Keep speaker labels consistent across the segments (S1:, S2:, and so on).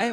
S1: 哎，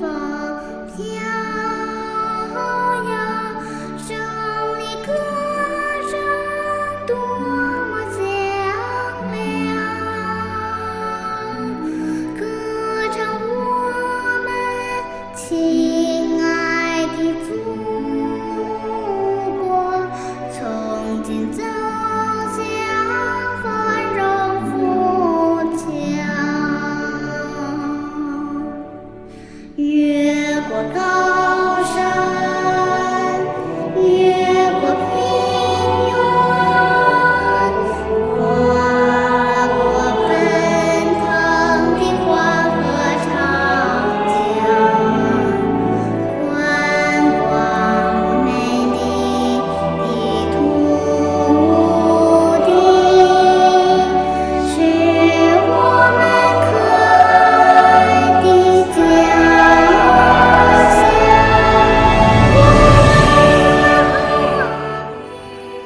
S2: 风飘扬，胜利歌声多么响亮，歌唱我们亲爱的祖国，从今走向繁荣富强。越过高山，越过平原，跨过奔腾的黄河长江，宽广美丽的土地，是我们可爱的家乡。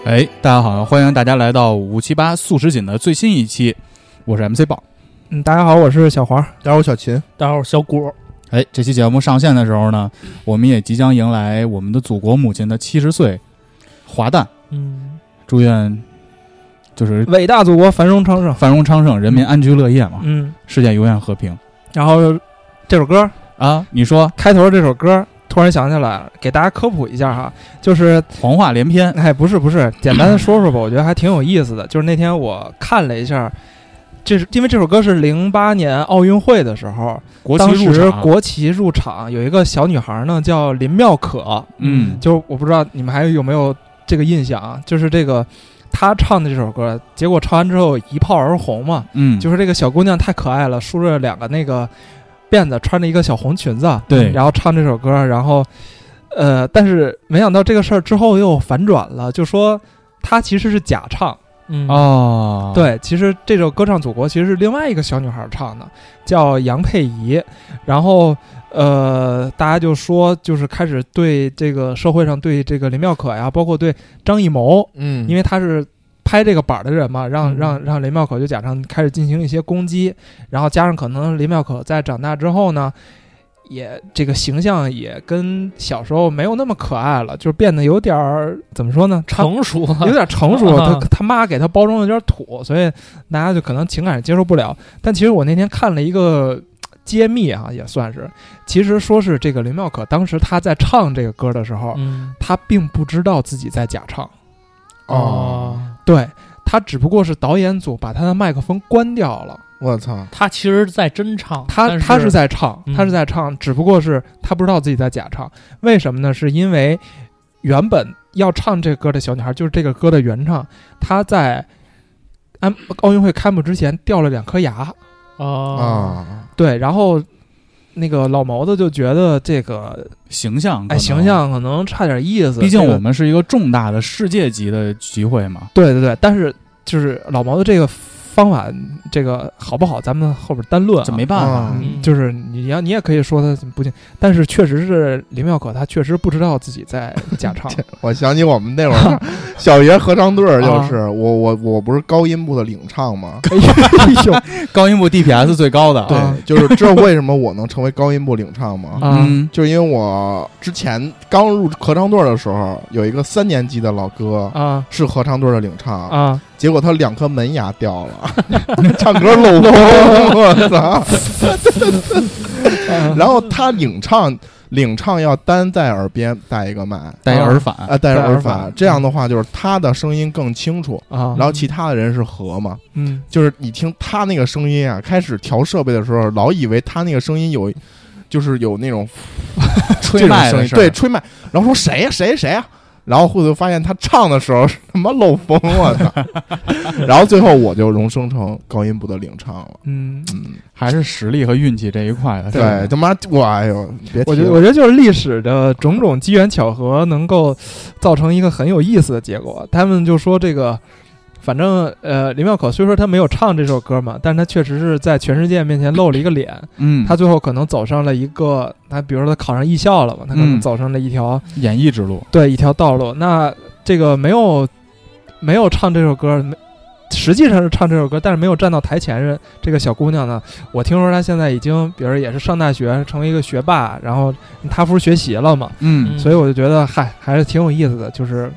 S3: 哎，大家好，欢迎大家来到五七八素食锦的最新一期，我是 MC 宝。
S4: 嗯，大家好，我是小黄，
S5: 待会儿我小秦，
S4: 大家好，我是小谷。
S3: 哎，这期节目上线的时候呢，我们也即将迎来我们的祖国母亲的七十岁华诞，
S4: 嗯，
S3: 祝愿就是
S4: 伟大祖国繁荣昌盛。
S3: 繁荣昌盛，人民安居乐业嘛，
S4: 嗯，
S3: 世界永远和平
S4: 然后这首歌
S3: 啊！你说
S4: 开头这首歌，突然想起来了，给大家科普一下哈，就是
S3: 黄话连篇，
S4: 哎，不是不是，简单的说说吧，我觉得还挺有意思的。就是那天我看了一下，这是因为这首歌是零八年奥运会的时候，
S3: 国
S4: 当
S3: 旗入
S4: 时
S3: 场，啊
S4: 国旗入场有一个小女孩呢，叫林妙可，
S3: 嗯，
S4: 就我不知道你们还有没有这个印象啊？就是这个她唱的这首歌，结果唱完之后一炮而红嘛，
S3: 嗯，
S4: 就是这个小姑娘太可爱了，梳着两个那个辫子，穿着一个小红裙子，啊
S3: 对
S4: 然后唱这首歌，然后呃，但是没想到这个事儿之后又反转了，就说她其实是假唱。嗯
S5: 啊
S3: 哦，，
S4: 对，其实这首《歌唱祖国》其实是另外一个小女孩唱的，叫杨佩仪。然后，呃，大家就说，就是开始对这个社会上对这个林妙可呀，包括对张艺谋，
S5: 嗯
S4: 因为他是拍这个板儿的人嘛，让
S5: 嗯
S4: 让让林妙可就假唱开始进行一些攻击。然后加上可能林妙可在长大之后呢，也这个形象也跟小时候没有那么可爱了，就是变得有点儿怎么说呢，她
S6: 成熟了
S4: 有点成熟，
S6: 啊
S4: 他他妈给他包装的有点土，所以大家就可能情感接受不了。但其实我那天看了一个呃揭秘啊，也算是，其实说是这个林妙可当时她在唱这个歌的时候，
S6: 嗯
S4: 她并不知道自己在假唱，
S5: 哦，
S4: 对她只不过是导演组把她的麦克风关掉了，
S5: 我操，
S6: 他其实在真唱，
S4: 她
S6: 但
S4: 她是在唱，
S6: 嗯
S4: 她是在唱，只不过是她不知道自己在假唱。为什么呢？是因为原本要唱这歌的小女孩，就是这个歌的原唱，她在安奥运会开幕之前掉了两颗牙，
S6: 哦
S5: 啊，
S4: 对，然后那个老毛子就觉得这个
S3: 形象，
S4: 哎形，象可能差点意思，
S3: 毕竟
S4: 这个
S3: 我们是一个重大的世界级的集会嘛，
S4: 对对对，但是就是老毛子这个方法，这个好不好，咱们后边单论、啊，
S3: 这没办法，
S5: 啊
S6: 嗯
S4: 就是你要你也可以说他不行，但是确实是林妙可，她确实不知道自己在假唱。
S5: 我想起我们那会儿小学合唱队儿，就是我我我不是高音部的领唱吗？
S4: 哎呦，
S3: 高音部 DPS 最高的，
S4: 啊
S5: 对，就是知道为什么我能成为高音部领唱吗？
S4: 啊
S3: 嗯，
S5: 就是因为我之前刚入合唱队儿的时候，有一个三年级的老哥
S4: 啊
S5: 是合唱队儿的领唱，
S4: 啊！
S5: 结果他两颗门牙掉 了，唱歌漏风，我操！然后他领唱领唱要单在耳边带一个麦，
S3: 带一耳返，
S5: 啊，戴着
S4: 戴嗯
S5: 耳
S4: 耳
S5: 返
S4: 返，
S5: 这样的话就是他的声音更清楚，
S4: 啊，
S5: 然后其他的人是和嘛，
S4: 嗯，
S5: 就是你听他那个声音啊，开始调设备的时候，老以为他那个声音有，就是有 那种
S3: 吹
S5: 这种
S3: 麦
S5: 声
S3: 的
S5: 音，
S3: 事儿
S5: 对，吹麦，然后说谁呀、谁呀、谁呀、然后后头发现他唱的时候是他妈漏风，我操！ 然后最后我就荣升成高音部的领唱了。
S4: 嗯，
S5: 嗯，
S3: 还是实力和运气这一块的，
S5: 对，他妈我哎呦，别提
S4: 我觉得
S5: 了
S4: 我觉得就是历史的种种机缘巧合能够造成一个很有意思的结果。他们就说这个反正呃，林妙可虽说她没有唱这首歌嘛，但是她确实是在全世界面前露了一个脸。
S3: 嗯，
S4: 她最后可能走上了一个，她比如说她考上艺校了嘛，她可
S3: 嗯
S4: 能走上了一条、
S3: 演艺之路，
S4: 对一条道路。那这个没有没有唱这首歌，没实际上是唱这首歌，但是没有站到台前人这个小姑娘呢，我听说她现在已经，比如也是上大学，成为一个学霸，然后她不是学习了嘛，
S3: 嗯
S6: 嗯
S4: 所以我就觉得嗨，还是挺有意思的，就是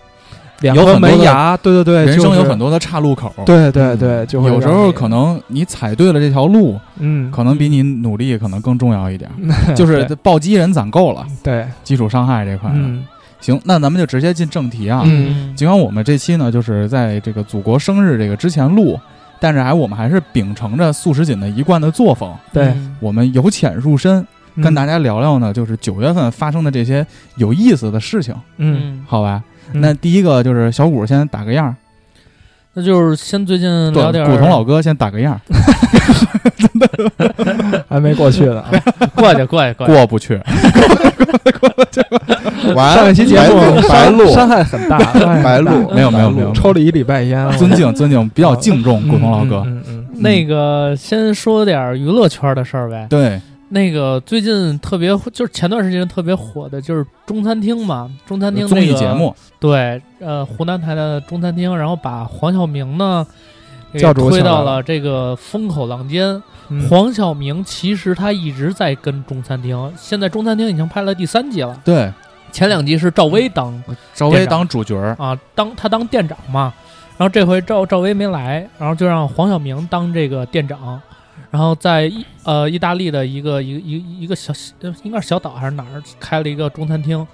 S4: 两
S3: 有
S4: 个
S3: 很多的
S4: 门牙，对对对，
S3: 人生有很
S4: 多，
S3: 多的岔路口，，嗯
S4: 对对对，就会
S3: 有时
S4: 让
S3: 候
S4: 你
S3: 可能你踩对了这条路，
S4: 嗯，
S3: 可能比你努力可能更重要一点。就是
S4: 对
S3: 暴击人攒够了，
S4: 对，
S3: 基础伤害这块的。
S4: 嗯
S3: 行，那咱们就直接进正题啊。
S4: 嗯
S3: 尽管我们这期呢，就是在这个祖国生日这个之前录，但是还我们还是秉承着素食锦的一贯的作风，
S4: 对，
S3: 我们由浅入深，
S6: 嗯
S3: 跟大
S4: 家
S3: 家聊聊呢，就是九月份发生的这些有意思的事情，
S4: 嗯，
S6: 嗯，
S3: 好吧？
S4: 嗯
S3: 那第一个就是小谷先打个样儿，
S6: 那就是先最近聊
S3: 对，
S6: 点
S3: 古潼老哥先打个样儿，
S4: 还没过去呢啊，
S6: 过去哎过去啊过去，
S3: 过不去，
S5: 完
S4: 上一期节目
S5: 完白
S4: 伤
S5: 录
S4: 伤害很大，伤害很大
S5: 白录，
S3: 没有没有
S5: 白录
S3: 没有
S4: 抽了一礼拜烟，啊我
S3: 尊敬尊敬，
S6: 啊
S3: 比较敬重古潼老哥。
S4: 嗯嗯嗯
S6: 那个先说点娱乐圈的事儿呗。
S3: 对，
S6: 那个最近特别就是前段时间特别火的就是中餐厅嘛，中餐厅、那个、
S3: 综艺节目，
S6: 对，呃，湖南台的中餐厅，然后把黄晓明呢。给
S4: 教主
S6: 推
S4: 请来
S6: 到
S4: 了
S6: 了这个风口浪尖。
S4: 嗯
S6: 黄晓明其实他一直在跟中餐厅，现在中餐厅已经拍了第三季了，
S3: 对，
S6: 前两季是赵薇当
S3: 赵
S6: 店
S3: 薇
S6: 长
S3: 当主角儿，
S6: 啊，当他当店长嘛，然后这回赵赵薇没来，然后就让黄晓明当这个店长，然后在意呃意大利的一个一个一个一个小呃应该是小岛还是哪儿开了一个中餐厅，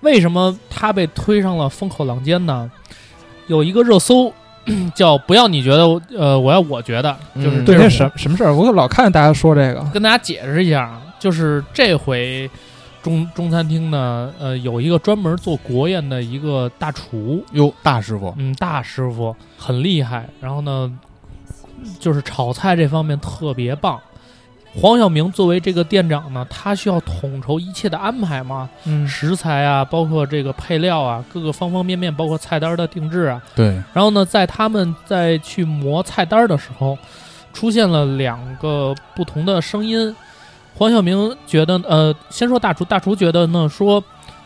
S6: 为什么他被推上了风口浪尖呢？有一个热搜叫“不要你觉得我，呃，我要我觉得”，就是
S5: 嗯
S4: 对
S6: 这
S4: 那
S6: 是
S4: 什什么事儿，我老看大家说这个，
S6: 跟大家解释一下，啊，就是这回中中餐厅呢，呃，有一个专门做国宴的一个大厨，
S3: 哟，大师傅，
S6: 嗯，大师傅很厉害，然后呢，就是炒菜这方面特别棒。黄晓明作为这个店长呢，他需要统筹一切的安排嘛，
S4: 嗯
S6: 食材啊，包括这个配料啊，各个方方面面，包括菜单的定制啊。
S3: 对，
S6: 然后呢，在他们在去磨菜单的时候，出现了两个不同的声音。黄晓明觉得，呃，先说大厨，大厨觉得呢，说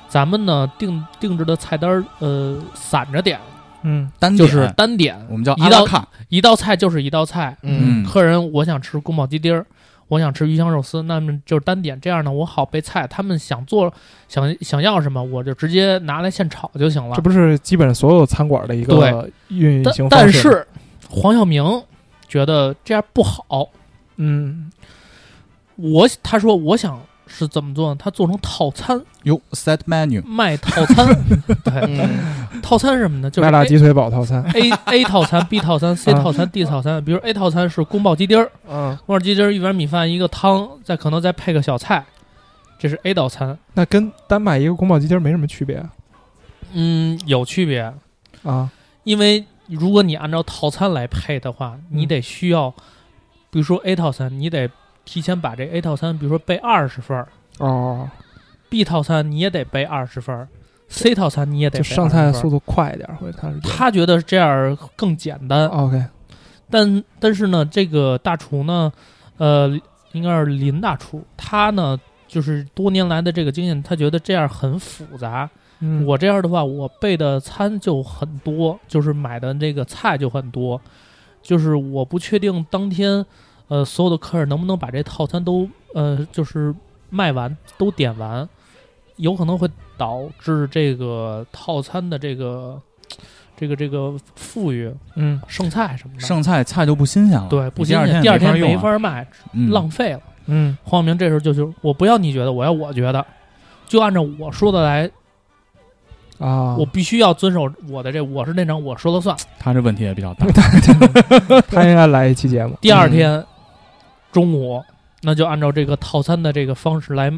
S6: 咱们呢定定制的菜单儿，呃，散着点，
S4: 嗯
S3: 单
S6: 就
S3: 点
S6: 是单点，
S3: 我们叫
S6: 一
S3: 阿拉
S6: 道
S3: 卡，
S6: 一道菜就是一道菜。
S5: 嗯
S6: 客人我想吃宫保鸡丁儿，我想吃鱼香肉丝，那么就是单点，这样呢我好备菜。他们想做想想要什么，我就直接拿来现炒就行了
S4: 这。不是基本上所有餐馆的一个
S6: 对
S4: 运
S6: 但
S4: 行方
S6: 但
S4: 式吗，
S6: 是黄晓明觉得这样不好，
S4: 嗯，
S6: 我他说我想是怎么做呢？他做成套餐
S3: 哟，set menu，
S6: 卖套 餐，对，
S5: 嗯
S6: 套餐是什么呢？就是
S4: 麦辣
S6: A
S4: 鸡腿堡套餐，
S6: A A 套餐、B 套餐、C
S4: 啊
S6: 套餐、D 套餐。比如 A 套餐是宫保鸡丁儿，
S4: 嗯，
S6: 宫保鸡丁儿一碗米饭一个汤，再可能再配个小菜，这是 A 道餐。
S4: 那跟单买一个宫保鸡丁没什么区别啊
S6: 嗯，有区别，
S4: 啊，
S6: 因为如果你按照套餐来配的话，
S4: 嗯
S6: 你得需要，比如说 A 套餐，你得提前把这 A 套餐，比如说备二十份儿
S4: 哦，
S6: ，B 套餐你也得备二十份儿，C 套餐你也得
S4: 就
S6: 备
S4: 上
S6: 20
S4: 菜
S6: 份儿
S4: 速。度快一点，或者他是觉得
S6: 他觉得这样更简单，
S4: OK，
S6: 但但是呢，这个大厨呢，呃，应该是林大厨，他呢就是多年来的这个经验，他觉得这样很复杂，
S4: 嗯
S6: 我这样的话，我备的餐就很多，就是买的这个菜就很多，就是我不确定当天，呃，所有的客人能不能把这套餐都，呃，就是卖完都点完，有可能会导致这个套餐的这个，这个这个富裕
S4: 嗯
S6: 剩菜什么的，
S3: 剩菜菜就不新鲜了，
S6: 对不新
S3: 啊第二天
S6: 鲜，第二
S3: 也
S6: 天
S3: 没
S6: 没
S3: 法用啊
S6: 法卖，
S3: 嗯
S6: 浪费了。
S4: 嗯
S6: 黄晓明这时候就就我不要你觉得，我要我觉得，就按照我说的来
S4: 啊，
S6: 我必须要遵守我的这，我是那张我说了算。
S3: 他这问题也比较大，
S4: 他应该来一期节目，
S6: 第二
S3: 嗯
S6: 天中午，那就按照这个套餐的这个方式来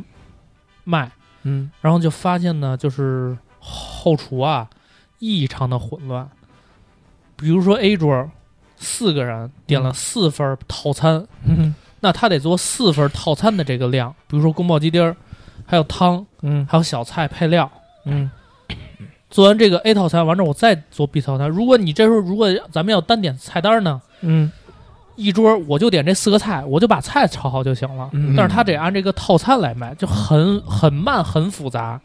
S6: 卖，
S4: 嗯
S6: 然后就发现呢，就是后厨啊异常的混乱。比如说 A 桌四个人
S3: 嗯
S6: 点了四份套餐，
S4: 嗯
S6: 那他得做四份套餐的这个量，比如说宫保鸡丁儿，还有汤，
S4: 嗯
S6: 还有小菜配料，
S4: 嗯
S6: 做完这个 A 套餐，完之后我再做 B 套餐。如果你这时候如果咱们要单点菜单呢，
S4: 嗯
S6: 一桌我就点这四个菜，我就把菜炒好就行了。
S4: 嗯
S6: 但是他得按这个套餐来卖，就很很慢很复杂，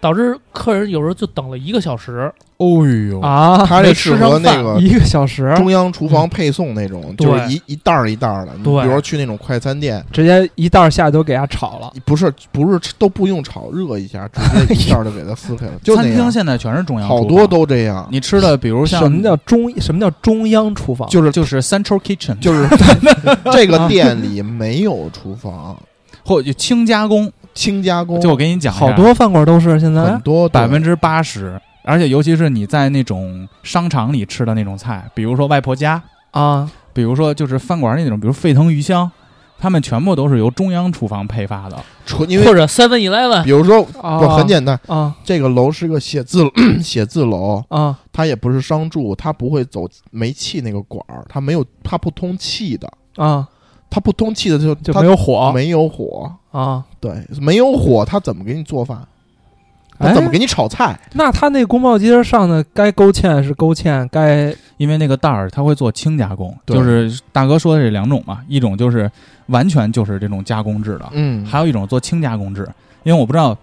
S6: 导致客人有时候就等了一个小时。
S3: 哦呦，
S4: 啊，
S5: 它这
S6: 没
S5: 适
S6: 吃
S5: 合
S6: 上
S5: 那
S6: 饭
S5: 个
S4: 一个小时
S5: 中央厨
S3: 嗯
S5: 房配送那种，就是
S6: 对
S5: 一一袋儿一袋儿的。你比
S6: 对
S5: 如说去那种快餐
S3: 啊
S5: 店，
S4: 直接一袋儿下去都给它炒了。
S5: 不是不是都不用炒，热一下，直接一袋儿就给它撕开了，就那
S3: 餐厅
S5: 样。
S3: 现在全是中央厨
S5: 好
S3: 房，
S5: 多都这样，
S3: 你吃的，比如像
S4: 什么叫中？什么叫中央厨房？
S3: 就是就是 Central Kitchen，
S5: 就是 这个店里没有厨房，
S3: 或者轻加工，
S5: 轻加工
S3: 就我给你讲一下
S4: 好多饭馆都是现在
S5: 很多
S3: 百
S5: 对
S3: 分之八十，而且尤其是你在那种商场里吃的那种菜，比如说外婆家，
S4: 啊，
S3: 比如说就是饭馆里那种，比如沸腾鱼香，他们全部都是由中央厨房配发的。
S5: 纯因
S6: 或
S5: 为
S6: 者 Seven Eleven
S5: 比如说
S4: 啊
S5: 不很简单，
S4: 啊
S5: 这个楼是个写字 写字楼，
S4: 啊
S5: 它也不是商住，它不会走煤气那个管儿，它没有它不通气的，
S4: 啊，
S5: 它不通气的就
S4: 就
S5: 它
S4: 没有火
S5: 没有火，
S4: 啊。
S5: 对，没有火，它怎么给你做饭？它
S4: 哎
S5: 怎么给你炒菜？
S4: 那他那宫保鸡丁上的该勾芡是勾芡，该
S3: 因为那个袋儿它会做轻加工，
S5: 对
S3: 就是大哥说的这两种嘛，一种就是完全就是这种加工制的，
S5: 嗯
S3: 还有一种做轻加工制。因为我不知道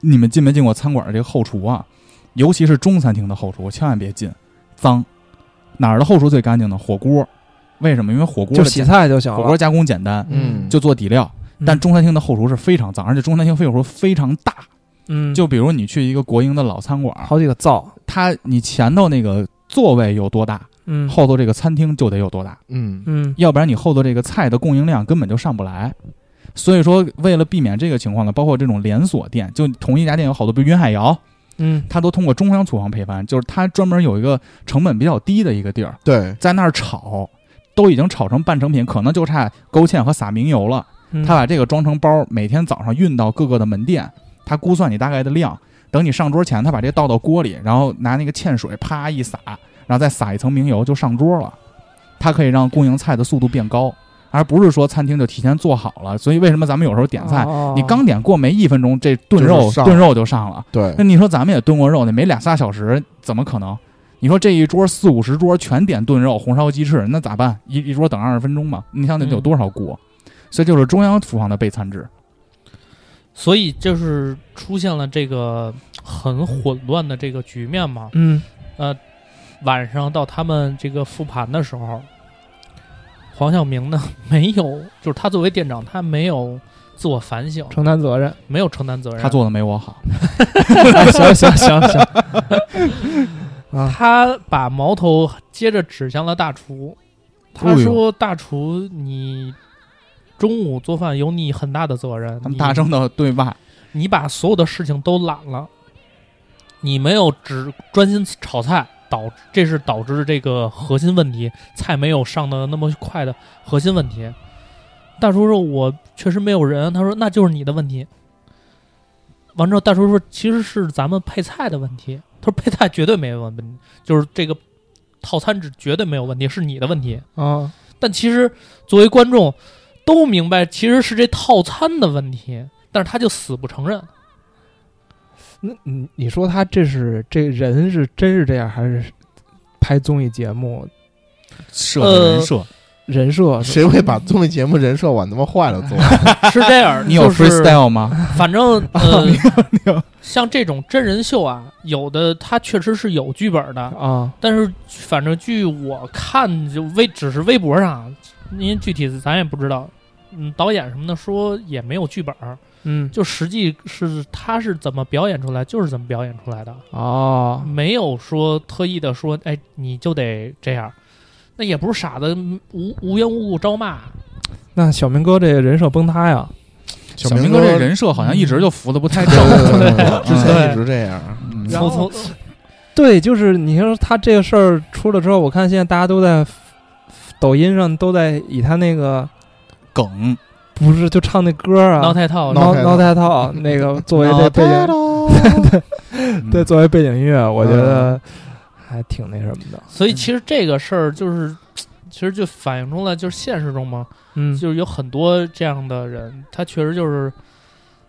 S3: 你们进没进过餐馆的这个后厨啊，尤其是中餐厅的后厨，千万别进，脏。哪儿的后厨最干净呢？火锅，为什么？因为火锅
S4: 就
S3: 的
S4: 洗
S3: 加
S4: 菜就行
S3: 火锅
S4: 了。
S3: 加工简单，
S5: 嗯，
S3: 就做底料。
S4: 嗯
S3: 但中餐厅的后厨是非常脏，而且中餐厅后厨非常大。
S4: 嗯，
S3: 就比如你去一个国营的老餐馆，
S4: 好几个灶。
S3: 它你前头那个座位有多大，
S4: 嗯
S3: 后头这个餐厅就得有多大，
S5: 嗯
S4: 嗯
S3: 要不然你后头这个菜的供应量根本就上不来。所以说，为了避免这个情况呢，包括这种连锁店，就同一家店有好多，比如云海肴，
S4: 嗯
S3: 它都通过中央厨房配饭，就是它专门有一个成本比较低的一个地儿，
S5: 对，
S3: 在那儿炒，都已经炒成半成品，可能就差勾芡和撒明油了。
S4: 嗯，
S3: 他把这个装成包，每天早上运到各个的门店，他估算你大概的量，等你上桌前，他把这倒到锅里，然后拿那个芡水啪一撒，然后再撒一层明油就上桌了。它可以让供应菜的速度变高，而不是说餐厅就提前做好了。所以为什么咱们有时候点菜，
S4: 哦
S3: 你刚点过没一分钟，这炖
S5: 就是
S3: 肉
S5: 上
S3: 炖肉就上了。
S5: 对
S3: 那，你说咱们也炖过肉，那没俩仨小时怎么可能？你说这一桌四五十桌全点炖肉、红烧鸡翅，那咋办？一一桌等二十分钟嘛？你想得有多少锅？所以就是中央厨房的备餐制。
S6: 所以就是出现了这个很混乱的这个局面嘛。
S4: 嗯
S6: 晚上到他们这个复盘的时候，黄晓明呢没有，就是他作为店长，他没有自我反省，
S4: 承担责任。
S6: 没有承担责任。
S3: 他做的没我好，
S4: 哎行行 行行，啊
S6: 他把矛头接着指向了大厨，
S3: 哎
S6: 他说：“大厨，你中午做饭有你很大的责任。
S3: 他们
S6: 你
S3: 大声的对外，
S6: 你把所有的事情都揽了，你没有只专心炒菜，导致这是导致这个核心问题，菜没有上的那么快的核心问题。大叔说：“我确实没有人。”他说：“那就是你的问题。”完之后，大叔说：“其实是咱们配菜的问题。”他说：“配菜绝对没有问题，就是这个套餐是绝对没有问题，是你的问题。”
S4: 啊
S6: 但其实作为观众都明白，其实是这套餐的问题，但是他就死不承认。
S4: 那你你说他这是这人是真是这样，还是拍综艺节目
S3: 设的人设，
S4: 人设是吧？
S5: 谁会把综艺节目人设往他妈坏了做？
S6: 是这 样，
S3: 你有
S6: 就是、
S3: freestyle 吗？
S6: 反正呃，像这种真人秀啊，有的它确实是有剧本的，
S4: 啊
S6: 但是反正据我看，就微只是微博上，因为具体咱也不知道。嗯，导演什么的说也没有剧本儿，
S4: 嗯
S6: 就实际是他是怎么表演出来，就是怎么表演出来的。
S4: 哦
S6: 没有说特意的说，哎，你就得这样，那也不是傻子，嗯无无缘无故招骂。
S4: 那小明哥这人设崩塌呀！
S3: 小
S5: 明
S3: 明
S5: 哥
S3: 哥这人设好像一直就服的不太正。
S5: 之前一直这样，
S3: 嗯
S4: 然后
S6: 从
S4: 对，就是你说他这个事儿出了之后，我看现在大家都在抖音上都在以他那个
S3: 梗，
S4: 不是就唱那歌啊，
S6: 闹太套，
S5: 闹
S4: 闹
S5: 太
S4: 闹太套那个作为这背景，
S3: 嗯
S4: 对，作为背景音乐，我觉得还挺那什么的。
S6: 所以其实这个事儿就是，其实就反映出来，就是现实中嘛，
S4: 嗯
S6: 就是有很多这样的人，他确实就是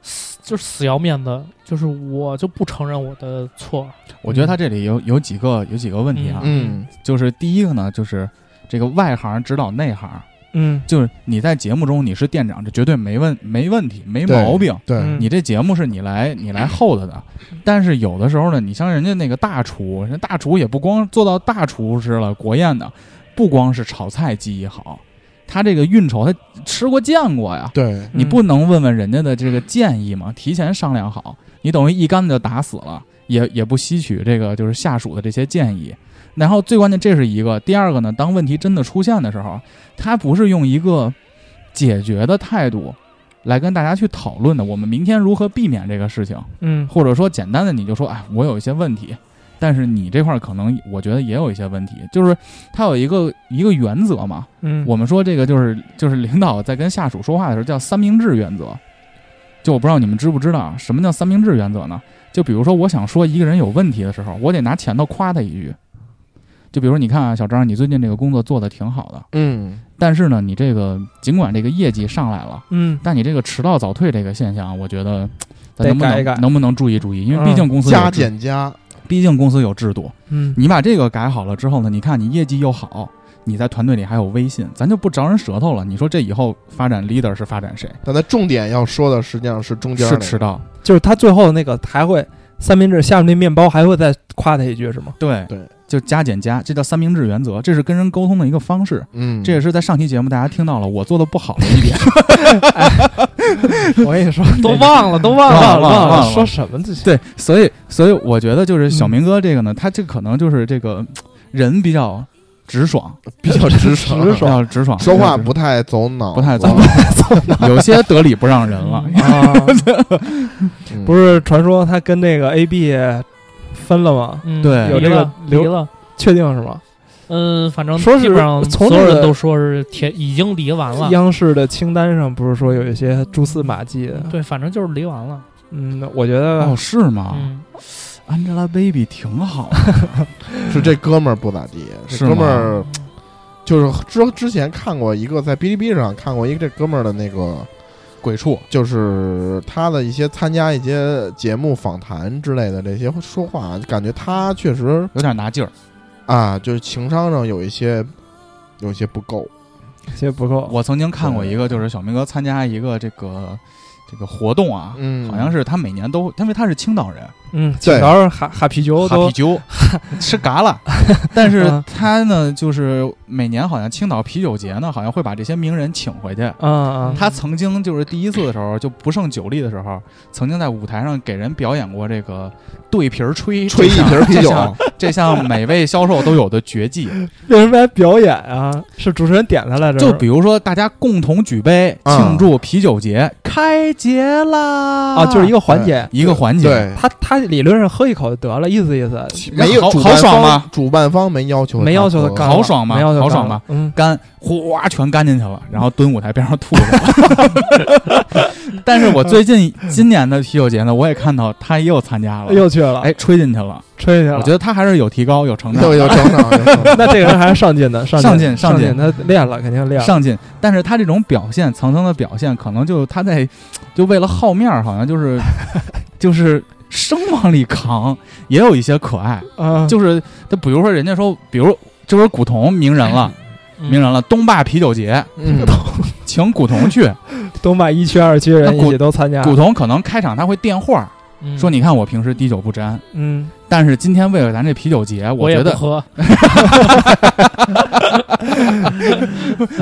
S6: 死就是死要面子，就是我就不承认我的错。
S3: 我觉得他这里有有几个有几个问题啊，
S5: 嗯
S3: 就是第一个呢，就是这个外行指导内行，
S4: 嗯
S3: 就是你在节目中你是店长，这绝对没问没问题，没毛病。
S5: 对，
S4: 嗯
S3: 你这节目是你来你来 hold 的，但是有的时候呢，你像人家那个大厨，人家大厨也不光做到大厨师了，国宴的不光是炒菜技艺好，他这个运筹他吃过见过呀，
S5: 对，
S3: 你不能问问人家的这个建议吗？提前商量好，你等于一竿子就打死了，也也不吸取这个就是下属的这些建议。然后最关键这是一个，第二个呢，当问题真的出现的时候，他不是用一个解决的态度来跟大家去讨论的。我们明天如何避免这个事情，
S4: 嗯
S3: 或者说简单的你就说，哎，我有一些问题，但是你这块儿可能我觉得也有一些问题，就是他有一个一个原则嘛，
S4: 嗯，
S3: 我们说这个就是就是领导在跟下属说话的时候叫三明治原则，就我不知道你们知不知道啊，什么叫三明治原则呢？就比如说我想说一个人有问题的时候，我得拿前头夸他一句，就比如你看啊，小张，你最近这个工作做得挺好的，
S5: 嗯
S3: 但是呢，你这个尽管这个业绩上来了，
S4: 嗯
S3: 但你这个迟到早退这个现象，我觉得咱
S4: 得
S3: 能不能
S4: 改一嗯改
S3: 能不能注意注意？因为毕竟公司有
S5: 加
S3: 制
S5: 减加，
S3: 毕竟公司有制度，
S4: 嗯
S3: 你把这个改好了之后呢，你看你业绩又好，你在团队里还有威信，咱就不着人舌头了。你说这以后发展 leader 是发展谁？
S5: 但他重点要说的实际上是中间
S3: 是
S5: 那
S3: 迟
S5: 个，
S3: 到。
S4: 就是他最后那个还会三明治下面那面包还会再夸他一句是吗？
S3: 对
S5: 对，
S3: 就加减加，这叫三明治原则，这是跟人沟通的一个方式。
S5: 嗯，
S3: 这也是在上期节目大家听到了我做的不好的 一点，
S4: 我跟 你说，
S6: 都忘了，都忘了。
S4: 忘
S3: 忘了忘了忘了
S4: 说什么这些，
S3: 对，所以所以我觉得就是小明哥这个呢，他这可能就是这个人比较直爽，
S5: 比较直爽，
S3: 比 较直爽，
S5: 说话
S3: 比较
S5: 不太走脑，
S3: 不太走直 爽有些得理不让人了。
S4: 啊，
S5: 嗯
S4: 不是传说他跟那个 AB 分了吗？
S6: 嗯，
S3: 对
S4: 有
S6: 离
S4: 这个
S6: 了，离
S4: 留
S6: 了。
S4: 确定是吗？
S6: 嗯，反正
S4: 说是
S6: 基本上
S4: 从
S6: 所有
S4: 这
S6: 人
S4: 个
S6: 都说是铁已经离完了。
S4: 央视的清单上不是说有一些蛛丝马迹的？
S6: 对，反正就是离完了。
S4: 嗯，我觉得、
S3: 哦，是
S4: 啊
S3: 吗
S6: 嗯，
S3: ？Angelababy 挺好的，
S5: 是这哥们儿不咋地，这
S3: 是
S5: 哥们
S3: 吗
S5: 儿就是之之前看过一个在哔哩哔哩上看过一个这哥们儿的那个，
S3: 鬼畜。
S5: 就是他的一些参加一些节目访谈之类的这些说话，感觉他确实
S3: 有点拿劲儿。
S5: 啊，就是情商上有一些有一些不够，
S4: 有些不够。
S3: 我曾经看过一个，就是小明哥参加一个这个这个活动啊，
S5: 嗯，
S3: 好像是他每年都，因为他是青岛人，
S4: 嗯，
S5: 对
S4: 然后哈哈啤酒
S3: 哈
S4: 都
S3: 啤 酒吃嘎啦，但是
S4: 嗯
S3: 他呢，就是每年好像青岛啤酒节呢，好像会把这些名人请回去。
S4: 啊啊，
S3: 他曾经就是第一次的时候，就不胜酒力的时候，曾经在舞台上给人表演过这个对瓶儿吹
S5: 吹一
S3: 这项
S5: 瓶啤
S3: 这
S5: 酒，
S3: 项这项每位销售都有的绝技。
S4: 为什么来表演啊？是主持人点他来着？
S3: 就比如说，大家共同举杯
S5: 啊
S3: 庆祝啤酒节开节啦！
S4: 啊，就是一个环节。
S3: 一个环节，，
S5: 对，
S4: 他他理论上喝一口就得了，意思意思，
S5: 没有
S3: 好
S5: 主办
S3: 好爽
S5: 方
S3: 吗
S5: 主办方没要求，
S4: 没要求他干了，
S3: 好爽吗
S4: 没要求
S3: 好爽
S4: 干了
S3: 吗？
S4: 嗯，
S3: 干哗全干进去了，然后蹲舞台边上吐去了。 但是我最近今年的啤酒节呢，我也看到他又参加了，
S4: 又去了，
S3: 哎，吹进去了。
S4: 吹去了。
S3: 我觉得他还是有提高，有成
S5: 有
S3: 长，
S5: 有成长，有 成长
S4: 那这个人还是上进的，上
S3: 上
S4: 进
S3: 进
S4: 上
S3: 上进
S4: 他练了，肯定练了。
S3: 上进。但是他这种表现，层层的表现，可能就他在就为了好面儿，好像就是 就是生往里扛，也有一些可爱。
S4: 啊，
S6: 嗯
S3: 就是就比如说人家说，比如这不是古潼名人了，
S6: 嗯
S3: 名人了，东坝啤酒节，
S5: 嗯，
S3: 请古潼 去。
S6: 啊
S4: 东坝一区、二区人
S3: 那
S4: 一
S3: 古
S4: 起都参加。
S3: 古潼可能开场他会电话
S6: 嗯
S3: 说：“你看我平时滴酒不沾，
S4: 嗯，
S3: 但是今天为了咱这啤酒节，
S6: 我
S3: 觉
S6: 也不
S3: 得
S6: 喝。
S5: 哎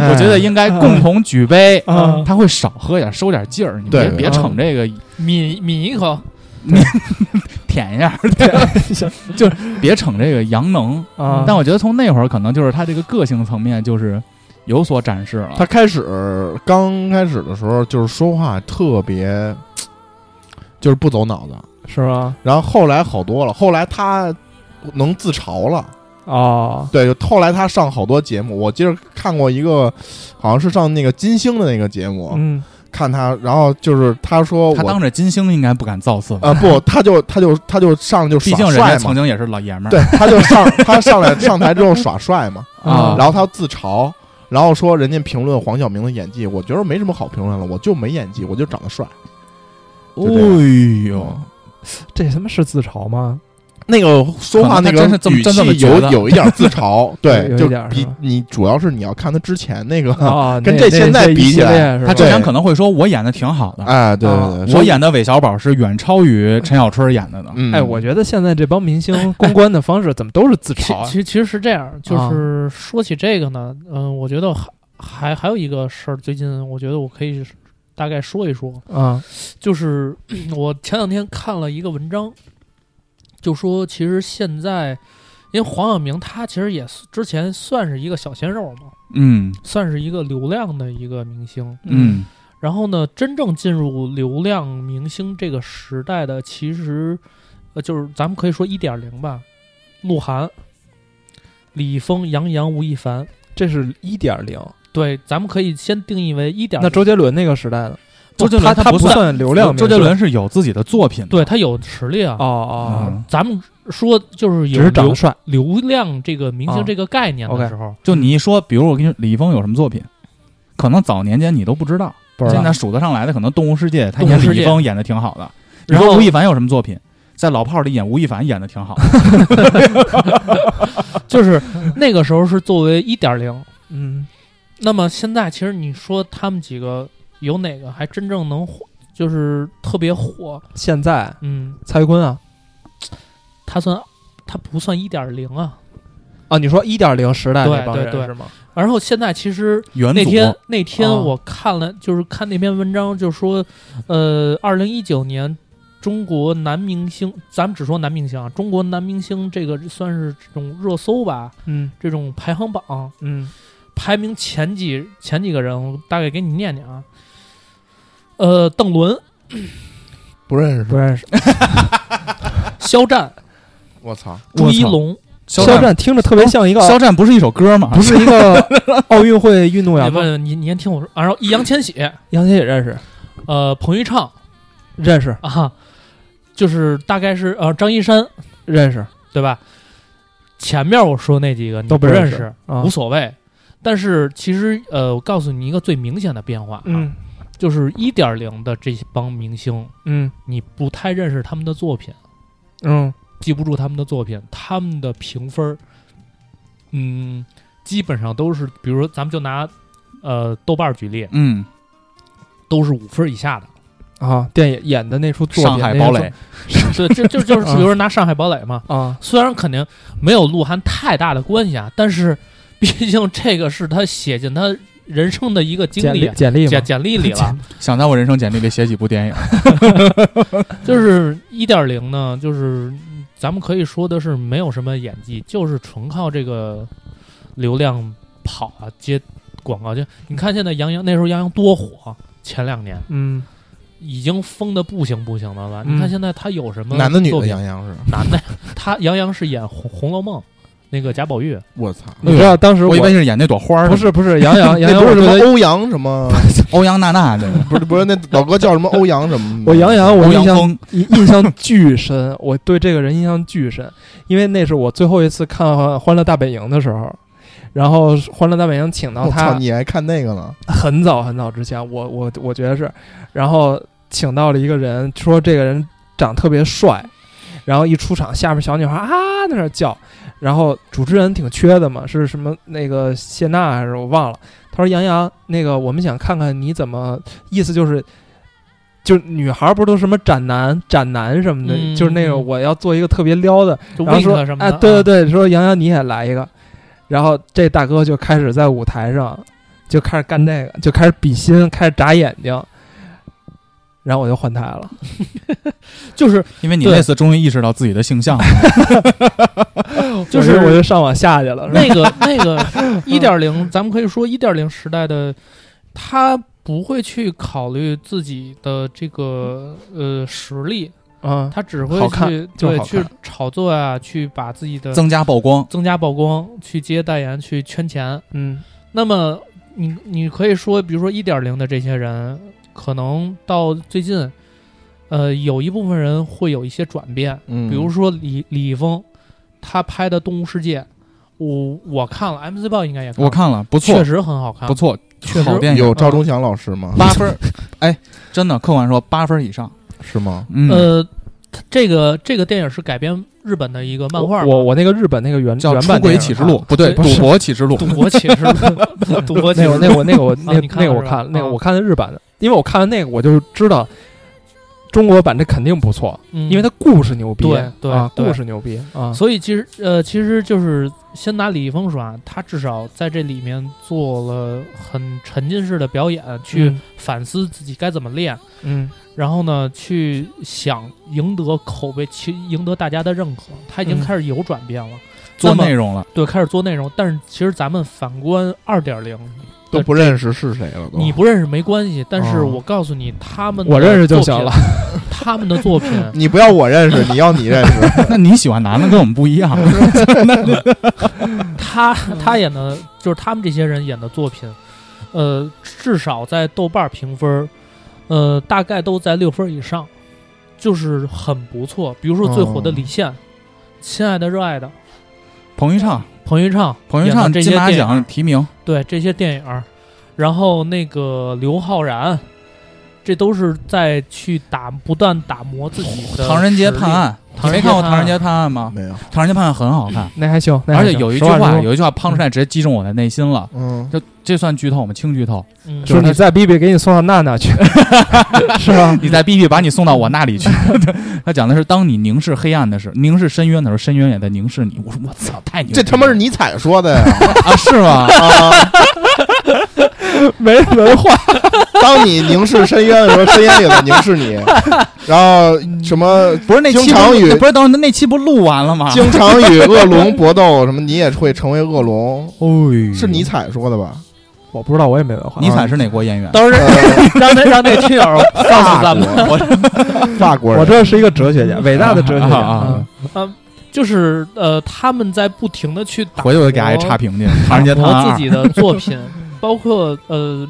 S3: 我觉得应该
S6: 嗯
S3: 共 同举杯。”
S4: 啊
S3: 他会少喝点，收点劲儿，你别
S5: 对
S6: 嗯
S3: 别逞这个
S6: 抿抿一口，
S3: 舔一 下，就是别逞这个阳能。
S4: 啊，
S3: 但我觉得从那会儿可能就是他这个个性层面就是有所展示了。
S5: 他开始刚开始的时候，就是说话特别，就是不走脑子。
S4: 是吗？
S5: 然后后来好多了，后来他能自嘲了。
S4: 哦，
S5: 对，就后来他上好多节目，我记得看过一个，好像是上那个金星的那个节目，
S4: 嗯
S5: 看他，然后就是他说
S3: 他
S5: 我
S3: 当着金星应该不敢造次吧，
S5: 啊不，他就他就他就上来就
S3: 毕
S5: 耍
S3: 竟人
S5: 帅
S3: 家
S5: 嘛
S3: 曾，经也是老爷们儿。
S5: 对，他就 上他上来上台之后耍帅嘛，
S4: 嗯
S3: 啊
S5: 然后他自嘲，然后说人家评论黄晓明的演技，我觉得没什么好评论了，我就没演技，我就长得帅。就这样
S3: 哎呦，
S4: 这他妈是自嘲吗？
S5: 那个说话那
S3: 可能他真是
S5: 个
S3: 这么真这么
S5: 语气
S3: 觉
S5: 有
S3: 得
S5: 有一点自嘲，对
S4: 有，有
S5: 就
S4: 一点是
S5: 比
S4: 吧
S5: 你主要是你要看他之前那个，
S4: 啊，
S5: 跟
S4: 那那
S5: 这现在
S4: 一
S5: 比
S4: 系
S5: 起来
S4: 列是吧
S3: 他之前可能会说我演的挺好的，
S5: 哎，对对对，
S3: 哦我
S5: 说
S3: 演的韦小宝是远超于陈小春演的呢。
S5: 嗯，
S4: 哎，我觉得现在这帮明星公关的方式怎么都是自
S6: 其
S4: 嘲啊
S6: 其其实 是这样，就
S4: 啊
S6: 是说起这个呢，嗯，我觉得还还还有一个事儿，最近我觉得我可以大概说一说，
S4: 啊
S6: 就是 嗯我前两天看了一个文章，就说其实现在，因为黄晓明他其实也是之前算是一个小鲜肉嘛，
S3: 嗯
S6: 算是一个流量的一个明星。
S3: 嗯
S6: 然后呢，真正进入流量明星这个时代的，其实呃，就是咱们可以说一点零吧，鹿晗、李易峰、杨洋、吴亦凡。
S4: 这是一点零。
S6: 对，咱们可以先定义为一点。
S4: 那周杰伦那个时代的，
S3: 周杰伦
S4: 他
S3: 他
S4: 不
S3: 不算
S4: 算流量明
S3: 周
S4: 星，
S3: 杰伦是有自己的作品的，
S6: 对他有实力啊。
S4: 哦哦，
S3: 嗯，
S6: 咱们说就是有
S4: 只是长
S6: 流
S4: 得帅。
S6: 流量这个明
S4: 啊
S6: 星这个概念的
S4: OK
S6: 时候，
S3: 就你一说，比如我跟你说李易峰有什么作品，可能早年间你都不知道，
S4: 不知道
S3: 现在数得上来的，可能《动物世界》他
S6: 动物
S3: 演
S6: 世
S3: 李易
S6: 界
S3: 峰演的挺好的，
S6: 然
S3: 你说
S6: 后
S3: 吴亦凡有什么作品？在《老炮儿》里演吴亦凡演的挺好的，
S6: 就是那个时候是作为一点零。
S4: 嗯，
S6: 那么现在其实你说他们几个有哪个还真正能火，就是特别火？
S4: 现在
S6: 嗯，
S4: 蔡徐坤啊
S6: 他算他不算一点零啊。
S4: 啊，你说一点零时代那帮人
S6: 对对对
S4: 是吗？
S6: 然后现在其实
S3: 元祖
S6: 那天那天
S4: 啊
S6: 我看了，就是看那篇文章，就说，呃，二零一九年中国男明星，咱们只说男明星啊，中国男明星这个算是这种热搜吧，
S4: 嗯
S6: 这种排行榜
S4: 嗯，
S6: 排名前几前几个人，我大概给你念念啊。呃，邓伦、
S5: 不认识，
S4: 不认识。
S6: 肖战、
S5: 我操，
S6: 朱一龙，
S3: 肖
S4: 肖
S3: 战，
S4: 战听着特别像一个，
S3: 肖战不是一首歌吗？
S4: 不是一个奥运会运动
S6: 你
S4: 员吗？
S6: 问你你先听我说，啊然后易烊千玺，
S4: 杨千也认识，
S6: 呃，彭昱畅
S4: 认识
S6: 啊，就是大概是呃张一山
S4: 认识
S6: 对吧？前面我说那几个你
S4: 都
S6: 不
S4: 不认
S6: 认
S4: 识
S6: 识，
S4: 啊
S6: 无。所谓。但是其实呃，我告诉你一个最明显的变化啊，
S4: 嗯
S6: 就是一点零的这帮明星，
S4: 嗯
S6: 你不太认识他们的作品。
S4: 嗯
S6: 记不住他们的作品，他们的评分儿，嗯，基本上都是，比如说咱们就拿呃豆瓣儿举例，
S3: 嗯，
S6: 都是五分儿以下的。
S4: 啊，电影演的那出作品
S3: 上海堡垒，
S6: 对，就就就是
S4: 啊
S6: 比如说拿《上海堡垒》嘛，
S4: 啊，
S6: 虽然肯定没有鹿晗太大的关系啊，但是毕竟这个是他写进他人生的一个经
S4: 简
S6: 历啊
S4: 历。简历嘛
S6: 简，简历里了，
S3: 想在我人生简历里写几部电影。
S6: 就是一点零呢，就是咱们可以说的是没有什么演技，就是纯靠这个流量跑啊接广告。就你看现在杨洋那时候杨洋多火，前两年
S4: 嗯
S6: 已经疯的不行不行的了。
S4: 嗯
S6: 你看现在他有什么
S5: 男的女
S6: 作
S5: 的
S6: 品
S5: 杨洋是，
S6: 男的，他杨洋是演《红红楼梦》那个贾宝玉，
S5: 我操，
S4: 你知道当时
S3: 我
S4: 我
S3: 以为是演那朵花儿呢，
S4: 不是不是杨洋，杨
S5: 那
S4: 洋
S5: 不
S4: 我
S5: 是什
S4: 觉
S5: 么
S4: 得
S5: 欧阳什么，
S3: 欧阳娜娜那个，
S5: 不是不是那老哥叫什么欧阳什么的，
S4: 我杨洋我
S3: 欧
S4: 印
S3: 阳
S4: 象
S3: 锋，
S4: 印印象巨深，我对这个人印象巨深，因为那是我最后一次看《欢乐大本营》的时候，然后《欢乐大本营》请到
S5: 我操，
S4: 他
S5: 你还看那个呢？
S4: 很早很早之前，我我我觉得是，然后请到了一个人，说这个人长得特别帅，然后一出场，下面小女孩啊在那儿叫，然后主持人挺缺的嘛，是什么那个谢娜还是我忘了，他说杨洋，那个我们想看看你怎么，意思就是。就是女孩不是都什么斩男、斩男什么的，
S6: 嗯
S4: 就是那个我要做一个特别撩的，
S6: 就
S4: 然后
S6: Wink
S4: 说
S6: 什么的，啊
S4: 哎，对对对，说杨洋你也来一个，然后这大哥就开始在舞台上就开始干那个，就开始比心，开始眨眼睛，然后我就换台了。
S6: 对，就是
S3: 因为你
S6: 对
S3: 那次终于意识到自己的性向了。
S6: 就
S4: 我
S6: 是
S4: 我就上网下去了，是吧
S6: 那个 那个一点零，咱们可以说一点零时代的，他不会去考虑自己的这个呃实力，
S4: 嗯
S6: 他只会
S4: 好看
S6: 去
S4: 就
S6: 对
S4: 好看
S6: 去炒作啊，去把自己的
S3: 增加曝
S4: 啊
S3: 光，
S6: 增加曝光，去接代言，去圈钱。
S4: 嗯
S6: 那么你你可以说，比如说一点零的这些人，可能到最近，呃，有一部分人会有一些转变，
S5: 嗯
S6: 比如说李李易峰，他拍的《动物世界》，我我看了，MC 报应该也看了
S3: 我看了，不
S6: 确
S3: 错，
S6: 实很好看，
S3: 不错
S6: 确，实
S3: 好电影，
S5: 有赵忠祥老师吗？
S3: 八分儿。哎，真的，客观说八分儿以上，
S5: 是吗？
S3: 嗯，
S6: 呃，它这个这个电影是改编日本的一个漫画嘛，
S4: 我我那个日本那个原
S3: 叫
S4: 原
S3: 《出
S4: 版
S3: 轨
S4: 电影
S3: 启示
S4: 啊
S3: 录》，不对，
S6: 对
S3: 《赌博启示录》
S6: 赌博启示录，赌博启
S4: 那
S6: 示
S4: 我
S6: 录，
S4: 那我那个 我那
S6: 啊
S4: 个
S6: 你看
S4: 那个
S6: 了
S4: 我
S6: 是吧
S4: 看了那个
S6: 啊
S4: 我看的日版的，因为我看了那个我就知道中国版这肯定不错，
S6: 嗯
S4: 因为它故事牛逼，
S6: 对对
S4: 啊，
S6: 对
S4: 故事牛逼啊，
S6: 所以其实呃，其实就是先拿李易峰说啊，他至少在这里面做了很沉浸式的表演，去
S4: 嗯
S6: 反思自己该怎么练，
S4: 嗯
S6: 然后呢，去想赢得口碑，去赢得大家的认可。他已经
S4: 嗯
S6: 开始有转变了，
S3: 做
S6: 那么
S3: 内容 了，
S6: 对，开始做内容。但是其实咱们反观二点零，
S4: 哦
S5: 都不认识是谁了都。
S6: 你不认识没关系，但是
S5: 哦
S6: 我告诉你，他们
S4: 我
S6: 的
S4: 认识就行
S6: 作品
S4: 了，
S6: 他们的作品
S5: 你不要我认识，你要你认识。
S3: 那你喜欢男的跟我们不一样，
S4: 嗯
S6: 他他演的，就是他们这些人演的作品，呃，至少在豆瓣评分，呃，大概都在六分以上，就是很不错。比如说最
S4: 哦
S6: 火的李现，亲爱的热爱的》，
S3: 彭昱畅，
S6: 彭昱畅，
S3: 彭昱
S6: 演的
S3: 畅
S6: 这
S3: 金
S6: 些
S3: 马
S6: 电
S3: 奖
S6: 影
S3: 提名，
S6: 对这些电影儿，然后那个刘昊然，这都是在去打，不断打磨自己的。
S3: 《唐人街探，案》，你
S6: 唐
S3: 没
S6: 人街
S3: 看过《唐
S6: 探
S3: 人
S6: 案
S3: 街探案》吗？
S5: 没有，
S3: 《唐人街探案》很好看，
S4: 那还行，那还
S3: 而且
S4: 行
S3: 有
S4: 实
S3: 一句
S4: 话
S3: 话，
S4: 实说
S3: 有一句话胖出来直接击中我的内心了。
S5: 嗯，
S3: 这这算剧透吗？轻剧透。
S6: 嗯，
S4: 说
S3: 就是
S4: 你
S3: 他
S4: 再逼逼，给你送到娜娜去，是吧？
S3: 你再逼逼，把你送到我那里去。 他讲的是，当你凝视黑暗的时候，凝视深渊的时候，深渊也在凝视你。我说我操，太牛逼了！
S5: 这他妈是尼采说的呀！
S3: 啊，是吗？
S5: 啊，
S4: 没文化，
S5: 当你凝视深渊的时候，深渊也在凝视你。然后什么
S3: 不是那期
S5: 经常
S3: 不
S5: 与
S3: 不是等会儿那期不录完了 吗？
S5: 经常与恶龙搏斗，什么你也会成为恶龙，
S3: 哎
S5: 是尼采说的吧？
S4: 我不知道，我也没文化。
S3: 尼采是哪国演员？
S6: 当时
S5: 呃
S6: 让那让那亲友告诉咱们。
S5: 法国
S4: 我
S5: 人，
S4: 这是一个哲学家，伟大的哲学家
S3: 啊啊啊
S4: 嗯
S6: 就是呃，他们在不停的去打
S3: 回啊去我就给大家差评去。唐人街探
S6: 磨
S3: 案二
S6: 自己的作品，包括呃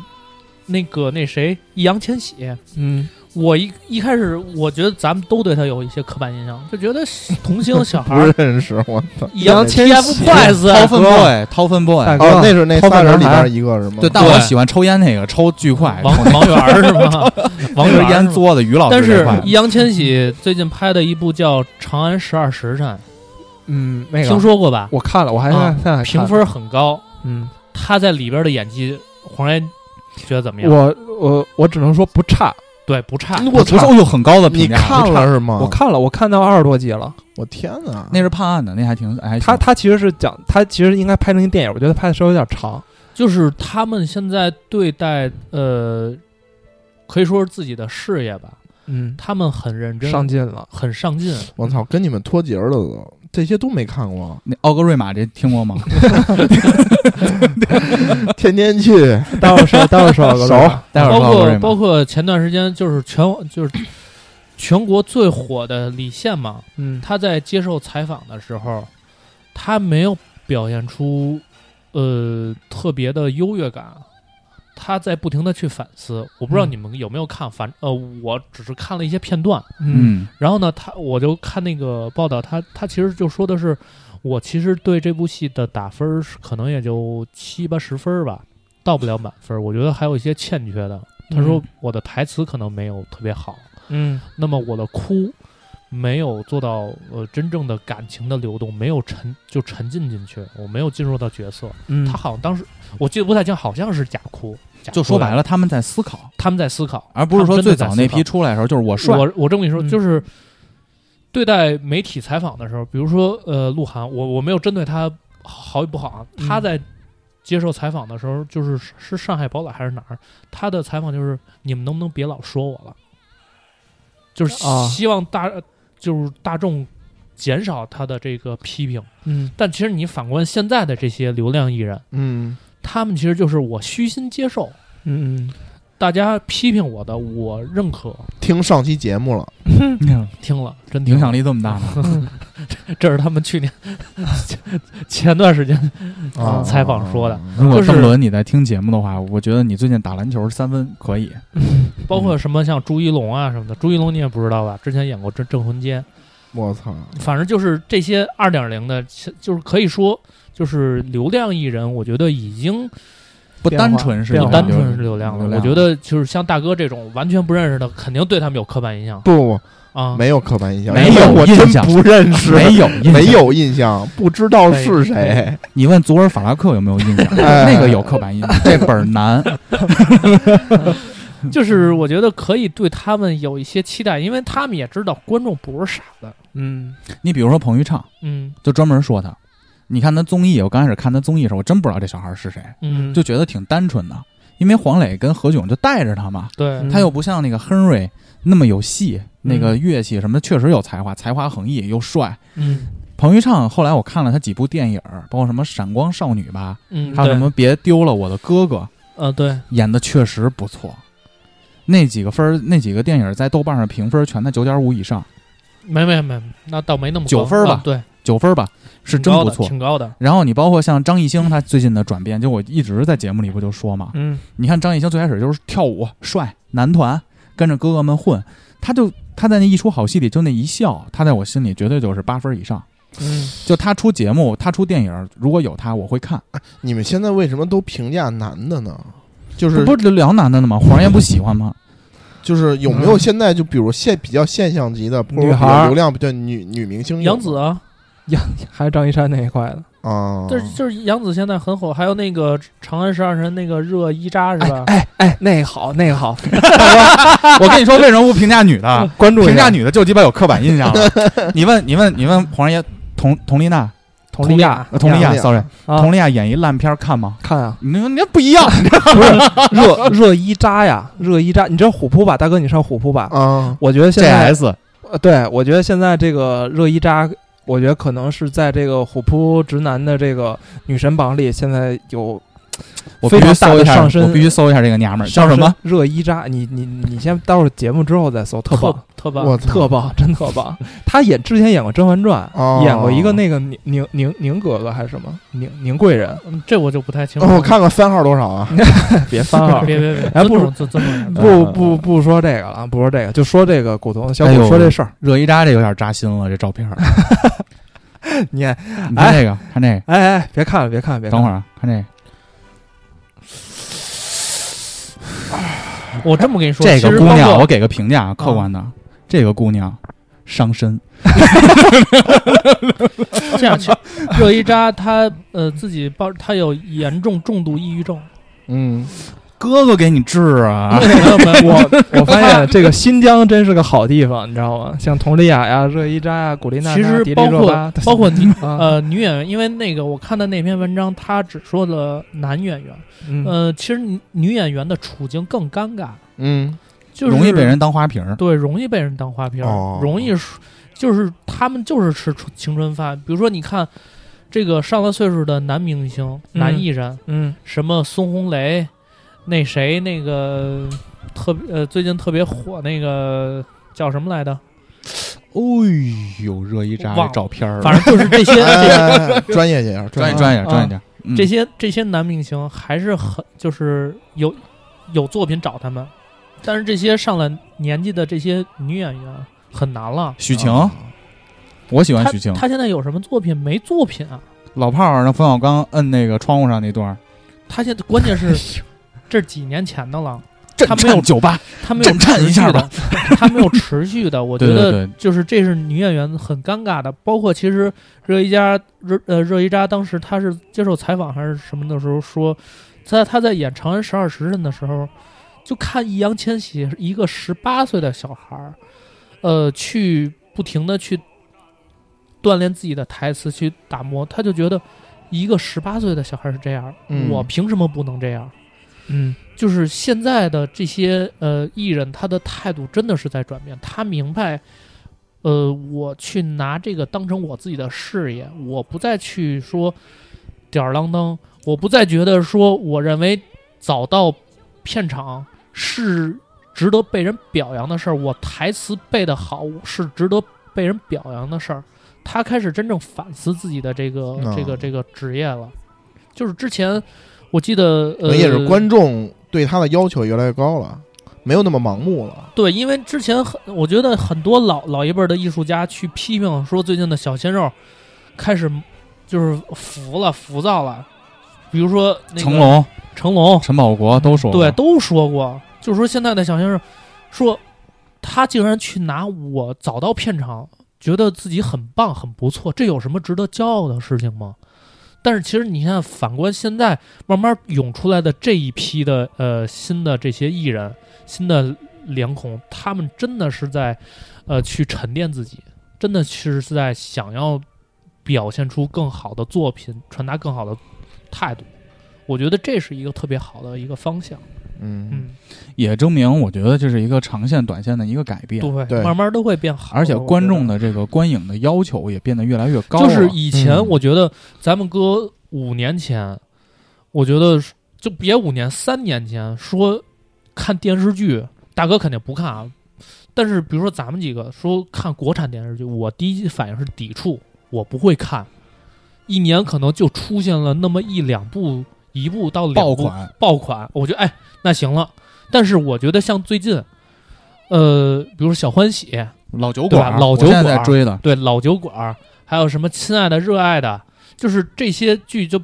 S6: 那个那谁易烊千玺，
S4: 嗯，
S6: 我一一开始我觉得咱们都对他有一些刻板印象，就觉得童星小孩
S5: 不
S6: 儿
S5: 认识我操！
S6: 易烊
S4: 千玺
S3: 掏
S6: TFBOYS
S3: 粪 boy，掏粪 boy。
S4: 大哥
S5: 哦，那是那
S4: 掏粪
S5: 仨人
S4: 男
S5: 里
S4: 孩
S5: 边一个是吗？
S3: 对，但我喜欢抽烟那个，抽巨快，
S6: 王王源儿是 吗？王源
S3: 这
S6: 儿
S3: 烟
S6: 是吗。
S3: 嘬的于老
S6: 但
S3: 师这
S6: 是
S3: 块。
S6: 易烊千玺最近拍的一部叫《长安十二时辰
S4: 嗯，那》，个
S6: 听说过吧？
S4: 我看了，我还
S6: 啊
S4: 现在还看
S6: 评分很高，
S4: 嗯，
S6: 他在里边的演技，黄然觉得怎么样？
S4: 我我我只能说不差，
S6: 对，不差。
S3: 我不是，哦呦，很高的
S5: 你
S3: 评价。
S5: 看了是吗？
S4: 我，看了，我看到二十多集了。
S5: 我天啊哪！
S3: 那是判案的，那还挺哎，
S4: 他他其实是讲，他其实应该拍成一电影，我觉得拍的稍微有点长。
S6: 就是他们现在对待呃，可以说是自己的事业吧，
S4: 嗯，
S6: 他们很认真，
S4: 上进了。
S6: 很上进。
S5: 我操，跟你们脱节了都，这些都没看过，
S3: 那奥格瑞玛这听过吗？
S5: 天天去
S4: 待会儿说，待会儿说，
S5: 熟
S4: 老哥
S3: 待会儿
S6: 包
S3: 说奥格瑞
S6: 括
S3: 玛
S6: 包括前段时间就是全就是全国最火的李现嘛，
S4: 嗯，
S6: 他在接受采访的时候，他没有表现出呃特别的优越感。他在不停的去反思，我不知道
S4: 嗯
S6: 你们有没有看，反呃，我只是看了一些片段，
S4: 嗯
S3: 嗯
S6: 然后呢，他我就看那个报道，他他其实就说的是，我其实对这部戏的打分儿是可能也就七八十分儿吧，到不了满分儿，我觉得还有一些欠缺的。他说我的台词可能没有特别好，
S4: 嗯
S6: 那么我的哭没有做到呃真正的感情的流动，没有沉就沉浸进去，我没有进入到角色。
S4: 嗯，
S6: 他好像当时我记得不太清，好像是假哭，假
S3: 就说白
S6: 了，
S3: 了，他们在思考，
S6: 他们在思考，
S3: 而不是说
S6: 他们真
S3: 最
S6: 的在
S3: 早那
S6: 思考
S3: 批出来的时候就是我帅，
S6: 我我这么跟你说，
S4: 嗯
S6: 就是对待媒体采访的时候，比如说呃，鹿晗，我我没有针对他好与不好啊，
S4: 嗯
S6: 他在接受采访的时候，就是是是上海宝来还是哪儿，他的采访就是你们能不能别老说我了，就是
S4: 啊
S6: 希望大、就是大众减少他的这个批评。
S4: 嗯
S6: 但其实你反观现在的这些流量艺人，
S5: 嗯，
S6: 他们其实就是我虚心接受。
S4: 嗯
S6: 大家批评我的，我认可，
S5: 听上期节目了，
S4: 嗯，
S6: 听了真听
S3: 影
S6: 了
S3: 响力这么大 吗？
S6: 这是他们去年 前段时
S3: 嗯
S6: 间
S5: 啊
S6: 采访说的，
S3: 如果
S6: 就是
S3: 邓伦你在听节目的话，我觉得你最近打篮球三分可以，
S6: 包括什么像朱一龙啊什么的，朱一龙你也不知道吧？之前演过《镇镇魂街
S5: 我操，》，
S6: 反正就是这些二点零的，就是可以说就是流量艺人，我觉得已经
S3: 不
S4: 变化
S3: 单纯是
S4: 变
S3: 流
S4: 化
S3: 量
S6: 单纯是流量了。
S3: 流量
S6: 我觉得就是像大哥这种完全不认识的，肯定对他们有刻板印象
S5: 不不
S6: 啊。
S5: 没有刻板印象，
S3: 没
S5: 因为
S3: 有
S5: 我真
S3: 印象
S5: 不认识，
S3: 没有印象
S5: 没。有印象，不知道是谁。
S3: 你问佐尔法拉克有没有印象？
S5: 哎
S3: 那个有刻板印象，这本儿难。
S6: 就是我觉得可以对他们有一些期待，因为他们也知道观众不是傻子。
S4: 嗯，
S3: 你比如说彭昱畅，
S6: 嗯
S3: 就专门说他。你看他综艺，我刚开始看他综艺的时候，我真不知道这小孩是谁，
S6: 嗯，
S3: 就觉得挺单纯的。因为黄磊跟何炅就带着他嘛，
S6: 对，
S4: 嗯
S3: 他又不像那个 Henry 那么有戏，那个乐器什么的确实有才华，才华横溢又帅。
S6: 嗯
S3: 彭昱畅后来我看了他几部电影，包括什么《闪光少女》吧，
S6: 嗯，
S3: 还有什
S6: 对
S3: 么《别丢了我的哥哥》，
S6: 呃对，
S3: 演的确实不错。那几个分儿，那几个电影在豆瓣上评分全在九点五以上，
S6: 没没没，那倒没那么高
S3: 九分吧
S6: 啊对，
S3: 九分吧，是
S6: 挺
S3: 真
S6: 高
S3: 不
S6: 的
S3: 错。
S6: 挺高的。
S3: 然后你包括像张艺兴，他最近的转变，就我一直在节目里不就说嘛，
S4: 嗯，
S3: 你看张艺兴最开始就是跳舞帅男团，跟着哥哥们混，他就他在那一出好戏里就那一笑，他在我心里绝对就是八分以上。
S4: 嗯，
S3: 就他出节目，他出电影，如果有他我会看。
S5: 你们现在为什么都评价男的呢？就是
S3: 不是聊男的呢吗？黄爷不喜欢 吗？
S5: 就是有没有现在就比如现比较现象级的，或者
S4: 女孩
S5: 比较
S4: 儿
S5: 流量比较女女明星有
S6: 杨紫啊，
S4: 还是张一山那一块的，
S5: 啊，
S6: 就是就是杨紫现在很火，还有那个《长安十二辰》那个热依扎是吧？
S4: 哎哎，那个好，那个好，
S3: 我跟你说，为什么不评价女的？
S4: 嗯关注一下
S3: 啊评价女的就鸡巴有刻板印象了。你问你问你问黄爷佟佟丽娜，
S4: 佟丽娅，
S3: 呃佟丽
S5: 佟
S3: 娅
S5: 丽娅
S3: ，sorry，
S4: 啊
S3: 佟丽娅演一烂片儿看吗？
S4: 看啊，
S3: 你你不一样，
S4: 不是 热热依扎呀，热依扎，你知道虎扑吧，大哥，你上虎扑吧，
S5: 啊，
S4: 我觉得现
S3: G
S4: 在，
S3: S
S4: 呃，对我觉得现在这个热依扎。我觉得可能是在这个虎扑直男的这个女神榜里，现在有
S3: 我
S4: 非
S3: 必
S4: 常
S3: 须
S4: 大
S3: 搜
S4: 的
S3: 一下，
S4: 上升
S3: 我必须搜一下这个娘们儿叫
S4: 上
S3: 什
S4: 升
S3: 么？
S4: 热依扎。你你你先，待会儿节目之后再搜，特棒
S6: 特，特棒，
S5: 我
S4: 特
S5: 操，
S4: 棒，真特棒。他演之前演过《甄嬛传》
S5: 哦
S4: 演过一个那个宁宁宁宁格格还是什么宁宁贵人，
S6: 嗯这我就不太清楚。。
S5: 哦我看看番号多少啊？
S4: 别翻号
S6: 别别别，
S4: 哎不是
S6: 尊重尊重一下
S4: 不不不说这个了，不说这个，就说这个古潼小
S3: 哎
S4: 古
S3: 呦
S4: 说这事儿。
S3: 热依扎这有点扎心了，这照片儿。
S4: 你看，
S3: 你看这个，看这个，
S4: 哎哎，别看了，别看了，别看了
S3: 等会儿啊，看这个，
S6: 我这么跟你说，
S3: 这
S6: 其
S3: 个
S6: 实
S3: 姑
S6: 包
S3: 娘，
S6: 括
S3: 我给个评价啊，客观的，这个姑娘伤身，
S6: 这样，其实热依扎她呃自己报，她有严重重度抑郁症。
S5: 嗯，
S3: 哥哥给你治啊。
S4: 我我发现这个新疆真是个好地方，你知道吗？像佟丽娅呀、热依扎呀、古力娜
S6: 其
S4: 娜、
S6: 实
S4: 迪丽
S6: 包
S4: 热巴
S6: 括，包括女
S4: 啊，
S6: 呃女演员，因为那个我看的那篇文章，她只说了男演员。
S4: 嗯，
S6: 呃，其实女女演员的处境更尴尬，
S5: 嗯，
S6: 就是
S3: 容易被人当花瓶儿，
S6: 对，容易被人当花瓶儿，
S5: 哦
S6: 容易是就是他们就是吃春青春饭。比如说，你看这个上了岁数的男明星、男
S4: 嗯
S6: 艺人，
S4: 嗯
S6: 什么孙红雷，那谁那个特别呃最近特别火那个叫什么来着？
S3: 哎呦，热依扎
S6: 忘
S3: 这
S6: 了
S3: 照片儿，
S6: 反正就是这 些这些
S5: 哎专业点，
S3: 专业
S5: 业
S3: 专业专业
S4: 啊
S3: 点，嗯
S6: 这些这些男明星还是很就是有有作品找他们，但是这些上了年纪的这些女演员很难了。
S3: 许晴，
S5: 啊
S6: 啊
S3: 我喜欢
S6: 她
S3: 许晴，
S6: 她现在有什么作品？没作品啊！
S3: 老炮儿让冯小刚摁那个窗户上那段儿，
S6: 她现在关键
S3: 哎
S6: 是这几年前的了，
S3: 震
S6: 他没有
S3: 颤酒吧，
S6: 她没有
S3: 震颤一下 吧
S6: 持续的，她没有持续 的。我觉
S3: 对对
S6: 得
S3: 对
S6: 就是这是女演员很尴尬的。包括其实热依扎热呃热依扎当时她是接受采访还是什么的时候说，在她在演《长安十二时辰》的时候，就看易烊千玺一个十八岁的小孩儿，呃，去不停的去锻炼自己的台词，去打磨，他就觉得一个十八岁的小孩是这样，
S5: 嗯
S6: 我凭什么不能这样？
S4: 嗯，
S6: 就是现在的这些呃艺人，他的态度真的是在转变，他明白，呃，我去拿这个当成我自己的事业，我不再去说吊儿郎当，我不再觉得说我认为早到片场是值得被人表扬的事儿，我台词背得好是值得被人表扬的事儿。他开始真正反思自己的这个、
S5: 嗯
S6: 这个这个职业了，就是之前我记得
S5: 可
S6: 呃
S5: 能也是观众对他的要求越来越高了，没有那么盲目了。
S6: 对，因为之前很，我觉得很多老老一辈儿的艺术家去批评说最近的小鲜肉开始就是浮了、浮躁了，比如说那个
S3: 成龙、
S6: 成龙，
S3: 陈宝国都说过
S6: 对，都说过，就说现在的小鲜肉，说他竟然去拿我找到片场，觉得自己很棒很不错，这有什么值得骄傲的事情吗？但是其实你看，反观现在慢慢涌出来的这一批的呃新的这些艺人、新的脸孔，他们真的是在呃去沉淀自己，真的是在想要表现出更好的作品，传达更好的态度。我觉得这是一个特别好的一个方向。
S5: 嗯，
S6: 嗯，
S3: 也证明，我觉得这是一个长线、短线的一个改变。
S6: 对，
S5: 对
S6: 慢慢都会变好的。
S3: 而且观众
S6: 的
S3: 的这个观影的要求也变得越来越高了，啊
S6: 就是以前
S5: 嗯
S6: 我觉得咱们搁五年前，我觉得是就别五年，三年前说看电视剧，大哥肯定不看啊。但是比如说咱们几个说看国产电视剧，我第一反应是抵触，我不会看。一年可能就出现了那么一两部，一部到两
S3: 爆
S6: 部
S3: 款。
S6: 爆款，我觉得哎，那行了。但是我觉得像最近，呃，比如说小欢喜，
S3: 老酒
S6: 对
S3: 馆
S6: 吧
S3: 儿，
S6: 老酒
S3: 我现在
S6: 馆儿哎
S3: 在追的，
S6: 对老酒馆儿，还有什么亲爱的、热爱的，就是这些剧就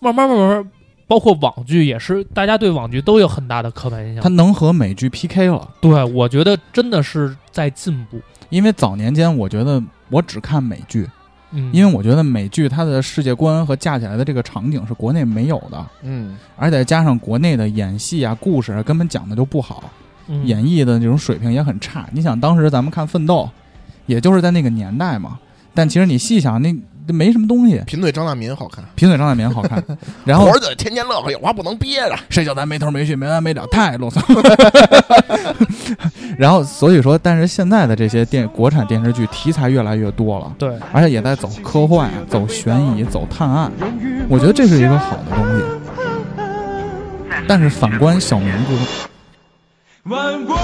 S6: 慢慢慢慢，包括网剧也是，大家对网剧都有很大的刻板印
S3: 它
S6: 象。
S3: 能和美剧 PK 了。
S6: 对，我觉得真的是在进步。
S3: 因为早年间，我觉得我只看美剧，
S6: 嗯，
S3: 因为我觉得美剧它的世界观和架起来的这个场景是国内没有的，
S5: 嗯，
S3: 而且加上国内的演戏啊、故事啊，根本讲的就不好，
S6: 嗯
S3: 演绎的这种水平也很差。你想，当时咱们看《奋斗》，也就是在那个年代嘛，但其实你细想，那那没什么东西。
S5: 贫嘴张大民好看，
S3: 贫嘴张大民好 看，然后
S5: 活着天天乐呵，有话不能憋着。
S3: 谁叫咱没头没绪、没完没了，太啰嗦。 然后所以说，但是现在的这些电国产电视剧题材越来越多了，
S6: 对，
S3: 而且也在走科幻、走悬疑、走探案，我觉得这是一个好的东西。但是反观小明故事，
S7: One world, all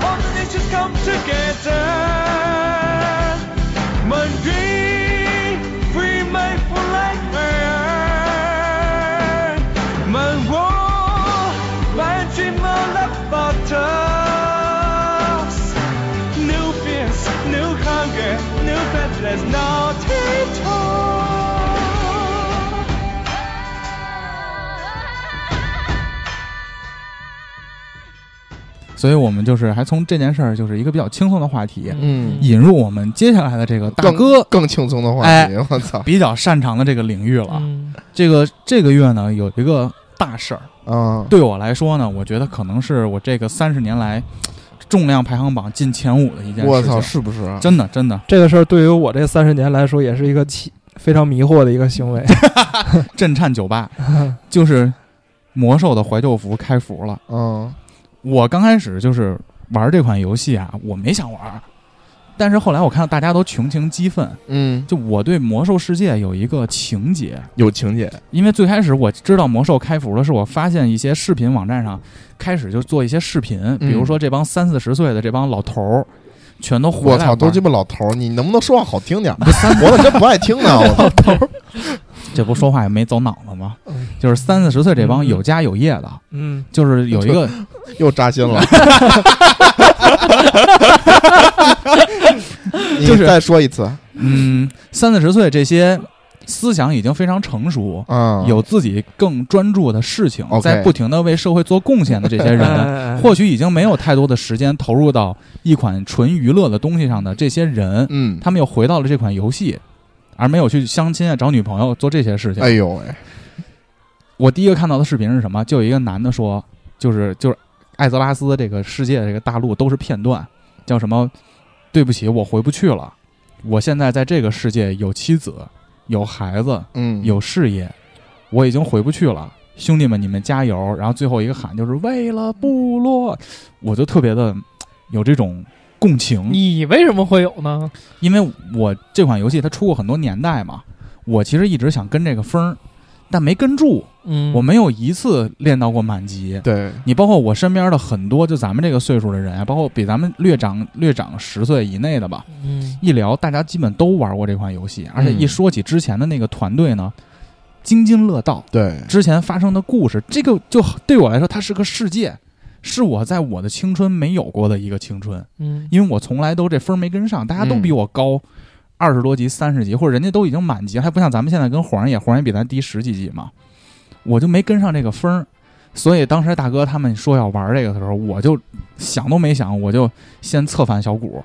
S7: the nations come together. One dream, free mind for like iron. One world, my dream all about us. New fears, new hunger, new breathless, no detour.
S3: 所以我们就是还从这件事儿就是一个比较轻松的话题，
S5: 嗯，
S3: 引入我们接下来的这个大
S5: 更
S3: 哥
S5: 更轻松的话
S3: 哎
S5: 题，我操
S3: 比较擅长的这个领域了。
S6: 嗯，
S3: 这个这个月呢，有一个大事儿。
S5: 啊！
S3: 对我来说呢，我觉得可能是我这个三十年来重量排行榜进前五的一件事情。
S5: 我操，是不啊是？
S3: 真的真的，
S4: 这个事儿对于我这三十年来说，也是一个奇非常迷惑的一个行 为。
S3: 震颤酒吧就是魔兽的怀旧服开服了。
S5: 嗯，
S3: 我刚开始就是玩这款游戏啊，我没想玩儿，但是后来我看到大家都群情激愤，
S5: 嗯，
S3: 就我对魔兽世界有一个情结，
S5: 有情节，
S3: 因为最开始我知道魔兽开服了，是我发现一些视频网站上开始就做一些视频，
S5: 嗯
S3: 比如说这帮三四十岁的这帮老头儿，全都回
S5: 我
S3: 来玩
S5: 操，
S3: 儿
S5: 都鸡巴老头儿，你能不能说话好听点儿？我怎么真不爱听呢？我操，
S3: 这不说话也没走脑子吗？ 就是三四十岁这帮有家有业的，
S4: 嗯，
S3: 就是有一 个
S5: 又扎 心了。你
S3: 就是
S5: 再说一次，
S3: 嗯，三四十岁这些思想已经非常成熟，
S5: 嗯，
S3: 有自己更专注的事情，
S5: OK 嗯
S3: 在不停的为社会做贡献的这些
S4: 哎
S3: 人，
S4: 哎哎
S3: 或许已经没有太多的时间投入到一款纯娱乐的东西上的这些人，
S5: 嗯，
S3: 他们又回到了这款游戏，而没有去相亲啊、找女朋友、做这些事情。
S5: 哎呦喂，
S3: 我第一个看到的视频是什么？就有一个男的说，就是就是艾泽拉斯这个世界的这个大陆都是片段，叫什么？对不起，我回不去了。我现在在这个世界有妻子，有孩子，
S5: 嗯，
S3: 有事业，我已经回不去了。兄弟们，你们加油！然后最后一个喊就是为了部落，我就特别的有这种共情。
S6: 你为什么会有呢？
S3: 因为我这款游戏它出过很多年代嘛，我其实一直想跟这个风儿，但没跟住，
S6: 嗯，
S3: 我没有一次练到过满级。
S5: 对，
S3: 你包括我身边的很多，就咱们这个岁数的人啊，包括比咱们略长略长十岁以内的吧，
S6: 嗯，
S3: 一聊大家基本都玩过这款游戏，而且
S5: 嗯
S3: 一说起之前的那个团队呢，津津乐道
S5: 对，
S3: 之前发生的故事，这个就对我来说，它是个世界，是我在我的青春没有过的一个青春。
S6: 嗯，
S3: 因为我从来都这分儿没跟上，大家都比我高二十、20多级、三十级，或者人家都已经满级，还不像咱们现在跟黄爷，黄爷比咱低十几级嘛。我就没跟上这个风儿。所以当时大哥他们说要玩这个的时候，我就想都没想，我就先策反小谷。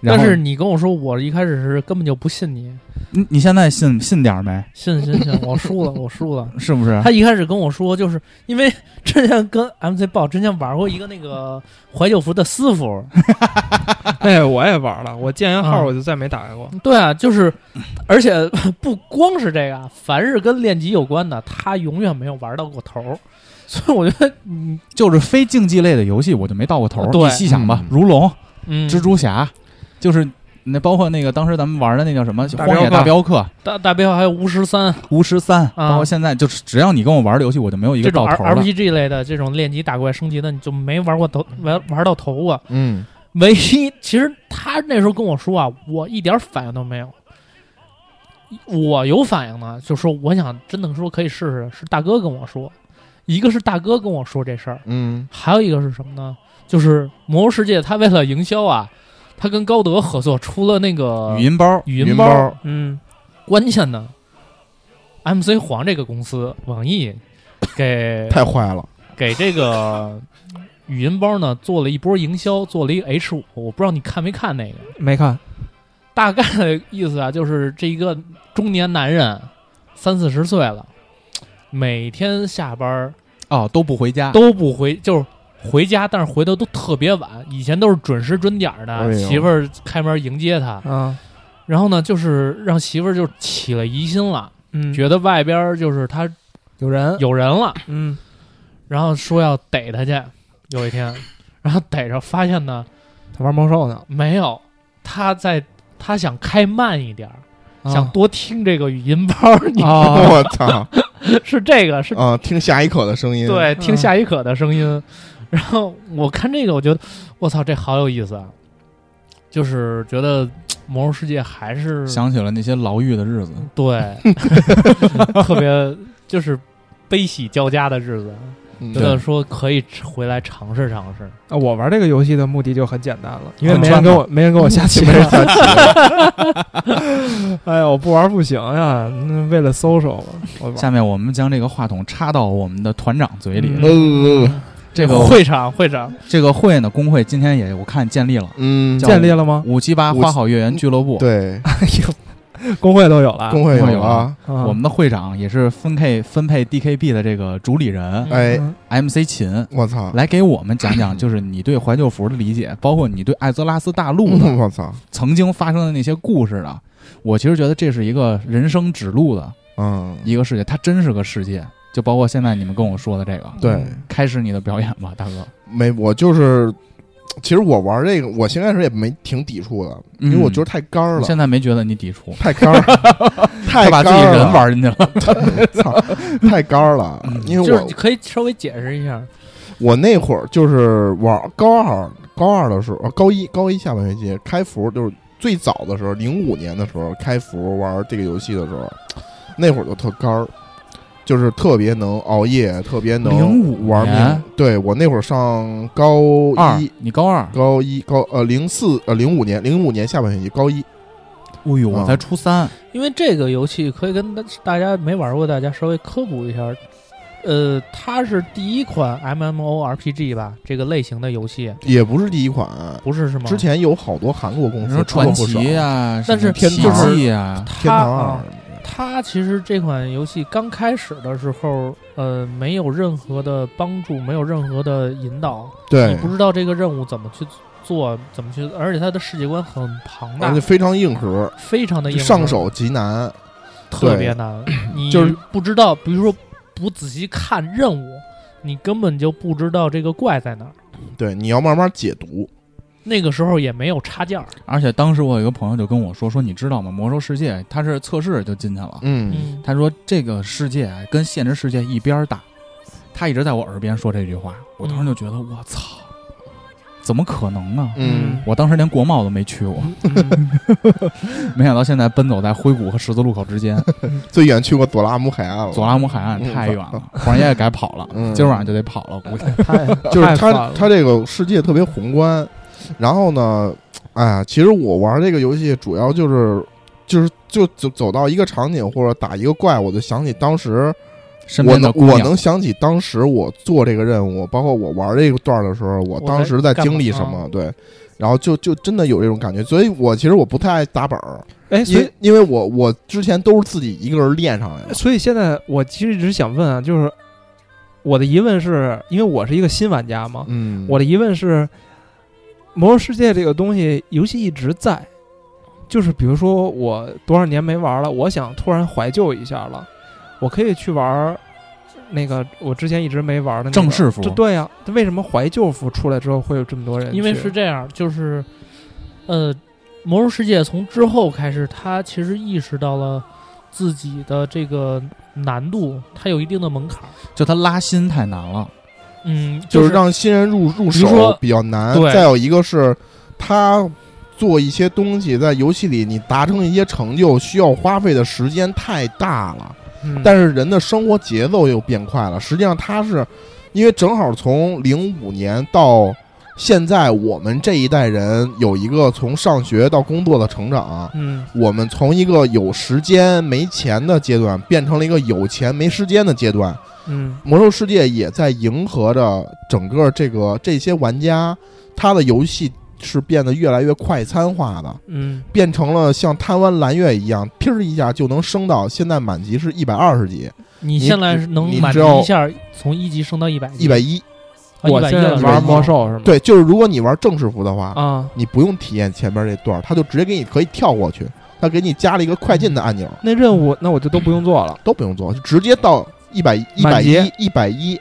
S3: 然
S6: 但
S3: 后
S6: 是你跟我说，我一开始是根本就不信你，
S3: 你你现在信信点儿没？
S6: 信信信，我输了，我输 了。
S3: 是不是？
S6: 他一开始跟我说，就是因为 之前跟 MC 豹之前玩过一个那个怀旧服的私服，
S4: 哎，我也玩了，我建完号
S6: 嗯
S4: 我就再没打开过。
S6: 对啊，就是，而且不光是这个啊，凡是跟练级有关的，他永远没有玩到过头儿。 所以我觉得，嗯
S3: 就是非竞技类的游戏，我就没到过头儿。
S6: 对
S3: 你细想吧
S5: 嗯，
S3: 如龙、
S6: 嗯，
S3: 蜘蛛侠，就是那包括那个当时咱们玩的那叫什么《
S4: 大
S3: 荒
S4: 镖
S3: 野
S4: 客
S3: 大镖客
S6: 大大背后还有巫师三》
S3: 《巫师三》，
S6: 啊
S3: 包括现在就是只要你跟我玩的游戏，我就没有一
S6: 这
S3: 个
S6: 种
S3: 到
S6: R
S3: 头儿
S6: R
S3: 的。
S6: P G 类的这种练级打怪升级的，你就没玩过头玩玩到头啊。
S5: 嗯，
S6: 唯一，其实他那时候跟我说啊，我一点反应都没有。我有反应呢，就说我想真的说可以试试，是大哥跟我说，一个是大哥跟我说这事儿，
S5: 嗯，
S6: 还有一个是什么呢？就是《魔兽世界》，它为了营销啊，它跟高德合作出了那个
S3: 语音包，
S6: 语
S5: 云
S6: 音包儿。
S5: 包
S4: 嗯，
S6: 关键呢，MC 黄这个公司，网易 给
S5: 太坏了，
S6: 给这个语音包呢做了一波营销，做了一 H 五，我不知道你看没看那个，
S4: 没看，
S6: 大概的意思啊，就是这一个中年男人，三四十岁了，每天下班儿
S3: 哦，都不回家，
S6: 都不回，就是回家，但是回的都特别晚。以前都是准时准点儿的，
S5: 哎呦
S6: 媳妇儿开门迎接他。
S4: 啊，
S6: 然后呢，就是让媳妇儿就起了疑心了，
S4: 嗯，
S6: 觉得外边儿就是他
S4: 有人，
S6: 有人了，
S4: 嗯，
S6: 然后说要逮他去。有一天，然后逮着发现呢，
S4: 他玩魔兽呢，
S6: 没有，他在他想开慢一点儿，
S4: 啊
S6: 想多听这个语音包，你
S3: 哦
S4: 啊，
S5: 我操
S6: 是这个是
S5: 啊！听下一口的声音，，
S6: 对，听
S4: 嗯
S6: 夏一可的声音。然后我看这个，我觉得我操，这好有意思啊！就是觉得《魔兽世界》还是
S3: 想起了那些牢狱的日子。
S6: 对特别就是悲喜交加的日子，觉得
S5: 嗯，
S6: 说可以回来尝试尝试。
S4: 啊我玩这个游戏的目的就很简单了，因为
S3: 很
S4: 没
S3: 专
S4: 人跟
S3: 门
S4: 我没人跟我下棋
S5: 没。人下棋，
S4: 哎呀，我不玩不行呀，那为了 social 嘛，我玩。
S3: 下面我们将这个话筒插到我们的团长嘴里。
S6: 嗯
S3: 呃
S5: 嗯
S3: 这个
S6: 会场会场，
S3: 这个会呢，工会今天也我看建立了
S5: 嗯，
S3: 叫
S4: 建立了吗？
S3: 五七八
S5: 五
S3: 花好月圆俱乐部。，
S5: 对，
S4: 哎呦，工会都有了，
S5: 工会
S3: 工会
S5: 有
S3: 有
S5: 啊，
S4: 啊
S3: 我们的会长也是分配分配 DKB 的这个主理人
S6: 嗯
S5: 哎，
S3: MC 秦，
S5: 我操，
S3: 来给我们讲讲，就是你对怀旧服的理解，包括你对艾泽拉斯大陆的
S5: 我操，
S3: 曾经发生的那些故事的。我其实觉得这是一个人生指路的
S5: 嗯，
S3: 一个世界，它真是个世界。就包括现在你们跟我说的这个，
S5: 对，
S3: 开始你的表演吧，大哥。
S5: 没，我就是，其实我玩这个，我先开始也没挺抵触的，因为我觉得太干
S3: 我
S5: 儿了，
S3: 嗯现在没觉得你抵触，
S5: 太干儿，太
S3: 他把
S5: 干
S3: 自己
S5: 儿
S3: 人
S5: 了，
S3: 玩进去了。
S5: 操，太干儿了
S3: 嗯，
S5: 因为
S6: 就是
S5: 我
S6: 你可以稍微解释一下，
S5: 我那会儿就是玩高二，高二的时候，呃高一高一下半学期开服，就是最早的时候，零五年的时候开服玩这个游戏的时候，那会儿就特干儿，就是特别能熬夜，特别能
S3: 05
S5: 玩命
S3: 年。
S5: 对我那会儿上高
S3: 二
S5: 一，，
S3: 你高二，
S5: 高一高呃零四呃零五年零五年下半学期高一，
S3: 哎呦，我
S5: 嗯
S3: 才初三，
S6: 因为这个游戏可以跟大大家没玩过，大家稍微科普一下。呃，它是第一款 MMORPG 吧，这个类型的游戏，
S5: 也不是第一款，
S6: 不是是吗？
S5: 之前有好多韩国公
S3: 你
S5: 司
S3: 说传
S5: 做过手
S3: 奇啊，
S6: 但是
S3: 什么奇
S5: 就是
S3: 迹啊，
S5: 天
S6: 它
S5: 堂
S6: 啊
S5: 二，，
S6: 它其实这款游戏刚开始的时候，呃，没有任何的帮助，没有任何的引导，你
S5: 对，
S6: 不知道这个任务怎么去做，怎么去，而且它的世界观很庞
S5: 而
S6: 大
S5: 且，非常硬核，
S6: 非常的
S5: 就
S6: 硬核
S5: 上手极难。
S6: 特别难，你
S5: 就是
S6: 不知道，比如说不仔细看任务，你根本就不知道这个怪在哪儿。
S5: 对，你要慢慢解读。
S6: 那个时候也没有插件儿，
S3: 而且当时我有一个朋友就跟我说，说你知道吗？魔兽世界它是测试就进去了，
S5: 嗯，
S6: 嗯，
S3: 他说这个世界啊跟现实世界一边大，他一直在我耳边说这句话，我当时就觉得我操，怎么可能呢？
S5: 嗯，
S3: 我当时连国贸都没去过，
S6: 嗯
S3: 没想到现在奔走在硅谷和十字路口之 间，
S5: 最远去过左拉姆海岸了。
S3: 左拉姆海岸太远 了，黄爷也改跑了，
S5: 嗯
S3: 今儿晚上就得跑了，估计。
S4: 太
S5: 就是
S4: 太烦
S5: 它
S4: 了
S5: 它这个世界特别宏观。然后呢，哎呀，其实我玩这个游戏主要就是就是就走走到一个场景或者打一个怪，我就想起当时
S3: 身
S5: 我
S3: 边的
S5: 能
S3: 姑
S5: 我
S3: 娘，
S5: 能想起当时我做这个任务，包括我玩这个段儿的时候，我
S6: 我
S5: 当
S6: 在
S5: 时在
S6: 干
S5: 经历
S6: 嘛
S5: 什么，对，然后就就真的有这种感觉，所以我其实我不太爱打本儿，
S4: 哎，
S5: 因
S4: 所以哎
S5: 为因为我我之前都是自己一个人练上来的，
S4: 所以现在我其实一直想问啊，就是我的疑问是因为我是一个新玩家嘛，
S5: 嗯，
S4: 我的疑问是，《魔兽世界》这个东西，游戏一直在，就是比如说我多少年没玩了，我想突然怀旧一下了，我可以去玩儿那个我之前一直没玩的、那个、
S3: 正式服
S4: 这对呀、它为什么怀旧服出来之后会有这么多人去？
S6: 因为是这样，就是，呃，魔兽世界从之后开始，他其实意识到了自己的这个难度，它有一定的门槛儿。
S3: 就他拉新太难了。
S6: 嗯，
S5: 就是是让新人入入
S6: 比如说
S5: 手比较难，
S6: 对
S5: 再有一个是他做一些东西在游戏里你达成一些成就需要花费的时间太大了。
S4: 嗯，
S5: 但是人的生活节奏又变快了。实际上，他是因为正好从零五年到现在，我们这一代人有一个从上学到工作的成长。
S6: 嗯，
S5: 我们从一个有时间没钱的阶段，变成了一个有钱没时间的阶段。
S4: 嗯
S5: 魔兽世界也在迎合着整个这个这些玩家，他的游戏是变得越来越快餐化的。
S6: 嗯，
S5: 变成了像贪湾蓝月一样，噼儿一下就能升到现在满级是一百二十级，你
S6: 你现在
S5: 只
S6: 是能
S5: 你
S6: 满
S5: 只
S6: 足
S5: 要
S6: 一下儿从一级升到一百，
S4: 嗯
S5: 一百一。
S6: 一
S4: 我
S6: 百
S4: 现
S6: 一
S4: 在
S6: 了是吧
S4: 玩魔兽是吗？
S5: 对，就是如果你玩正式服的话，
S4: 啊，
S5: 你不用体验前面这段儿，他就直接给你可以跳过去，他给你加了一个快进的按钮，
S4: 那任务那我就都不用做了
S5: 都不用做，就直接到一百一百
S4: 满级
S5: 一一百一，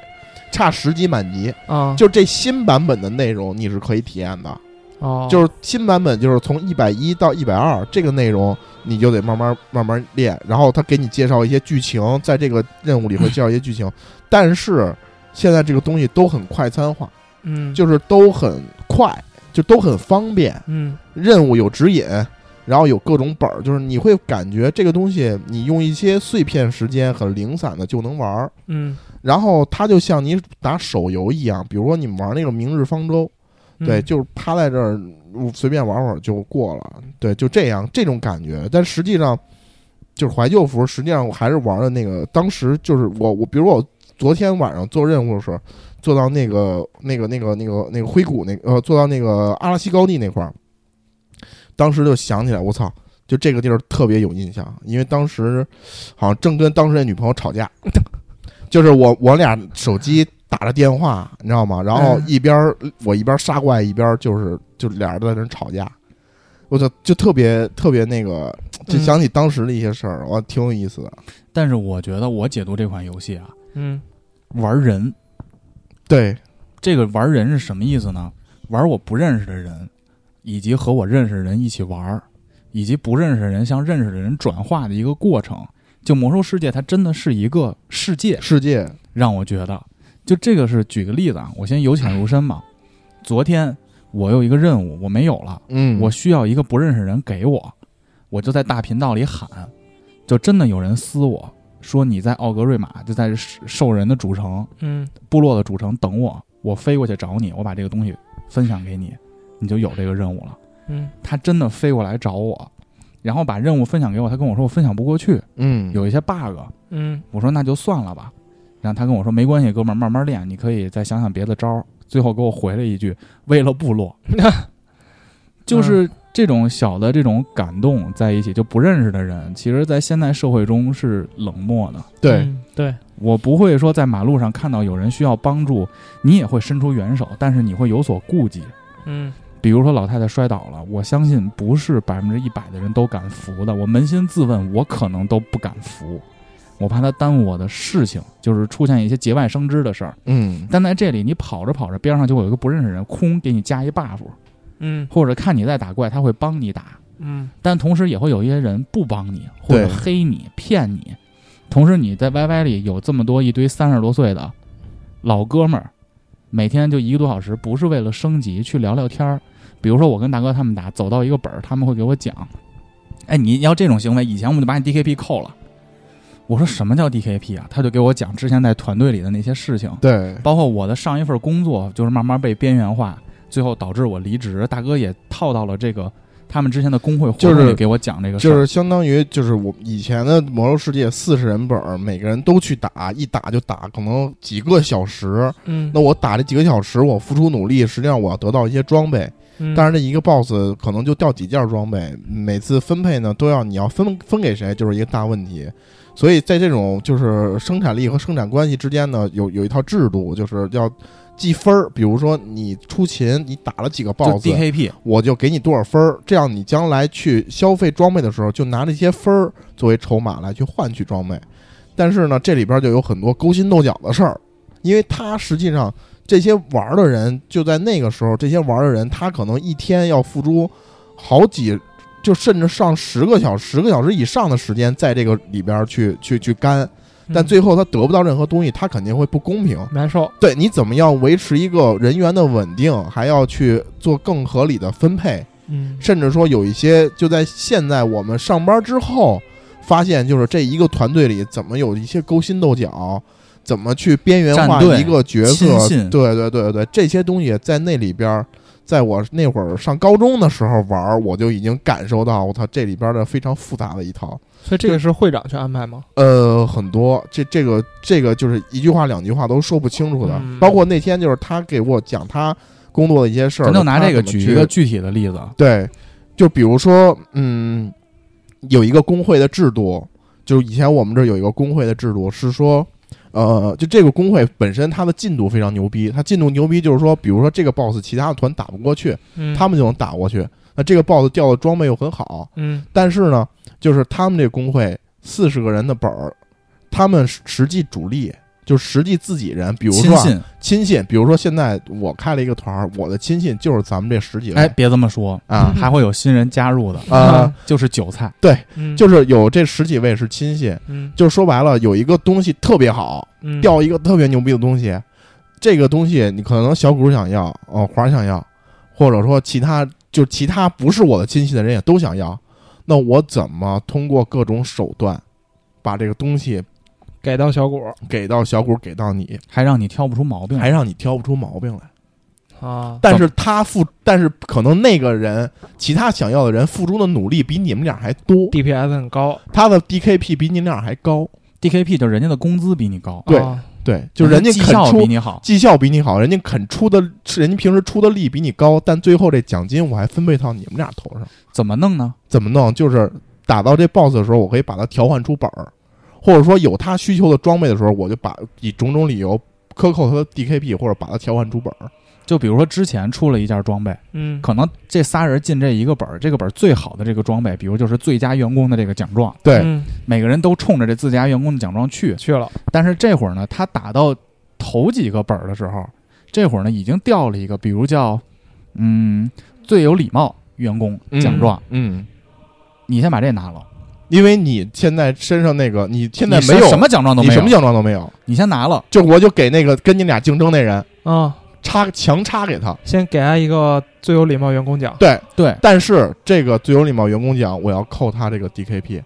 S5: 差十级满级。
S4: 啊，
S5: 就这新版本的内容你是可以体验的，
S4: 哦，
S5: 就是新版本就是从一百一到一百二这个内容，你就得慢慢慢慢练，然后他给你介绍一些剧情，在这个任务里会介绍一些剧情，但是现在这个东西都很快餐化，
S4: 嗯
S5: 就是都很快，就都很方便。
S4: 嗯
S5: 任务有指引，然后有各种本儿，就是你会感觉这个东西你用一些碎片时间很零散的就能玩儿，
S4: 嗯，
S5: 然后它就像你打手游一样，比如说你们玩那个《明日方舟》，
S4: 嗯
S5: 对，就是趴在这儿嗯随便玩会儿就过了，对，就这样这种感觉。但实际上，就是怀旧服，实际上我还是玩的那个，当时就是我我，比如我昨天晚上做任务的时候，做到那个那个那个那个那个灰谷那个呃，做到那个阿拉西高地那块儿，当时就想起来，我操！就这个地儿特别有印象，因为当时好像正跟当时那女朋友吵架，就是我我俩手机打着电话，你知道吗？然后
S4: 嗯
S5: 一边儿我一边杀怪，一边儿就是就俩人在那儿吵架，我操，就特别特别那个，就
S4: 嗯
S5: 想起当时的一些事儿，我挺有意思的。
S3: 但是我觉得我解读这款游戏啊，
S4: 嗯
S3: 玩人，
S5: 对，
S3: 这个玩人是什么意思呢？玩我不认识的人，以及和我认识的人一起玩儿，以及不认识的人向认识的人转化的一个过程。就魔兽世界，它真的是一个世界，
S5: 世界，
S3: 让我觉得，就这个是举个例子啊，我先由浅入深嘛。昨天我有一个任务，我没有了，
S5: 嗯，
S3: 我需要一个不认识人给我，我就在大频道里喊，就真的有人撕我说你在奥格瑞玛，就在兽人的主城
S4: 嗯
S3: 部落的主城等我，我飞过去找你，我把这个东西分享给你，你就有这个任务了。
S4: 嗯
S3: 他真的飞过来找我，然后把任务分享给我，他跟我说我分享不过去，
S5: 嗯
S3: 有一些 bug，
S4: 嗯
S3: 我说那就算了吧。然后他跟我说没关系，哥们儿，慢慢练，你可以再想想别的招儿。最后给我回了一句：“为了部落。”就是这种小的这种感动在一起，就不认识的人，其实，在现代社会中是冷漠的。
S5: 对，
S6: 嗯对，
S3: 我不会说在马路上看到有人需要帮助，你也会伸出援手，但是你会有所顾忌。
S4: 嗯
S3: 比如说老太太摔倒了，我相信不是百分之一百的人都敢扶的。我扪心自问，我可能都不敢扶，我怕她耽误我的事情，就是出现一些节外生枝的事儿。
S5: 嗯，
S3: 但在这里，你跑着跑着，边上就会有一个不认识人，空给你加一 buff，
S4: 嗯
S3: 或者看你在打怪，他会帮你打，
S4: 嗯
S3: 但同时也会有一些人不帮你，或者
S5: 对
S3: 黑你、骗你。同时，你在 YY 里有这么多一堆三十多岁的老哥们儿，每天就一个多小时，不是为了升级，去聊聊天儿。比如说我跟大哥他们打，走到一个本儿，他们会给我讲：“哎，你要这种行为，以前我们就把你 DKP 扣了。”我说什么叫 DKP 啊？他就给我讲之前在团队里的那些事情。
S5: 对，
S3: 包括我的上一份工作，就是慢慢被边缘化，最后导致我离职。大哥也套到了这个他们之前的工会活
S5: 就
S3: 动
S5: 是
S3: 里给我讲这个事
S5: 就
S3: 儿，
S5: 是相当于就是我们以前的魔兽世界四十人本儿，每个人都去打，一打就打可能几个小时。
S4: 嗯
S5: 那我打这几个小时，我付出努力，实际上我要得到一些装备。
S4: 嗯
S5: 但是这一个 boss 可能就掉几件装备，每次分配呢都要你要分分给谁，就是一个大问题。所以在这种就是生产力和生产关系之间呢，有有一套制度，就是要计分儿。比如说你出勤，你打了几个
S3: 就
S5: boss，
S3: DKP
S5: 我就给你多少分儿，这样你将来去消费装备的时候，就拿这些分儿作为筹码来去换取装备。但是呢，这里边就有很多勾心斗角的事儿，因为他实际上这些玩儿的人就在那个时候，这些玩儿的人他可能一天要付出好几，就甚至上十个小时、十个小时以上的时间在这个里边儿去去去干，
S6: 嗯
S5: 但最后他得不到任何东西，他肯定会不公平。
S4: 难受，
S5: 对你怎么样维持一个呃人员的稳定，还要去做更合理的分配，
S4: 嗯
S5: 甚至说有一些就在现在我们上班之后，发现就是这一个团队里怎么有一些勾心斗角，怎么去边缘
S3: 战
S5: 化
S3: 队
S5: 一个角色
S3: 亲，信
S5: 对对对对，这些东西在那里边儿。在我那会儿上高中的时候玩儿，我就已经感受到，我操，这里边儿的非常复杂的一套。
S4: 所以这个是会长去安排吗？
S5: 呃，很多，这这个这个就是一句话两句话都说不清楚的。
S4: 嗯
S5: 包括那天就是他给我讲他工作的一些事儿，
S3: 咱就拿
S5: 他
S3: 这个
S5: 怎么
S3: 举
S5: 去
S3: 一个具体的例子，
S5: 对，就比如说，嗯，有一个工会的制度，就是以前我们这儿有一个工会的制度是说，呃，就这个工会本身它的进度非常牛逼，它进度牛逼就是说，比如说这个 boss 其他的团打不过去，
S4: 嗯
S5: 他们就能打过去。那这个 boss 掉的装备又很好，
S4: 嗯
S5: 但是呢，就是他们这工会四十个人的本儿，他们实实际主力就实际自己人，比如
S3: 亲
S5: 说啊
S3: 信，
S5: 亲信，比如说现在我开了一个团儿，我的亲信就是咱们这十几位，
S3: 哎，别这么说，
S5: 啊
S3: 还会有新人加入的，
S5: 啊，
S3: 就是韭菜，
S4: 嗯
S5: 就是有这十几位是亲信，
S4: 嗯
S5: 就说白了，有一个东西特别好，
S4: 嗯
S5: 掉一个特别牛逼的东西，这个东西你可能小谷想要，哦，华儿想要，或者说其他就其他不是我的亲戚的人也都想要，那我怎么通过各种手段把这个东西
S4: 给到小谷
S5: 给到小谷，给到你，
S3: 还让你挑不出毛病来，
S5: 还让你挑不出毛病来？
S4: 啊，
S5: 但是他付，但是可能那个人其他想要的人付出的努力比你们俩还多，
S4: DPS 很
S6: 啊
S4: 高，
S5: 他的 DKP 比你们俩还高，
S3: DKP 就是人家的工资比你高，
S5: 对
S4: 啊
S5: 对，就人家
S3: 绩
S5: 肯
S3: 效
S5: 出
S3: 比你好，
S5: 绩效比你好，人家肯出的，人家平时出的力比你高，但最后这奖金我还分配到你们俩头上，
S3: 怎么弄呢？
S5: 怎么弄？就是打到这 BOSS 的时候，我可以把它调换出本儿，或者说有他需求的装备的时候，我就把以种种理由克扣他的 DKP，或者把它调换出本儿。
S3: 就比如说之前出了一件装备，
S4: 嗯
S3: 可能这仨人进这一个本儿，这个本儿最好的这个装备，比如就是最佳员工的这个奖状，
S5: 对，
S4: 嗯
S3: 每个人都冲着这最佳员工的奖状去。
S4: 去了，
S3: 但是这会儿呢，他打到头几个本儿的时候，这会儿呢已经掉了一个，比如叫嗯最有礼貌员工奖状，
S5: 嗯，
S3: 你先把这拿了。
S5: 因为你现在身上那个，你现在
S3: 你
S5: 没有
S3: 什么奖状都
S5: 你
S3: 没
S5: 什么
S3: 有，
S5: 奖状都没有，
S3: 你先拿了，
S5: 就我就给那个跟你俩竞争那人
S4: 啊，
S5: 插强插给他。
S4: 先给他一个最有礼貌员工奖，
S5: 对，
S3: 对，
S5: 但是这个最有礼貌员工奖，我要扣他这个 DKP，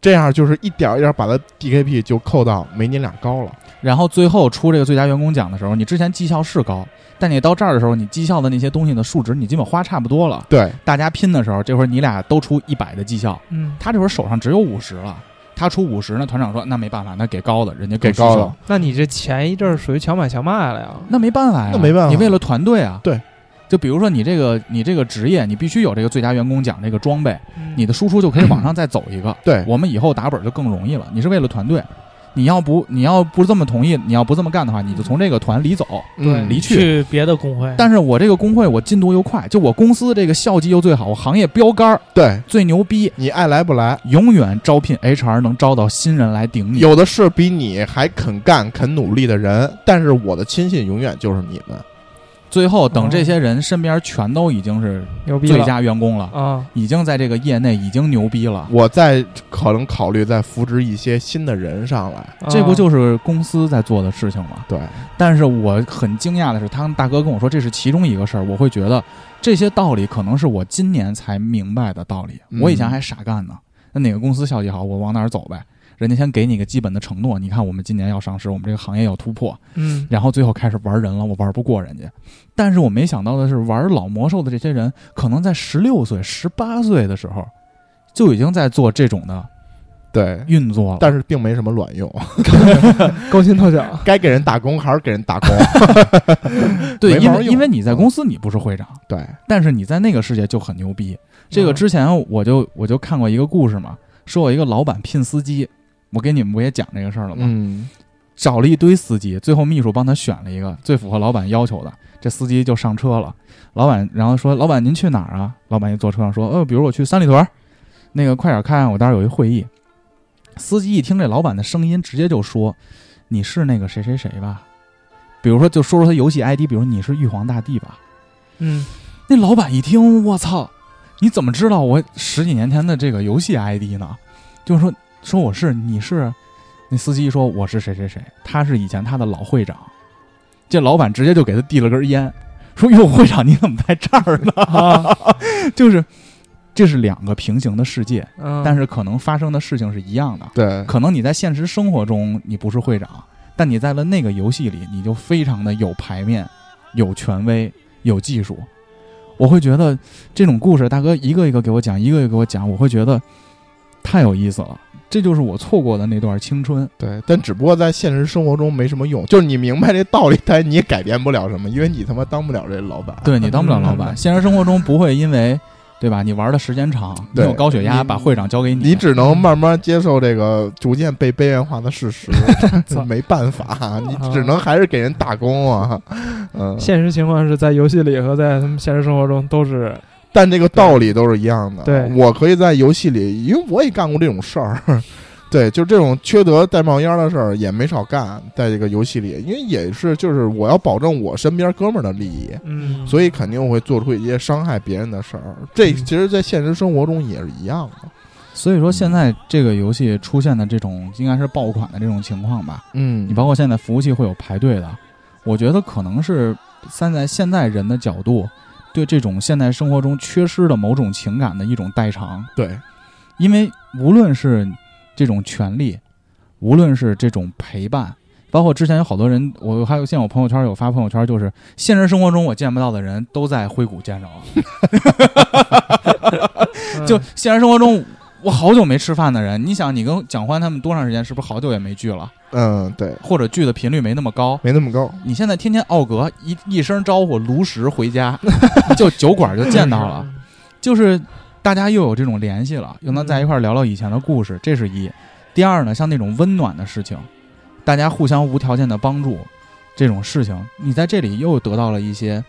S5: 这样就是一点儿一点儿把他 DKP 就扣到没你俩高了。
S3: 然后最后出这个最佳员工奖的时候，你之前绩效是高，但你到这儿的时候，你绩效的那些东西的数值你基本花差不多了。
S5: 对，
S3: 大家拼的时候，这会儿你俩都出一百的绩效，
S4: 嗯，
S3: 他这会儿手上只有五十了，他出五十呢，团长说那没办法，那给高的，人家更
S5: 给高
S3: 出
S5: 了
S3: 手，
S4: 那你这前一阵儿属于强买强卖了呀，
S3: 那没办法呀，
S5: 那没办法
S3: 你为了团队啊，
S5: 对。
S3: 就比如说你这个你这个职业，你必须有这个最佳员工奖这个装备，
S4: 嗯
S3: 你的输出就可以往上再走一个。
S5: 对
S3: 我们以后打本就更容易了。你是为了团队，你要不你要不这么同意，你要不这么干的话，你就从这个团里走。
S5: 嗯，
S3: 离去
S6: 去别的工会，
S3: 但是我这个工会我进度又快，就我公司这个效绩又最好，我行业标杆儿
S5: 对
S3: 最牛逼，
S5: 你爱来不来，
S3: 永远招聘 HR 能招到新人来顶你。
S5: 有的是比你还肯干、肯努力的人，但是我的亲信永远就是你们。
S3: 最后
S5: 哦
S3: 等这些人身边全都已经是
S4: 牛逼
S3: 最
S4: 了
S3: 佳员工了，
S4: 啊，
S3: 已经在这个业内已经牛逼了。
S5: 我再可能考虑再扶植一些新的人上来。
S3: 这不
S4: 啊
S3: 就是公司在做的事情吗？
S5: 嗯对，
S3: 但是我很惊讶的是，他们大哥跟我说这是其中一个事儿，我会觉得这些道理可能是我今年才明白的道理，
S5: 嗯
S3: 我以前还傻干呢。那哪个公司效益好，我往哪儿走呗。人家先给你一个基本的承诺，你看我们今年要上市，我们这个行业要突破，
S4: 嗯，
S3: 然后最后开始玩人了，我玩不过人家。但是我没想到的是，玩老魔兽的这些人，可能在十六岁、十八岁的时候，就已经在做这种的
S5: 对，
S3: 运作了。
S5: 但是并没什么卵 用，
S4: 勾心斗角，
S5: 该给人打工还是给人打工。
S3: 对，
S5: 没
S3: 因
S5: 毛
S3: 为
S5: 用嗯
S3: 因为你在公司你不是会长，
S5: 对，
S3: 但是你在那个世界就很牛逼。这个
S4: 嗯
S3: 之前我就我就看过一个故事嘛，说有一个老板聘司机，我给你们不也讲这个事儿了吗？
S5: 嗯，
S3: 找了一堆司机，最后秘书帮他选了一个最符合老板要求的，这司机就上车了。老板然后说：“老板您去哪儿啊？”老板一坐车上说：“呃，比如我去三里屯儿，那个快点开啊，我待会儿有一会议。”司机一听这老板的声音，直接就说：“你是那个谁谁谁吧？”比如说，就说说他游戏 ID，比如你是玉皇大帝吧？
S4: 嗯，
S3: 那老板一听，我操，你怎么知道我十几年前的这个游戏 ID 呢？就是说说我是你是，那司机说我是谁谁谁，他是以前他的老会长。这老板直接就给他递了根烟，说：“哟，会长你怎么在这儿呢？” 就是这是两个平行的世界，
S4: 嗯
S3: 但是可能发生的事情是一样的。
S5: 对，
S3: 可能你在现实生活中你不是会长，但你在了那个游戏里，你就非常的有牌面、有权威、有技术。我会觉得这种故事，大哥一个一个给我讲，一个一个给我讲，我会觉得太有意思了。这就是我错过的那段青春。
S5: 对，但只不过在现实生活中没什么用，就是你明白这道理，但你也改变不了什么，因为你他妈当不了这老板。
S3: 对你当不了老
S4: 嗯
S3: 板，现实生活中不会因为，对吧？你玩的时间长，你
S5: 对
S3: 有高血压，
S5: 你
S3: 把会长交给
S5: 你只能慢慢接受这个逐渐被边缘化的事实
S4: 操，
S5: 没办法，你只能还是给人打工啊。嗯，
S4: 现实情况是在游戏里和在他们现实生活中都是
S5: 但这个道理都是一样的。
S4: 对
S5: 我可以在游戏里，因为我也干过这种事儿。 对，就这种缺德带冒烟的事儿也没少干，在这个游戏里，因为也是就是我要保证我身边哥们儿的利益，
S4: 嗯
S5: 所以肯定会做出一些伤害别人的事儿。这其实，在现实生活中也是一样的。
S3: 所以说，现在这个游戏出现的这种应该是爆款的这种情况吧，
S5: 嗯
S3: 你包括现在服务器会有排队的，我觉得可能是站在现在人的角度，对这种现代生活中缺失的某种情感的一种代偿。
S5: 对，
S3: 因为无论是这种权利，无论是这种陪伴，包括之前有好多人，我还有现在我朋友圈有发朋友圈，就是现实生活中我见不到的人都在挥舞见着了，
S6: 嗯
S3: 就现实生活中。我好久没吃饭的人，你想，你跟蒋欢他们多长时间？是不是好久也没聚了，
S5: 嗯，对，
S3: 或者聚的频率没那么高？
S5: 没那么高。
S3: 你现在天天奥格一一声招呼，炉石回家，就酒馆就见到 了，就是大家又有这种联系了，又能在一块儿聊聊以前的故事，这是一。第二呢，像那种温暖的事情，大家互相无条件的帮助，这种事情，你在这里又得到了一些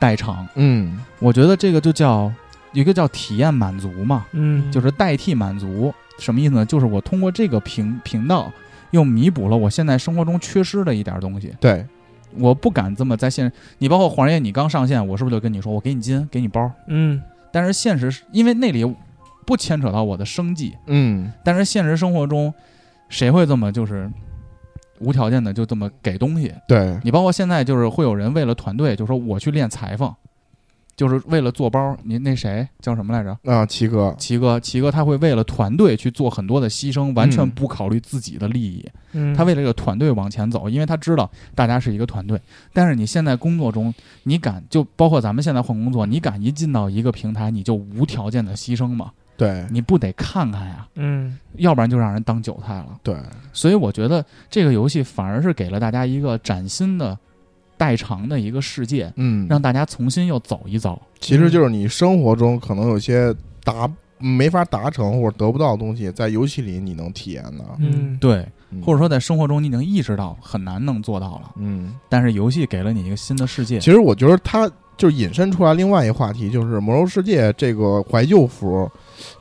S3: 代偿。
S5: 嗯，
S3: 我觉得这个就叫一个叫体验满足嘛，
S4: 嗯
S3: 就是代替满足，什么意思呢？就是我通过这个频频道，又弥补了我现在生活中缺失的一点儿东西。
S5: 对，
S3: 我不敢这么在现实。你包括黄爷，你刚上线，我是不是就跟你说，我给你金，给你包？
S4: 嗯
S3: 但是现实是，因为那里不牵扯到我的生计，
S5: 嗯，
S3: 但是现实生活中，谁会这么就是无条件的就这么给东西？
S5: 对，
S3: 你包括现在就是会有人为了团队，就说我去练裁缝，就是为了做包。你那谁叫什么来着？
S5: 啊，七哥，
S3: 齐哥，齐哥他会为了团队去做很多的牺牲，完全
S5: 嗯
S3: 不考虑自己的利益。
S4: 嗯，
S3: 他为了这个团队往前走，因为他知道大家是一个团队。但是你现在工作中，你敢就包括咱们现在换工作，你敢一进到一个平台你就无条件的牺牲吗？
S5: 对
S3: 你不得看看呀，
S4: 嗯
S3: 要不然就让人当韭菜了。
S5: 对，
S3: 所以我觉得这个游戏反而是给了大家一个崭新的、代偿的一个世界，
S5: 嗯，
S3: 让大家重新又走一走。
S5: 其实就是你生活中可能有些达没法达成或者得不到的东西，在游戏里你能体验的，
S4: 嗯，
S3: 对，
S5: 嗯
S3: 或者说在生活中你已经意识到很难能做到了，
S5: 嗯，
S3: 但是游戏给了你一个新的世界。
S5: 其实我觉得它就是引申出来另外一个话题，就是《魔兽世界》这个怀旧服，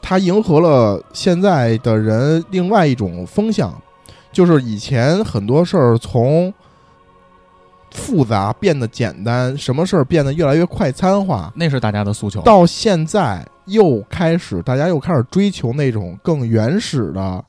S5: 它迎合了现在的人另外一种风向，就是以前很多事儿从复杂变得简单，什么事儿变得越来越快餐化，
S3: 那是大家的诉求。
S5: 到现在又开始，大家又开始追求那种更原始的、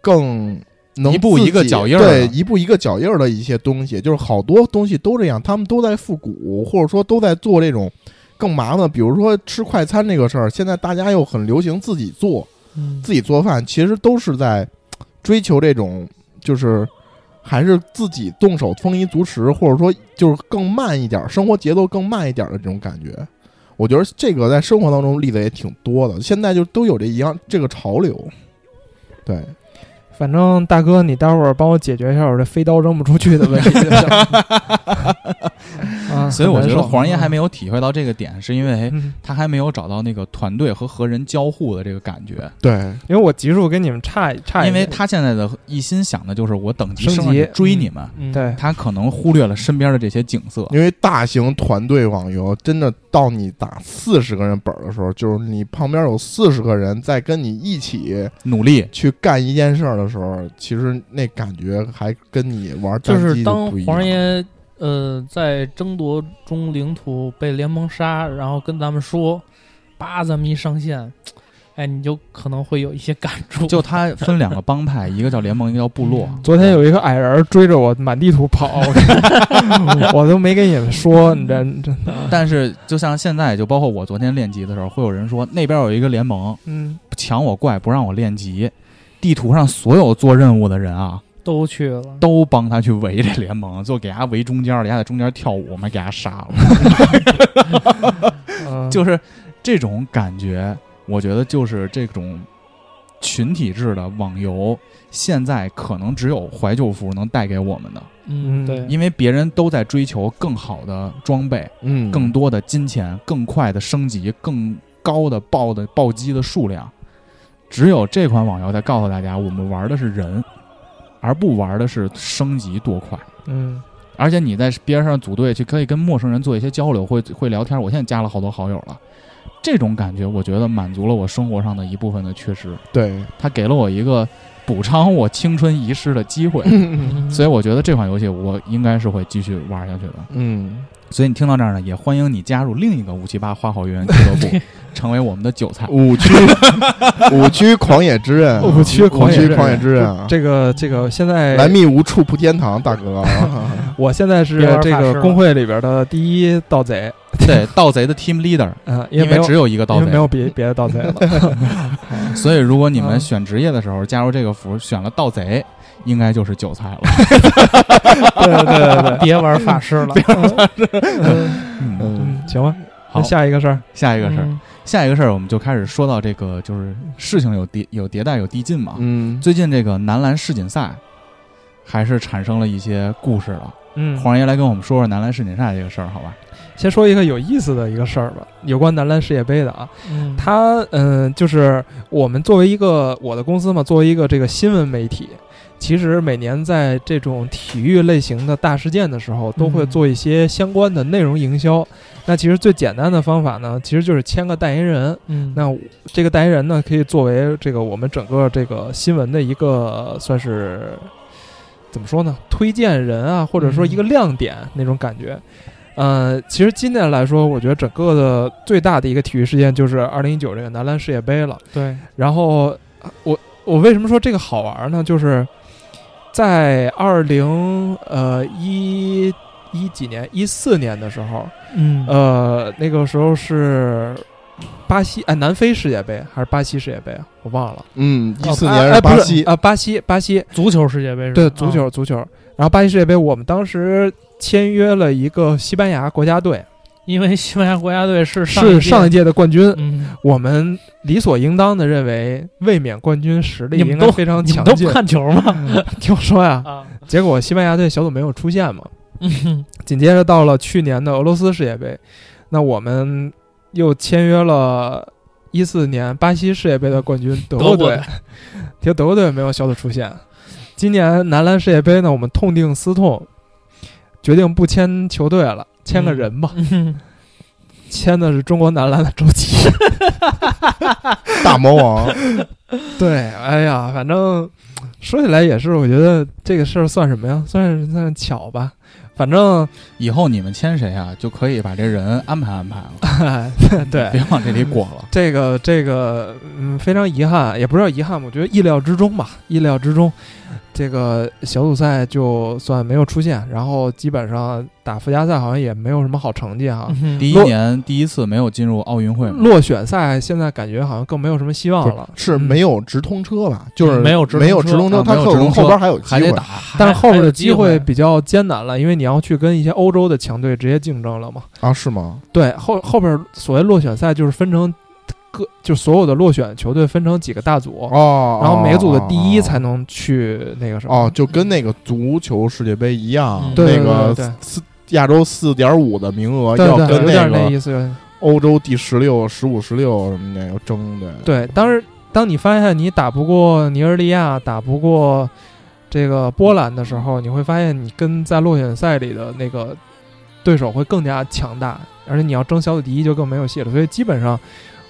S5: 更能
S3: 一步
S5: 自己
S3: 一个脚印儿的
S5: 对一步一个脚印儿的一些东西，就是好多东西都这样，他们都在复古，或者说都在做这种更麻烦，比如说吃快餐这个事儿，现在大家又很流行自己做，
S4: 嗯
S5: 自己做饭，其实都是在追求这种就是还是自己动手丰衣足食，或者说就是更慢一点儿，生活节奏更慢一点儿的这种感觉。我觉得这个在生活当中例子也挺多的，现在就都有这一样这个潮流。对，
S4: 反正大哥，你待会儿帮我解决一下我这飞刀扔不出去的问题就行了。 啊，
S3: 所以我
S4: 很
S3: 觉得
S4: 难受
S3: 黄爷还没有体会到这个点，是因为
S4: 嗯
S3: 他还没有找到那个团队和和人交互的这个感觉，
S5: 对，
S4: 因为我级数跟你们差一差一
S3: 因
S4: 点，
S3: 为他现在的一心想的就是我等级
S4: 升
S3: 上去
S4: 级
S3: 追你们，
S6: 嗯，
S4: 对
S3: 他可能忽略了身边的这些景色。
S5: 因为大型团队网游真的到你打四十个人本儿的时候，就是你旁边有四十个人在跟你一起
S3: 努力，
S5: 去干一件事儿的时候，其实那感觉还跟你玩
S6: 就
S5: 单
S6: 是
S5: 机
S6: 当
S5: 不一
S6: 黄
S5: 样。
S6: 爷呃在争夺中领土被联盟杀，然后跟咱们说，叭，咱们一上线，哎，你就可能会有一些感触。
S3: 就他分两个帮派，一个叫联盟，一个叫部落。
S4: 昨天有一个矮人追着我满地图跑，我 我都没跟你们说，你这这
S3: 但是就像现在，就包括我昨天练级的时候，会有人说那边有一个联盟
S4: 嗯，
S3: 抢我怪，不让我练级。地图上所有做任务的人啊，
S6: 都去了，
S3: 都帮他去围这联盟，就给他围中间了，人家在中间跳舞，我们给他杀了。
S4: 嗯
S3: 就是这种感觉，我觉得就是这种群体制的网游，现在可能只有怀旧服能带给我们的，
S6: 嗯，
S4: 嗯
S6: 对，
S3: 因为别人都在追求更好的装备、
S5: 嗯，
S3: 更多的金钱、更快的升级、更高的爆的暴击的数量。只有这款网游在告诉大家，我们玩的是人，而不玩的是升级多快。
S4: 嗯
S3: 而且你在边上组队去，可以跟陌生人做一些交流，会会聊天。我现在加了好多好友了，这种感觉我觉得满足了我生活上的一部分的缺失，
S5: 对，
S3: 它给了我一个补偿我青春遗失的 机会。
S6: 嗯
S3: 所以我觉得这款游戏我应该是会继续玩下去的。
S5: 嗯，
S3: 所以你听到这儿呢，也欢迎你加入另一个五七八花好月圆俱乐 部，成为我们的韭菜。
S5: 五区 五区狂野之刃，
S4: 五区
S5: 狂
S4: 狂野之
S5: 区
S4: 刃
S5: 狂野之刃啊，
S4: 这个这个现在
S5: 来密无处不天堂，大哥啊，
S4: 我现在是
S6: 别玩
S4: 这
S6: 法师
S4: 个
S6: 了
S4: 工会里边的第一盗贼，
S3: 对，盗贼的 team leader，
S4: 嗯，
S3: 因
S4: 也没
S3: 为
S4: 有
S3: 只有一个盗
S4: 因为
S3: 贼
S4: 没。有别别的盗贼了，
S3: 所以，如果你们
S4: 嗯
S3: 选职业的时候加入这个服，选了盗贼，应该就是韭菜了。
S4: 对对对对对，
S6: 别玩法师了，
S3: 嗯，
S4: 嗯，行吧，
S3: 好
S4: 那，下一个事儿，
S3: 下一
S6: 这
S3: 个事儿，下一个事儿，我们就开始说到这个，就是事情有迭有迭代有递进嘛。
S5: 嗯，
S3: 最近这个男篮世锦赛还是产生了一些故事了。
S4: 嗯，
S3: 黄爷来跟我们说说男篮世锦赛这个事儿，好吧？
S4: 先说一个有意思的一个事儿吧，有关男篮世界杯的啊，
S6: 嗯，
S4: 它嗯，就是我们作为一个我的公司嘛，作为一个这个新闻媒体，其实每年在这种体育类型的大事件的时候，都会
S6: 嗯
S4: 做一些相关的内容营销。那其实最简单的方法呢，其实就是签个代言人。
S6: 嗯，
S4: 那我这个代言人呢，可以作为这个我们整个这个新闻的一个呃算是怎么说呢，推荐人啊，或者说一个亮点那种感觉。呃，其实今年来说，我觉得整个的最大的一个体育事件就是二零一九这个男篮世界杯了。
S6: 对，
S4: 然后呃我我为什么说这个好玩呢？就是在二零呃一一几年一四年的时候，
S6: 嗯，
S4: 呃，那个时候是巴西哎南非世界杯还是巴西世界杯啊？我忘了。
S5: 嗯，一四
S4: 哦
S5: 年
S4: 哎
S5: 是巴
S4: 不
S5: 西
S4: 啊、，巴西巴西
S6: 足球世界杯是嗯吧啊
S4: 对足球、，足球。然后巴西世界杯，我们当时签约了一个西班牙国家队，
S6: 啊因为西班牙国家队是
S4: 是上
S6: 一
S4: 一
S6: 届，
S4: 届的冠军。
S6: 嗯，
S4: 我们理所应当的认为卫冕冠军实力
S6: 你们
S4: 应该
S6: 都
S4: 非常
S6: 你们
S4: 强
S6: 都
S4: 劲
S6: 不。看球吗？
S4: 听我说呀，
S6: 啊，
S4: 结果西班牙队小组没有出现嘛，
S6: 嗯
S4: 紧接着到了去年的俄罗斯世界杯，那我们又签约了一四年巴西世界杯的冠军德国
S6: 德国
S4: 队
S6: 队，
S4: 结果德国队没有小组出现。今年男篮世界杯呢，我们痛定思痛，决定不签球队了，签个人吧，
S6: 嗯
S4: 签的是中国男篮的周琦。
S5: 大魔王，
S4: 对，哎呀，反正说起来也是，我觉得这个事儿算什么呀？算是算是巧吧。反正，
S3: 以后你们签谁啊，就可以把这人安排安排了，
S4: 对，
S3: 别往这里裹了。
S4: 这个这个，嗯，非常遗憾，也不知道遗憾吧，我觉得意料之中吧，意料之中。这个小组赛就算没有出现，然后基本上打附加赛好像也没有什么好成绩
S5: 嗯
S6: 嗯
S4: 哈。
S3: 第一年第一次没有进入奥运会嘛，
S4: 嗯落选赛现在感觉好像更没有什么希望了，嗯
S5: 是没有直通车吧？就是
S6: 没有直通车
S5: 没有直通车，
S3: 啊
S5: 它
S3: 没有
S5: 后
S3: 直通车
S5: 后边还有机
S3: 还得
S5: 会。
S3: 打。
S4: 但是后边
S6: 还有
S4: 的
S6: 机
S4: 机
S6: 会
S4: 会比较艰难了，因为你要去跟一些欧洲的强队直接竞争了嘛。
S5: 啊？是吗？
S4: 对，后后边所谓落选赛就是分成各，就所有的落选球队分成几个大组，
S5: 哦，
S4: 然后每个组的第一
S5: 哦
S4: 才能去那个什么。
S5: 哦，就跟那个足球世界杯一样
S6: 嗯，
S4: 对
S5: 那
S4: 对
S5: 个
S4: 对对
S5: 四亚洲四点五的名额
S4: 对
S5: 啊
S4: 对，
S5: 要跟
S4: 有点那
S5: 个
S4: 意思。有点
S5: 欧洲第十六、十五、十六什么的要争对。
S4: 对，当时当你发现你打不过尼日利亚，打不过这个波兰的时候，你会发现你跟在落选赛里的那个对手会更加强大，而且你要争小组第一就更没有戏了。所以基本上，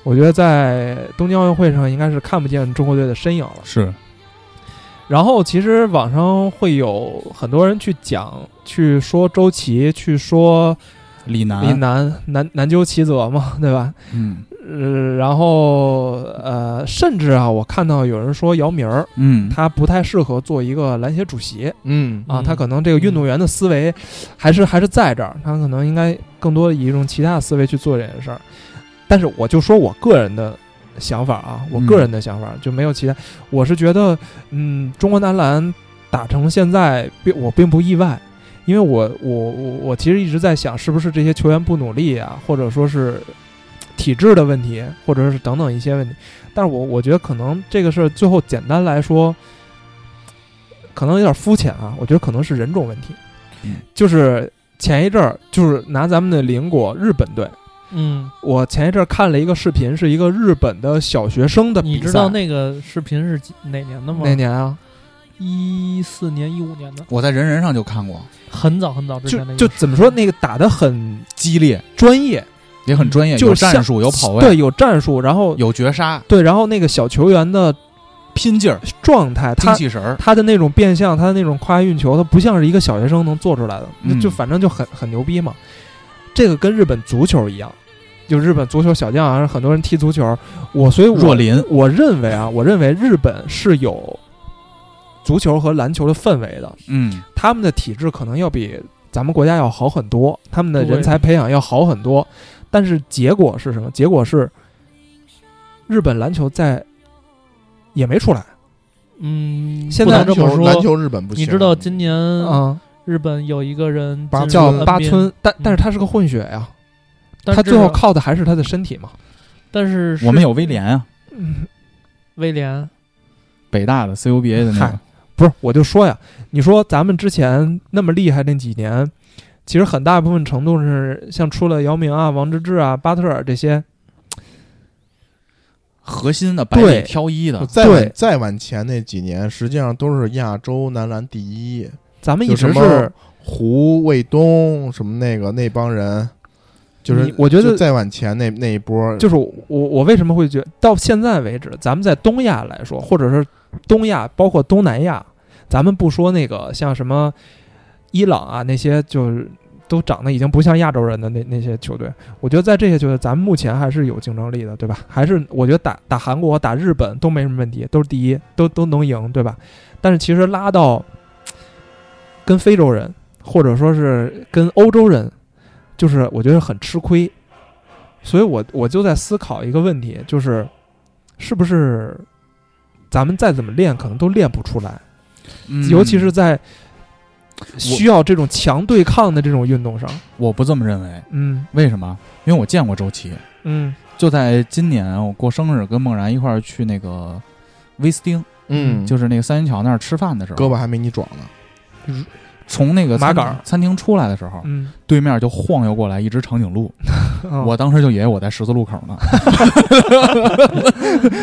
S4: 我觉得在东京奥运会上应该是看不见中国队的身影了。
S3: 是，
S4: 然后其实网上会有很多人去讲，去说周琦，去说
S3: 李楠，
S5: 啊
S4: 李楠南南究其泽嘛，对吧？
S3: 嗯
S4: 呃，然后呃，甚至啊，我看到有人说姚明儿
S3: 嗯，
S4: 他不太适合做一个篮协主席
S5: 嗯
S4: 啊，
S6: 嗯
S4: 他可能这个运动员的思维还是还是在这儿，他可能应该更多以一种其他的思维去做这件事儿。但是我就说我个人的想法啊，我个人的想法就没有其他，我是觉得嗯，中国男篮打成现在，并我并不意外。因为我我我我其实一直在想，是不是这些球员不努力啊，或者说是体制的问题，或者是等等一些问题。但是我我觉得可能这个事儿最后简单来说，可能有点肤浅啊。我觉得可能是人种问题，
S3: 嗯
S4: 就是前一阵儿，就是拿咱们的邻国日本队，
S6: 嗯，
S4: 我前一阵儿看了一个视频，是一个日本的小学生的比
S6: 你
S4: 赛。
S6: 知道那个视频是几哪年的吗？
S4: 哪年啊？
S6: 一四年、一五年的，
S3: 我在人人上就看过，
S6: 很早很早之
S4: 就
S6: 前的一
S4: 就
S6: 个。
S4: 怎么说，那个打得很
S3: 激烈
S4: 专业，
S3: 也很专业，
S4: 就
S3: 哎有
S4: 像
S3: 战术，有跑位，
S4: 对，有战术，然后
S3: 有绝杀，
S4: 对，然后那个小球员的
S3: 拼劲儿，
S4: 状态，
S3: 精
S4: 他
S3: 气神儿。
S4: 他的那种变向，他的那种跨越运球，他不像是一个小学生能做出来的，那
S3: 嗯
S4: 就反正就很很牛逼嘛。这个跟日本足球一样，就日本足球小将啊，很多人踢足球，我所以我
S3: 若林
S4: 我认为啊，我认为日本是有足球和篮球的氛围的，
S3: 嗯，
S4: 他们的体制可能要比咱们国家要好很多，他们的
S6: 对
S4: 人才培养要好很多，但是结果是什么？结果是日本篮球在也没出来
S6: 嗯，
S4: 现
S6: 不
S4: 在
S6: 能这么
S5: 篮球
S6: 说。
S5: 篮球日本不行。
S6: 你知道今年
S4: 啊。
S6: 日本有一个人
S5: 八
S6: 进入
S4: 叫
S5: 村
S6: NBA
S4: 八村，但
S6: 嗯
S4: 但是他是个混血呀、
S6: 但
S4: 他
S6: 是
S4: 最后靠的还是他的身体嘛。
S6: 但是是
S3: 我们有威廉啊，
S6: 威廉，
S3: 北大的 CUBA 的那个
S4: 嗨，不是，我就说呀，你说咱们之前那么厉害那几年，其实很大部分程度是像出了姚明啊、王治郅啊、巴特尔这些，
S3: 核心的百
S4: 对
S3: 里挑一的，
S5: 啊再往
S4: 对
S5: 再往前那几年，实际上都是亚洲男篮第一，
S4: 咱们一
S5: 有什
S4: 直
S5: 么
S4: 是
S5: 胡卫东什么那个那帮人，就是
S4: 你我觉得
S5: 就再往前那那一波，
S4: 就是我我为什么会觉得到现在为止，咱们在东亚来说，或者是东亚包括东南亚，咱们不说那个像什么伊朗啊那些，就是都长得已经不像亚洲人的那那些球队，我觉得在这些球队，咱们目前还是有竞争力的，对吧？还是我觉得打打韩国、打日本都没什么问题，都是第一，都都能赢，对吧？但是其实拉到跟非洲人，或者说是跟欧洲人，就是我觉得很吃亏。所以我我就在思考一个问题，就是是不是咱们再怎么练，可能都练不出来，
S3: 嗯
S4: 尤其是在需要这种强对抗的这种运动上。
S3: 我不这么认为，
S4: 嗯
S3: 为什么？因为我见过周琦，
S4: 嗯
S3: 就在今年我过生日，跟梦然一块儿去那个威斯汀，
S5: 嗯，
S3: 就是那个三元桥那儿吃饭的时
S5: 胳
S3: 候，
S5: 膊还没你壮呢。
S3: 从那个
S4: 麻
S3: 餐
S4: 杆儿
S3: 餐厅出来的时候，
S4: 嗯，
S3: 对面就晃悠过来一只长颈鹿，
S4: 啊
S3: 我当时就以为我在十字路口 呢，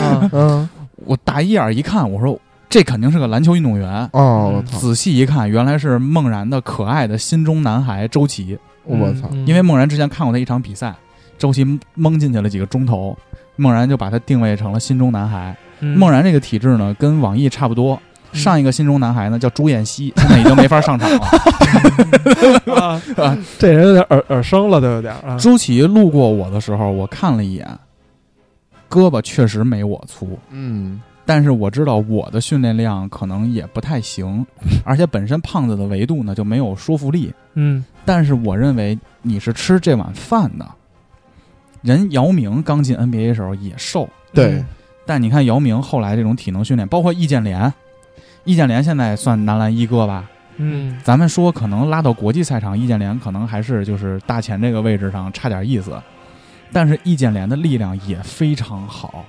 S4: 啊
S5: 嗯，
S3: 我大一眼一看，我说这肯定是个篮球运动员。
S5: 哦，我
S4: 嗯
S5: 操，
S3: 仔细一看，原来是梦然的可爱的心中男孩周琦。
S5: 我操，
S6: 嗯
S3: 因为梦然之前看过他一场比赛，周琦蒙进去了几个中投，梦然就把他定位成了心中男孩。
S4: 嗯
S3: 梦然这个体质呢，跟网易差不多。
S4: 嗯
S3: 上一个心中男孩呢叫朱彦希，现在已经没法上场了。
S4: 啊，这人有点耳耳生了，都有点啊。
S3: 周琦路过我的时候，我看了一眼，胳膊确实没我粗，
S5: 嗯，
S3: 但是我知道我的训练量可能也不太行，而且本身胖子的维度呢就没有说服力。
S4: 嗯
S3: 但是我认为你是吃这碗饭的。人姚明刚进 NBA 的时候也瘦，
S5: 对，
S3: 但你看姚明后来这种体能训练，包括易建联，易建联现在算男篮一哥吧。
S4: 嗯
S3: 咱们说可能拉到国际赛场，易建联可能还是就是大前这个位置上差点意思，但是易建联的力量也非常好，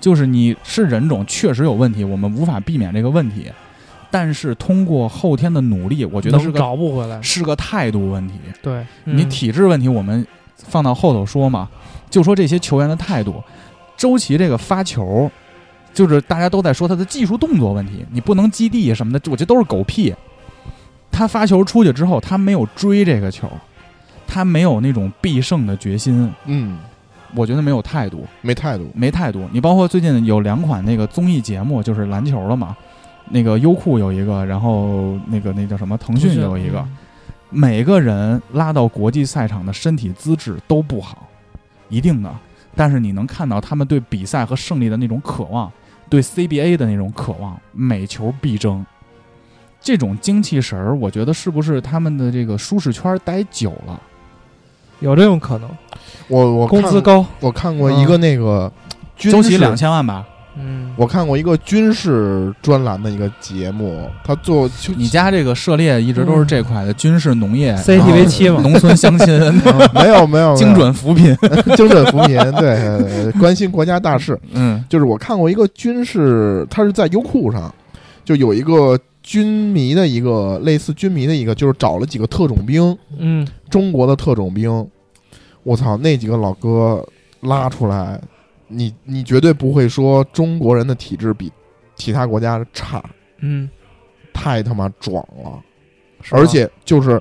S3: 就是你是人种确实有问题，我们无法避免这个问题，但是通过后天的努力，我觉得是
S6: 能
S3: 个
S6: 找不回来。
S3: 是个态度问题。
S6: 对，嗯
S3: 你体制问题我们放到后头说嘛，就说这些球员的态度。周琦这个发球，就是大家都在说他的技术动作问题，你不能基地什么的，我觉得都是狗屁。他发球出去之后，他没有追这个球，他没有那种必胜的决心，
S5: 嗯，
S3: 我觉得没有态度。
S5: 没态度，
S3: 没态度。你包括最近有两款那个综艺节目，就是篮球了嘛，那个优酷有一个，然后那个那叫什么腾讯嗯有一个，每个人拉到国际赛场的身体资质都不好，一定的。但是你能看到他们对比赛和胜利的那种渴望，对 CBA 的那种渴望，每球必争。这种精气神儿，我觉得是不是他们的这个舒适圈儿待久了？
S4: 有这种可能，
S5: 我我
S4: 工
S5: 看
S4: 资高，
S5: 我看过一个那个军
S3: 嗯周琦
S5: 事
S3: 两千万吧，
S4: 嗯，
S5: 我看过一个军事专栏的一个节目，他做就
S3: 你家这个涉猎一直都是这
S5: 嗯
S3: 块的，军事、农业、
S4: CCTV 七嘛，
S3: 农村相亲、
S5: 没有没有没有
S3: 精准扶贫，
S5: 精准扶贫，对对，对关心国家大事。
S3: 嗯
S5: 就是我看过一个军事，他是在优酷上，就有一个军迷的一个类似军迷的一个，就是找了几个特种兵，
S4: 嗯，
S5: 中国的特种兵，我操，那几个老哥拉出来，你你绝对不会说中国人的体质比其他国家差，
S4: 嗯，
S5: 太他妈壮了。
S4: 是吧
S5: 而且就是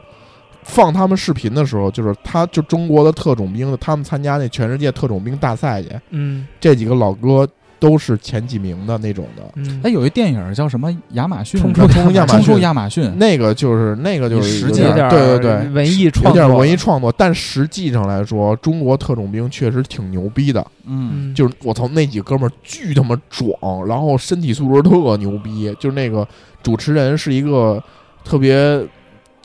S5: 放他们视频的时候，就是他就中国的特种兵的，他们参加那全世界特种兵大赛去，
S4: 嗯
S5: 这几个老哥都是前几名的那种的。
S4: 嗯
S3: 哎，，有一电影叫什么《亚马
S6: 嗯
S3: 逊》，
S4: 冲
S5: 出亚马逊
S3: 冲出亚马
S4: 嗯
S3: 逊，
S5: 那个就是那个就是
S3: 实
S5: 有
S3: 际
S5: 点
S4: 点
S5: 儿对对对，
S4: 文艺
S5: 有
S4: 创
S5: 点
S4: 作，
S5: 儿文艺创作，但实际上来说，中国特种兵确实挺牛逼的。
S3: 嗯，
S4: 嗯，
S5: 就是我操，那几哥们儿巨他妈壮，然后身体素质特牛逼。就是那个主持人是一个特别，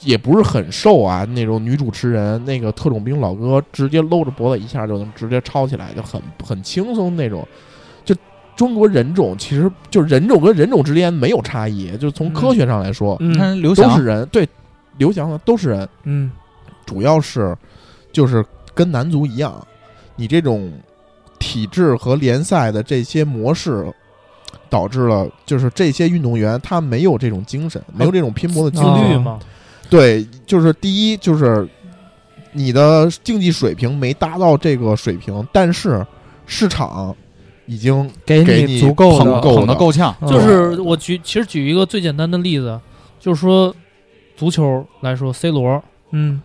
S5: 也不是很瘦啊，那种女主持人。那个特种兵老哥直接搂着脖子一下就能直接抄起来，就很很轻松那种。就中国人种其实就人种跟人种之间没有差异，就是从科学上来说、
S3: 你
S4: 嗯
S3: 看刘
S5: 都是
S3: 翔，
S5: 人，对，刘翔呢都是人，
S4: 嗯
S5: 主要是就是跟男足一样，你这种体制和联赛的这些模式，导致了就是这些运动员他没有这种精神，没有这种拼搏的精
S6: 自
S5: 神。
S6: 律嘛，
S5: 对，就是第一就是你的竞技水平没达到这个水平，但是市场已经
S4: 给
S5: 给
S4: 你
S5: 你
S4: 足够
S5: 捧
S4: 的，
S5: 够
S3: 捧得
S5: 的
S3: 够呛，
S4: 嗯
S6: 就是我举其实举一个最简单的例子，就是说足球来说，C 罗，
S4: 嗯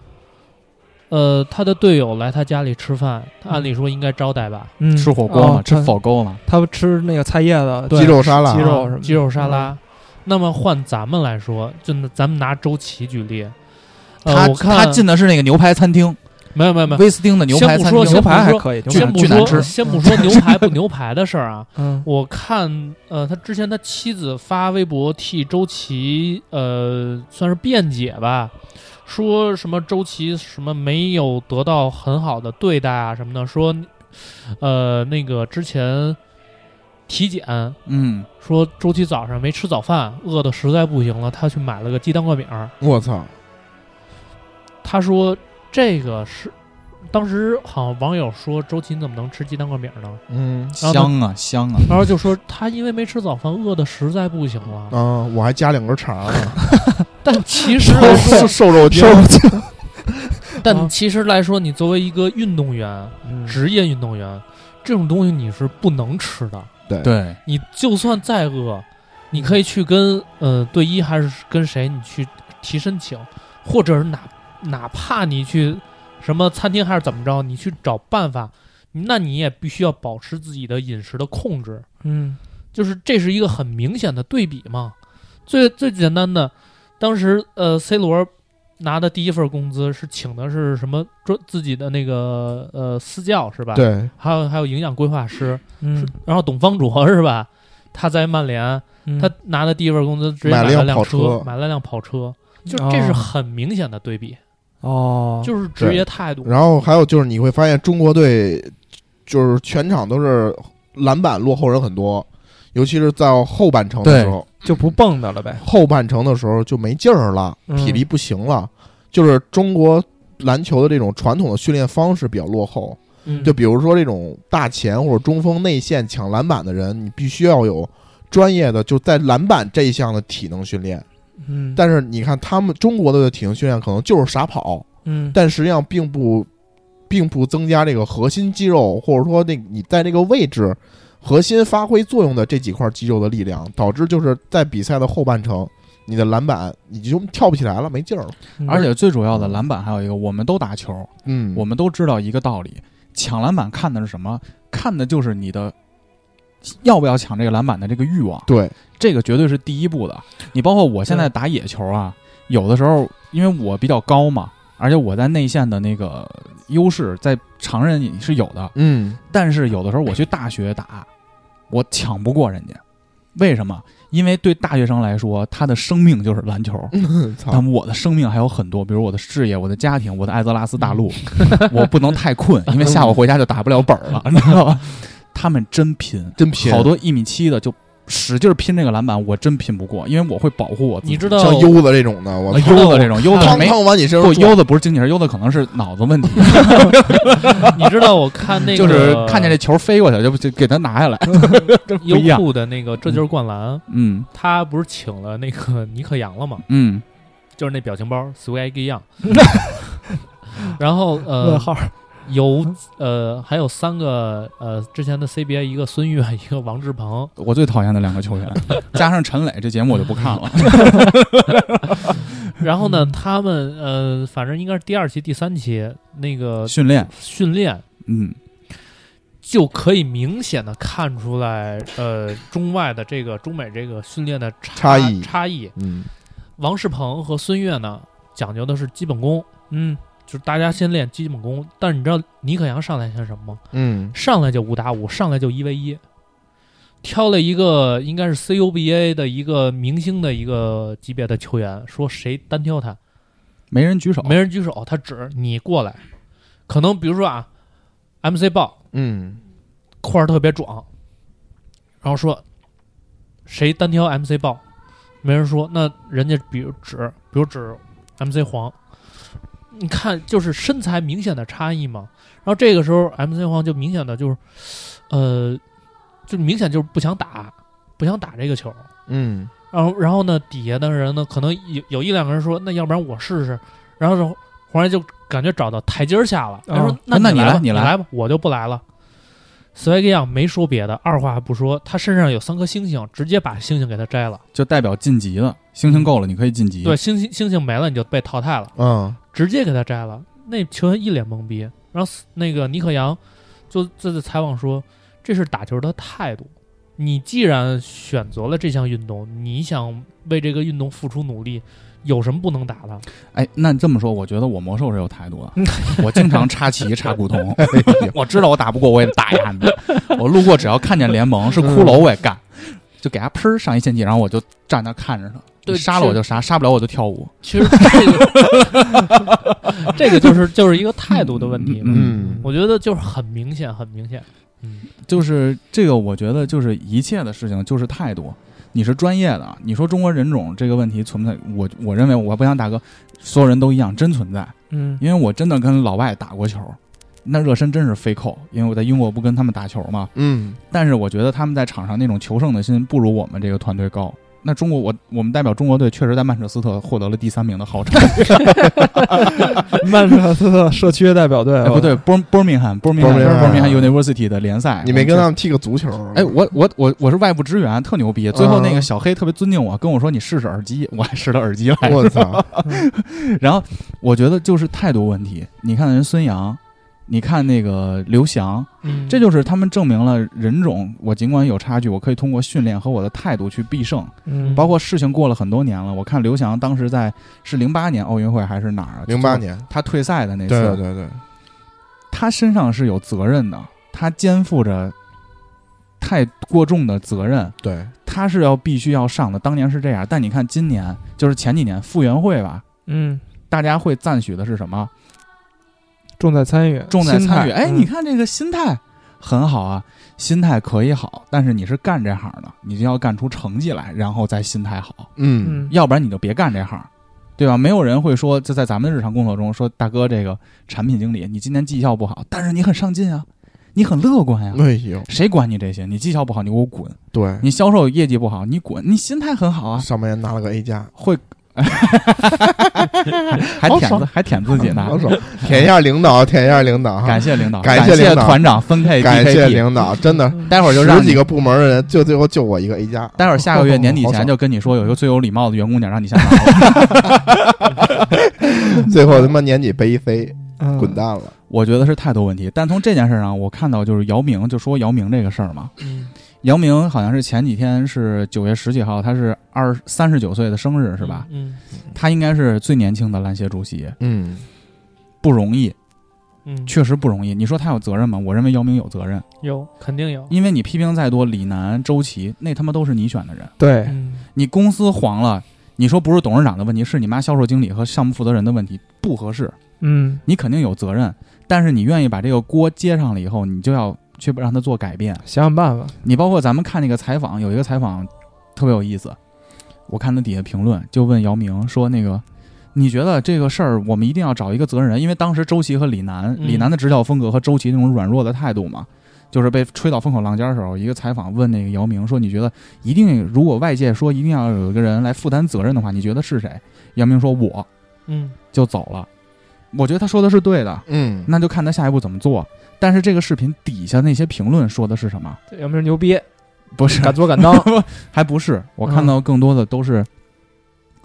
S6: 呃，他的队友来他家里吃饭，他按理说应该招待吧，
S4: 嗯，
S3: 吃火锅嘛，
S4: 哦
S3: 吃
S4: 他
S3: 火锅嘛，
S4: 他吃那个菜叶子，
S5: 鸡肉沙拉
S4: 鸡肉什么的
S6: 啊鸡肉沙拉。那么换咱们来说，就拿咱们拿周琦举例，呃，
S3: 他
S6: 我看
S3: 他进的是那个牛排餐厅，
S6: 没有没有没有，
S3: 威斯汀的牛排餐
S6: 先
S3: 厅
S6: 不说
S4: 牛排还可以，牛
S3: 巨
S6: 先
S4: 排
S6: 不
S3: 巨难
S6: 说
S3: 吃
S6: 先不说牛排不牛排的事儿啊，
S4: 嗯
S6: 我看呃，他之前他妻子发微博替周琦呃算是辩解吧，说什么周琦什么没有得到很好的对待啊什么的，说呃那个之前体检
S3: 嗯，
S6: 说周琦早上没吃早饭，饿的实在不行了，他去买了个鸡蛋灌饼儿。
S5: 我操，
S6: 他说这个是当时好像网友说周琦你怎么能吃鸡蛋灌饼儿呢？
S5: 嗯
S6: 然后
S3: 香啊香 啊，
S6: 然后就说他因为没吃早饭，饿的实在不行了。
S5: 啊，我还加两根肠呢，
S6: 但其实来
S5: 瘦
S6: 说，
S5: 瘦肉精，
S6: 但其实来说，你作为一个运动员，职业运动员，这种东西你是不能吃的。
S3: 对，
S6: 你就算再饿，你可以去跟呃队医还是跟谁，你去提申请，或者是哪哪怕你去什么餐厅还是怎么着，你去找办法，那你也必须要保持自己的饮食的控制。
S4: 嗯
S6: 就是这是一个很明显的对比嘛。最最简单的，当时呃，C 罗拿的第一份工资是请的是什么专自己的那个呃私教是吧？，
S5: 对，
S6: 还有还有营养规划师，
S4: 嗯
S6: 然后董方卓是吧？他在曼联，
S4: 嗯
S6: 他拿的第一份工资直接
S5: 买了
S6: 了
S5: 辆
S6: 辆
S5: 跑
S6: 车
S5: 车，
S6: 买了辆跑车，就这是
S4: 哦
S6: 很明显的对比，
S4: 哦，
S6: 就是职业态度。
S5: 然后还有就是你会发现中国队就是全场都是篮板落后人很多，尤其是在后半程的时候，
S4: 就不蹦跶了呗。
S5: 后半程的时候就没劲儿了，
S4: 嗯
S5: 体力不行了，就是中国篮球的这种传统的训练方式比较落后。
S6: 嗯
S5: 就比如说这种大前或者中锋内线抢篮板的人，你必须要有专业的就在篮板这一项的体能训练。
S4: 嗯，
S5: 但是你看他们中国的体能训练可能就是傻跑，
S4: 嗯，
S5: 但实际上并不并不增加这个核心肌肉，或者说那你在那个位置核心发挥作用的这几块肌肉的力量，导致就是在比赛的后半程，你的篮板你就跳不起来了，没劲儿了。
S4: 嗯
S3: 而且最主要的篮板还有一个，我们都打球，
S5: 嗯
S3: 我们都知道一个道理，抢篮板看的是什么？看的就是你的要不要抢这个篮板的这个欲望，
S5: 对
S3: 这个绝对是第一步的。你包括我现在打野球啊，有的时候因为我比较高嘛，而且我在内线的那个优势在常人也是有的，
S5: 嗯
S3: 但是有的时候我去大学打，我抢不过人家，为什么？因为对大学生来说，他的生命就是篮球。
S5: 操
S3: 但我的生命还有很多，比如我的事业、我的家庭、我的艾泽拉斯大陆，
S5: 嗯
S3: 我不能太 困，因为下午回家就打不了本儿了，你知道吧？他们真拼，
S5: 真拼
S3: 好多一米七的就使劲拼这个篮板，我真拼不过，因为我会保护我自己。
S6: 你知道
S5: 像悠子这种的，我
S3: 啊
S5: 操
S3: 悠子这种，悠子
S5: 哐
S3: 没
S5: 哐往你身上
S3: 不，
S5: 撞
S3: 悠子不是精气神，悠子可能是脑子问题，
S6: 你知道我看那 个
S3: 就是看见这球飞过去就就给他拿下来。不一
S6: 优
S3: 样
S6: 酷的那个《这就是灌篮》，
S3: 嗯
S6: 他不是请了那个 尼克杨了吗？
S3: 嗯，
S6: 就是那表情包 swag 一样。然后
S4: 问
S6: 呃，
S4: 号儿
S6: 有呃还有三个呃之前的 CBA，一个孙悦，一个王志鹏。
S3: 我最讨厌的两个球 员，加上陈磊，这节目我就不看了。
S6: 然后
S4: 嗯
S6: 呢，他们呃反正应该是第二期、第三期那个
S3: 训练，
S6: 训练。
S3: 嗯，
S6: 就可以明显的看出来，呃，中外的这个中美这个训练的
S5: 差
S6: 差
S5: 异
S6: 差异，
S5: 嗯
S6: 王世鹏和孙悦呢，讲究的是基本功，
S4: 嗯，
S6: 就是大家先练基本功。但是你知道尼克杨上来先什么吗？
S5: 嗯
S6: 上来就五打五，上来就一 v 一，挑了一个应该是 CUBA 的一个明星的一个级别的球员，说谁单挑他，
S3: 没人举手，
S6: 没人举手，他指你过来。可能比如说啊，MC 豹
S5: 嗯
S6: 块儿特别壮，然后说谁单挑 MC 豹，没人说，那人家比如指，比如指 MC 黄，你看就是身材明显的差异嘛。然后这个时候 MC 黄就明显的就是，呃，就明显就是不想打，不想打这个球。
S5: 嗯
S6: 然后然后呢，底下的人呢，可能有有一两个人说，那要不然我试试。然后就黄然就感觉找到台阶儿下了，他说
S4: 啊：“
S3: 哦
S6: 那
S3: 哎那
S6: 你
S3: 你
S6: 来
S3: 来
S6: 吧，
S3: 你
S6: 你
S3: 来
S6: 吧，我就不来了。”斯维格样没说别的，二话不说，他身上有三颗星星，直接把星星给他摘了。
S3: 就代表晋级了。星星够了，你可以晋级。
S6: 嗯对，，星星星星没了，你就被淘汰了，
S5: 嗯
S6: 直接给他摘了。那球员一脸懵逼，然后斯那个尼克杨就这次采访说，这是打球的态度。你既然选择了这项运动，你想为这个运动付出努力，有什么不能打的？
S3: 哎，那你这么说，我觉得我魔兽是有态度的。
S6: 嗯
S3: 我经常插旗插古 潼，
S6: 哎
S3: 我知道我打不过，我也得打呀。我路过只要看见联盟是骷髅，我也干，就给他喷上一献祭，然后我就站那看着他。
S6: 嗯对
S3: 你杀了我就杀，杀不了我就跳舞。
S6: 其实这个这个 就是就是一个态度的问题嘛。
S5: 嗯
S6: 我觉得就是很明显，很明显。嗯，
S3: 就是这个，我觉得就是一切的事情就是态度。你是专业的，你说中国人种这个问题存不存在？我我认为我不想打个所有人都一样，真存在。
S4: 嗯
S3: 因为我真的跟老外打过球，那热身真是飞扣。因为我在英国不跟他们打球嘛，
S5: 嗯
S3: 但是我觉得他们在场上那种求胜的心不如我们这个团队高。那中国，我我们代表中国队确实在曼彻斯特获得了第三名的好 成绩。
S4: 曼彻斯特社区代表队，
S3: 哎，不对，波波明汉，波明汉，
S5: 伯明翰
S3: 波明汉 University 的联赛，
S5: 你没跟他
S3: 我
S5: 们踢个足球？
S3: 们哎是？哎，我我我我是外部支援，特牛逼。最后那个小黑特别尊敬我，跟我说你试试耳机，我还试了耳机来。
S5: 我操！
S3: 然后我觉得就是态度问题。你看人孙杨，你看那个刘翔，
S6: 嗯
S3: 这就是他们证明了人种，我尽管有差距，我可以通过训练和我的态度去必胜。
S4: 嗯，
S3: 包括事情过了很多年了，我看刘翔当时在是零八年奥运会还是哪儿啊？
S5: 零八年，
S3: 他退赛的那
S5: 对
S3: 次，
S5: 对对对，
S3: 他身上是有责任的，他肩负着太过重的责任，
S5: 对，
S3: 他是要必须要上的。当年是这样，但你看今年就是前几年傅园会吧，
S4: 嗯，
S3: 大家会赞许的是什么？
S4: 重在参与，
S3: 重在参与。
S4: 心态
S3: 哎，
S4: 嗯
S3: 你看这个心态很好啊，心态可以好，但是你是干这行的，你就要干出成绩来，然后再心态好，
S5: 嗯
S4: 嗯，
S3: 要不然你就别干这行，对吧？没有人会说，就在咱们的日常工作中说，大哥，这个产品经理，你今年绩效不好，但是你很上进啊，你很乐观呀、
S5: 哎呦，
S3: 谁管你这些？你绩效不好，你给我滚！
S5: 对，
S3: 你销售业绩不好，你滚！你心态很好啊，
S5: 上半年拿了个 A 加，
S3: 会，还
S5: 好
S3: 舔
S5: 爽
S3: 自还舔自己呢
S5: 好。爽，舔一下 领导，舔一下领导哈
S3: 感，谢领导，
S5: 啊感
S3: 感
S5: 谢领导
S3: 团长分配 DKT，
S5: 感谢领导，真的，
S3: 待会儿就让
S5: 十
S3: 你
S5: 几个部门的人，就最后就我一个 A 加，
S3: 待会儿下个月年底前就跟你说有一个最有礼貌的员工奖让你先拿了。
S5: 最后他妈年底被一飞，
S4: 嗯
S5: 滚蛋了。
S3: 我觉得是态度问题，但从这件事上我看到就是姚明，就说姚明这个事儿嘛。
S6: 嗯
S3: 姚明好像是前几天是九月十几号，他是二三十九岁的生日是吧？
S6: 嗯
S3: 他应该是最年轻的篮协主席，
S5: 嗯，
S3: 不容易，
S6: 嗯，
S3: 确实不容易。你说他有责任吗？我认为姚明有责任，
S6: 有肯定有。
S3: 因为你批评再多，李楠、周琦那他妈都是你选的人，
S4: 对，
S6: 嗯，
S3: 你公司黄了，你说不是董事长的问题，是你妈销售经理和项目负责人的问题，不合适。
S4: 嗯
S3: 你肯定有责任，但是你愿意把这个锅接上了以后，你就要去让他做改变。
S4: 想想办法，
S3: 你包括咱们看那个采访，有一个采访特别有意思，我看他底下评论就问姚明说：“那个，你觉得这个事儿我们一定要找一个责任人？因为当时周琦和李楠，
S6: 嗯
S3: 李楠的执教风格和周琦那种软弱的态度嘛。”就是被吹到风口浪尖的时候，一个采访问那个姚明说：“你觉得一定如果外界说一定要有一个人来负担责任的话，你觉得是谁？”姚明说：“我
S6: 嗯
S3: 就走了。”我觉得他说的是对的，
S5: 嗯，
S3: 那就看他下一步怎么做。但是这个视频底下那些评论说的是什么？
S4: 姚明牛逼，
S3: 不是，
S4: 敢做敢当，
S3: 还不是。我
S4: 嗯
S3: 看到更多的都是，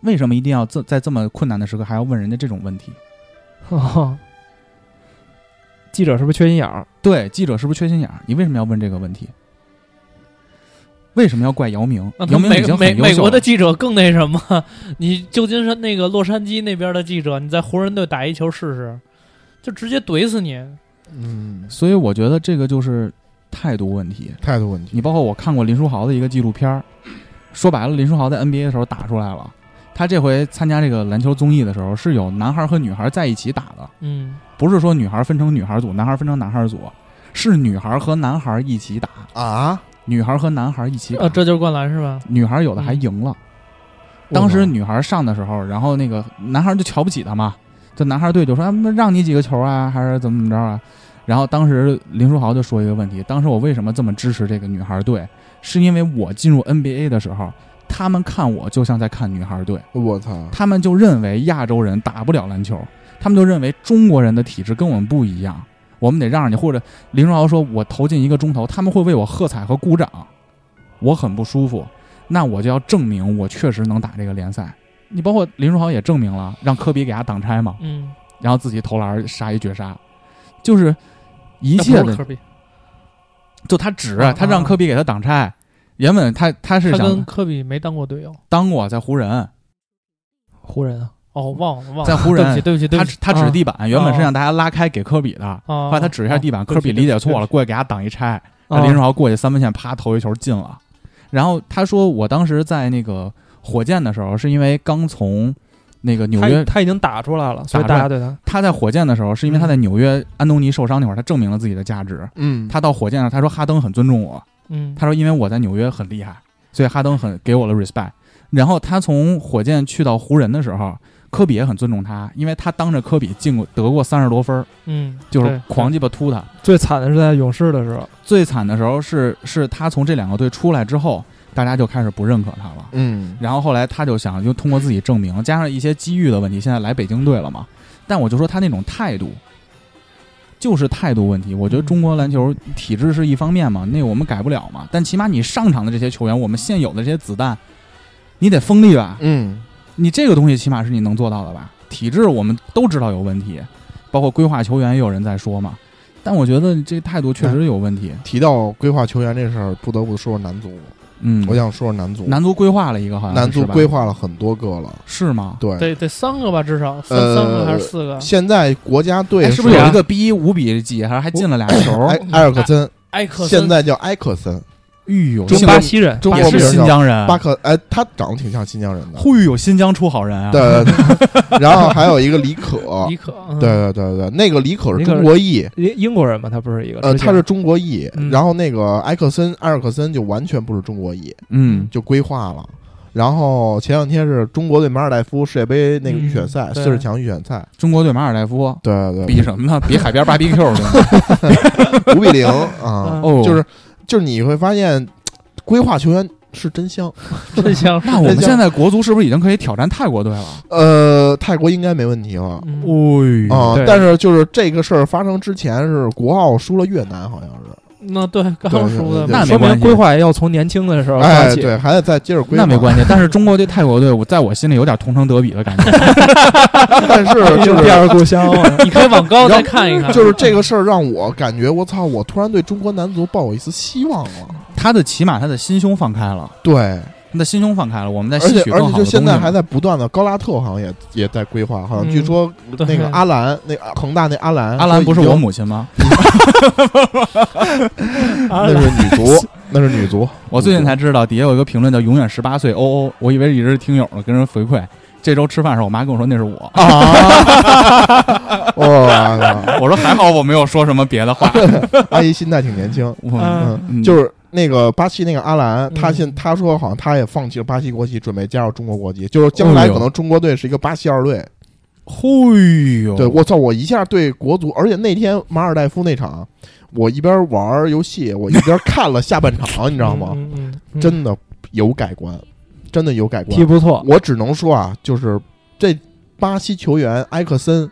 S3: 为什么一定要这在这么困难的时刻还要问人家这种问题？
S4: 记者是不是缺心眼儿？
S3: 对，记者是不是缺心眼儿？你为什么要问这个问题？为什么要怪姚明
S6: 那？他
S3: 姚明
S6: 啊美
S3: 已经
S6: 美
S3: 很优
S6: 美
S3: 秀
S6: 国
S3: 了
S6: 的。记者更那什么？你旧金山那个洛杉矶那边的记者，你在湖人队打一球试试，就直接怼死你。
S5: 嗯，
S3: 所以我觉得这个就是态度问题。
S5: 态度问题，
S3: 你包括我看过林书豪的一个纪录片儿，说白了，林书豪在 NBA 的时候打出来了。他这回参加这个篮球综艺的时候，是有男孩和女孩在一起打的。
S6: 嗯
S3: 不是说女孩分成女孩组，男孩分成男孩组，是女孩和男孩一起打，
S5: 啊，
S3: 女孩和男孩一起打。
S6: 啊，这嗯就是灌篮是吧？
S3: 女孩有的还赢了。当时女孩上的时候，然后那个男孩就瞧不起她嘛，就男孩队就说、啊、让你几个球啊，还是怎么怎么着啊？然后当时林书豪就说一个问题：当时我为什么这么支持这个女孩队？是因为我进入 NBA 的时候，他们看我就像在看女孩队，
S5: 我操，
S3: 他们就认为亚洲人打不了篮球，他们就认为中国人的体质跟我们不一样，我们得让你或者林书豪说我投进一个中投，他们会为我喝彩和鼓掌，我很不舒服，那我就要证明我确实能打这个联赛。你包括林书豪也证明了，让科比给他挡拆嘛，
S6: 嗯，
S3: 然后自己投篮杀一绝杀，就是一
S6: 那
S3: 切
S6: 不
S3: 的
S6: 是科比，
S3: 就他指
S6: 啊
S3: 他让科比给他挡拆，原本他他是
S6: 他跟
S3: 想
S6: 科比没当过队友，
S3: 当我在湖人，
S6: 湖人啊。哦，忘了忘了，
S3: 在湖人
S6: 对不起对
S3: 他
S6: 不起
S3: 指他指
S6: 啊
S3: 地板，原本是让大家拉开给科比的，
S6: 啊，
S3: 后来他指一下地板，
S6: 哦
S3: 科比理解错了，，过去给啊他挡一拆，
S4: 啊嗯
S3: 那林书豪过去三分线啪投一球进了。然后他说，我当时在那个火箭的时候，是因为刚从那个纽
S4: 他
S3: 约，
S4: 他已经打出来了，所以
S3: 打出来
S4: 大家对他
S3: 他在火箭的时候，是因为他在纽约安东尼受伤那会儿，他证明了自己的价值。
S5: 嗯，
S3: 他到火箭上，他说哈登很尊重我，
S6: 嗯，
S3: 他说因为我在纽约很厉害，所以哈登很给我了 respect。然后他从火箭去到湖人的时候，科比也很尊重他，因为他当着科比进过得过三十多分儿，
S6: 嗯，
S3: 就是
S6: 对
S3: 狂鸡巴突他。
S4: 最惨的是在勇士的时候，
S3: 最惨的时候是是他从这两个队出来之后，大家就开始不认可他了。
S5: 嗯，
S3: 然后后来他就想，就通过自己证明，加上一些机遇的问题，现在来北京队了嘛。但我就说他那种态度，就是态度问题。我觉得中国篮球体制是一方面嘛，那我们改不了嘛。但起码你上场的这些球员，我们现有的这些子弹，你得锋利吧？
S5: 嗯，
S3: 你这个东西起码是你能做到的吧？体制我们都知道有问题，包括规划球员也有人在说嘛。但我觉得这态度确实有问题。
S5: 提到规划球员这事儿，不得不说说男足，
S3: 嗯，
S5: 我想说说男足，
S3: 男足规划了一个，好像
S5: 男足
S3: 是吧
S5: 规划了很多个了，
S3: 是吗？
S5: 对，
S6: 得得三个吧，至少三
S5: 呃
S6: 三个还是四个？
S5: 现在国家队
S3: 哎，是不是
S5: 哎
S3: 有一个逼五比几，还还进了俩球？
S5: 埃埃尔克森？
S6: 埃克森
S5: 现在叫埃克森，
S3: 哎呦，
S5: 中
S3: 新
S5: 国
S4: 巴西人，
S5: 中
S4: 巴
S5: 国
S4: 西
S8: 也是
S5: 名
S4: 人
S8: 新
S5: 人
S8: 疆
S3: 啊
S8: 人，
S5: 巴克，哎，他长得挺像新疆人的，
S8: 忽悠有新疆出好人啊！
S5: 对对对。然后还有一个李可，
S6: 李可，嗯
S5: 对，对对对，那个李可是
S4: 李可
S5: 中国裔，
S4: 英英国人嘛，他不是一个，
S5: 呃，
S4: 之前
S5: 他是中国裔
S4: 嗯。
S5: 然后那个埃克森，埃尔克森就完全不是中国裔，
S3: 嗯，
S5: 就规划了。然后前两天是中国对马尔代夫世界杯那个预选赛，
S4: 嗯
S5: 四
S4: 对
S5: 十强预选赛，
S3: 中国对马尔代夫
S5: 对对
S3: 比什么呢？比海边 BBQ 去。
S5: 对，五比零啊，
S3: 哦，
S5: 就是就是你会发现，规划球员是真香。
S6: 真 香。
S3: 那我们现在国足是不是已经可以挑战泰国队了？
S5: 呃，泰国应该没问题了。
S6: 嗯
S3: 哎
S5: 啊、
S4: 对
S5: 但是就是这个事儿发生之前是国奥输了越南，好像是，
S6: 那对，刚
S5: 对
S6: 刚
S5: 对
S6: 哦说
S5: 对对
S6: 的嘛，
S3: 那没
S4: 说
S3: 关
S4: 明
S3: 系
S4: 规划要从年轻的时候抓
S5: 哎，
S4: 起。
S5: 对，还得再接着规划。
S3: 那没关系，但是中国对泰国队，我在我心里有点通城德比的感 觉。
S5: 但是 就
S4: 就是第二故乡嘛，
S6: 你可以往高哦再看一看，
S5: 就是这个事儿让我感觉，我操，我突然对中国男足抱有一丝希望了。
S3: 他的起码他的心胸放开了，
S5: 对，
S3: 他的心胸放开了，我们在
S5: 而
S3: 吸
S5: 且
S3: 取
S5: 而
S3: 更好的
S5: 且就
S3: 东西
S5: 现在
S3: 嘛
S5: 还在不断的，高拉特好像也也在规划，好像
S6: 嗯
S5: 据说
S6: 对嗯
S5: 那个阿兰，那个啊恒大那阿兰，
S3: 阿兰不是我
S5: 母，
S3: 母亲吗？
S5: 那是女 足，那是女足。
S3: 我最近才知道，底下有一个评论叫“永远十八岁”，哦哦，我以为一直是听友呢，跟人回馈。这周吃饭时候，我妈跟我说那是 我，哦
S5: 哇，
S3: 我说还好我没有说什么别的 话。
S5: 哦阿姨心态挺年轻，
S3: 我
S6: 嗯
S5: 嗯，
S3: 嗯
S5: 就是。那个巴西那个阿兰，他
S6: 嗯
S5: 现他说好像他也放弃了巴西国籍，准备加入中国国籍，就是将来
S3: 哎呦
S5: 可能中国队是一个巴西二队。
S3: 嘿呦，
S5: 对我操！我一下对国足，而且那天马尔代夫那场，我一边玩儿游戏，我一边看了下半场，你知道吗？
S6: 嗯？嗯嗯
S5: 真的有改观，真的有改
S4: 嗯踢
S5: 观。
S4: 不错，
S5: 我只能说啊，就是这巴西球员埃克森，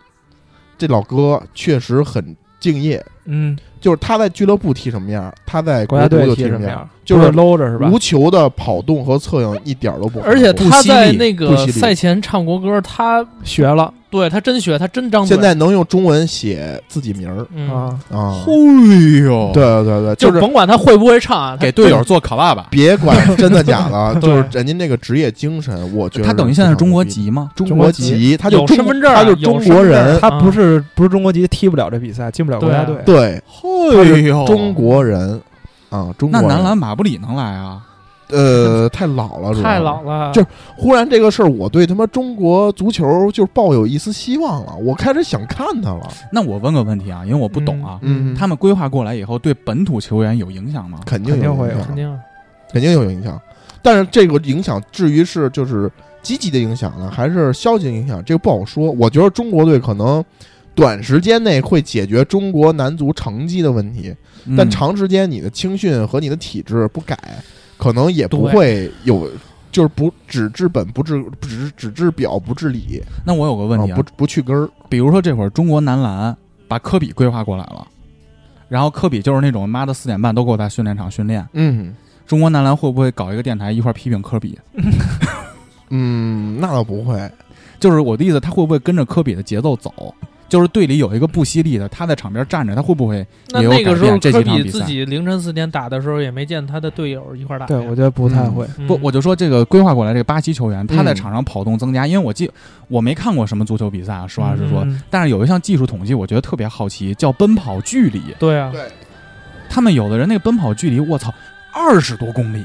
S5: 这老哥确实很敬业。
S4: 嗯，
S5: 就是他在俱乐部踢什么样，他在
S4: 国
S5: 国
S4: 家
S5: 足
S4: 队
S5: 就
S4: 踢
S5: 踢
S4: 什
S5: 什
S4: 么
S5: 么
S4: 样，
S5: 就
S4: 不
S5: 是
S4: 搂着是吧？
S5: 无球的跑动和侧应一点儿都不含糊。
S6: 而且他在那
S5: 不
S6: 个
S5: 犀利
S6: 赛前唱国歌，他
S4: 学了
S6: 对他真学，他真张嘴。
S5: 现在能用中文写自己名儿
S6: 嗯，
S4: 啊，
S5: 啊！
S3: 嘿呦，
S5: 对，对对，
S6: 就
S5: 就是
S6: 甭管他会不会唱啊，他
S3: 给队友做烤爸爸。
S5: 别管真的假的，就是人家那个职业精神，我觉得
S3: 他等于现在是中国籍吗？
S5: 中
S4: 中
S5: 国
S4: 国籍
S5: 籍，他就
S6: 有
S5: 中
S6: 身份证啊
S5: 他就中
S6: 有身
S5: 国
S6: 份证
S5: 人
S6: 啊，
S4: 他不是不是中国籍，踢不了这比赛，进不了国家队。
S5: 对，啊
S3: 嘿呦，
S5: 中国人啊，中
S3: 那
S5: 国
S3: 男
S5: 人
S3: 篮马布里能来啊？
S5: 呃太老了，主要
S6: 太老。了，
S5: 就是忽然这个事儿，我对他妈中国足球就抱有一丝希望了，我开始想看他了。
S3: 那我问个问题啊，因为我不懂啊，
S5: 嗯
S3: 他们规划过来以后对本土球员有影响吗？
S5: 肯定
S4: 肯定
S5: 有
S4: 会
S5: 影
S4: 有
S6: 肯
S5: 响，
S6: 定啊
S5: 肯定有影响。但是这个影响，至于是就是积极的影响呢，还是消极影响，这个不好说。我觉得中国队可能短时间内会解决中国男足成绩的问题，
S3: 嗯
S5: 但长时间你的青训和你的体制不改，可能也不
S6: 对
S5: 会有，就是不只治本不治不只只治表不治里，
S3: 那我有个问题
S5: 啊
S3: 啊
S5: 不，不去根儿。
S3: 比如说这会儿中国男篮把科比规划过来了，然后科比就是那种妈的四点半都给我在训练场训练。
S5: 嗯
S3: 中国男篮会不会搞一个电台一块儿批评科比？
S5: 嗯，那倒不会。
S3: 就是我的意思，他会不会跟着科比的节奏走？就是队里有一个不犀利的，他在场边站着，他会不会
S5: 嗯
S6: 那
S3: 也有
S6: 那
S3: 改
S6: 个时候
S3: 变这
S6: 科
S3: 几场
S6: 比
S3: 比
S6: 自
S3: 赛
S6: 己凌晨四点打的时候，也没见他的队友一块儿打呀。
S4: 对，我觉得不太会。
S6: 嗯
S3: 不？我就说这个规划过来，这个巴西球员他在
S5: 嗯
S3: 场上跑动增加，因为我记我没看过什么足球比赛啊，实话实说，
S6: 嗯，嗯嗯
S3: 但是有一项技术统计，我觉得特别好奇，叫奔跑距离。
S6: 对啊，
S5: 对，
S3: 他们有的人那个奔跑距离，我操，二十多公里，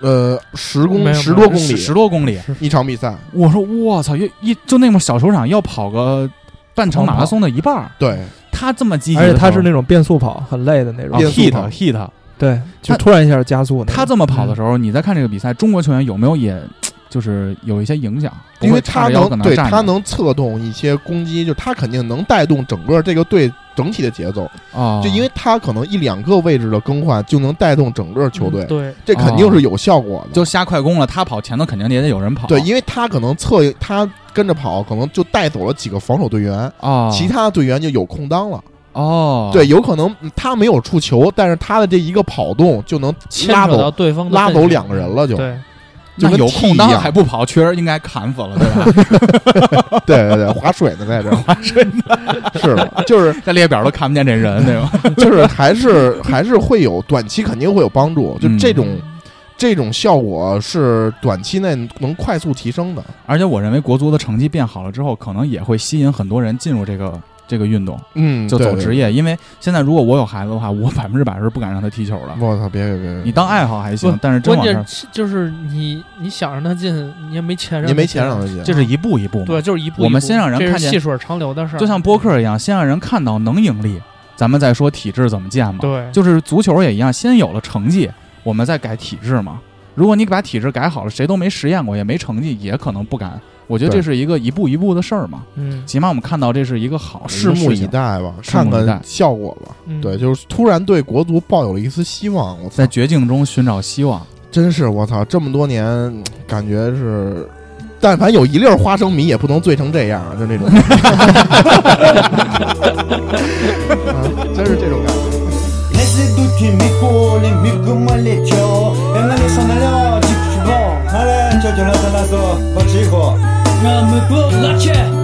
S5: 呃，十
S6: 没
S5: 公
S6: 有
S5: 十
S6: 没
S5: 多
S6: 有
S5: 公里
S3: 十十多公里。
S5: 一场比赛，
S3: 我说我操，一一就那么小球场要跑个半程马拉松的一半儿，
S5: 对，
S3: 他这么积极的
S4: 而
S3: 时候，
S4: 且他是那种变速跑，很累的那种
S5: 变。速
S3: hit
S5: 跑
S3: hit，
S4: 对，就
S3: 他
S4: 突然一下加速那种。
S3: 他这么
S5: 嗯
S3: 跑的时候，你在看这个比赛，中国球员有没有也就是有一些影响？不
S5: 因为
S3: 会
S5: 他
S3: 叉着腰搁
S5: 能
S3: 那
S5: 对
S3: 站着
S5: 他能策动一些攻击，就他肯定能带动整个这个队整体的节奏，
S3: 啊，
S5: 就因为他可能一两个位置的更换就能带动整个球队，
S6: 嗯对，
S5: 这肯定是有效果的。
S3: 啊就下快攻了，他跑前头肯定也得有人跑，
S5: 对，因为他可能策应他跟着跑，可能就带走了几个防守队员，
S3: 啊，
S5: 其他的队员就有空当了。
S3: 哦，
S5: 对，，有可能嗯他没有触球，但是他的这一个跑动就能
S6: 牵
S5: 拉
S6: 扯到
S5: 走，
S6: 对方的
S5: 拉
S6: 阵
S5: 走
S6: 型
S5: 两个人了就
S6: 对，
S5: 就
S3: 那
S5: 跟
S3: 有
S5: T
S3: 空当
S5: 一样
S3: 还不跑，确实应该砍死了，对 吧？
S5: 对对对，划水呢在这儿，划水呢，是的，就是
S3: 在列表都看不见这人，对吧？
S5: 就是还 是还是会有短期肯定会有帮助，就
S3: 嗯
S5: 这种、这种效果是短期内能快速提升的。
S3: 而且我认为国足的成绩变好了之后，可能也会吸引很多人进入这个这个运动，
S5: 嗯，
S3: 就走职
S5: 业。
S3: 业。因为现在如果我有孩子的话，我 百分之百是不敢让他踢球的。
S5: 我操，别别别，
S3: 你当爱好还行
S6: 不，
S3: 但是真
S6: 关
S3: 往
S6: 键
S3: 上，
S6: 是就是你你想让他进，你也没钱让他
S5: 你
S6: 进，
S5: 没钱让他进，
S3: 这是一步一步嘛。
S6: 对，就是啊一步一步。
S3: 我们先让人
S6: 这是
S3: 看见
S6: 细水长流的事儿，嗯
S3: 就像播客一样，先让人看到能盈利，咱们再说体制怎么建嘛。
S6: 对，
S3: 就是足球也一样，先有了成绩，我们再改体制嘛。如果你把体制改好了，谁都没实验过，也没成绩，也可能不敢。我觉得
S5: 对
S3: 这是一个一步一步的事儿嘛。
S6: 嗯
S3: 起码我们看到这是一个好的一
S5: 拭
S3: 个
S5: 目
S3: 事
S5: 以
S3: 情，
S5: 待吧，
S3: 拭
S5: 看
S3: 目以待
S5: 看效果吧。
S6: 嗯
S5: 对，就是突然对国足抱有了一丝希望。我操
S3: 在，绝境中寻找希望。
S5: 真是我操，这么多年嗯感觉是， 但凡有一粒儿花生米也不能醉成这样，就那 种，啊真是这种感觉。
S9: Laissez tutti i miei cuori, mi gommalecchio E la mia sanello, ci provo Ale, ciao, ciao, la salato, vacigo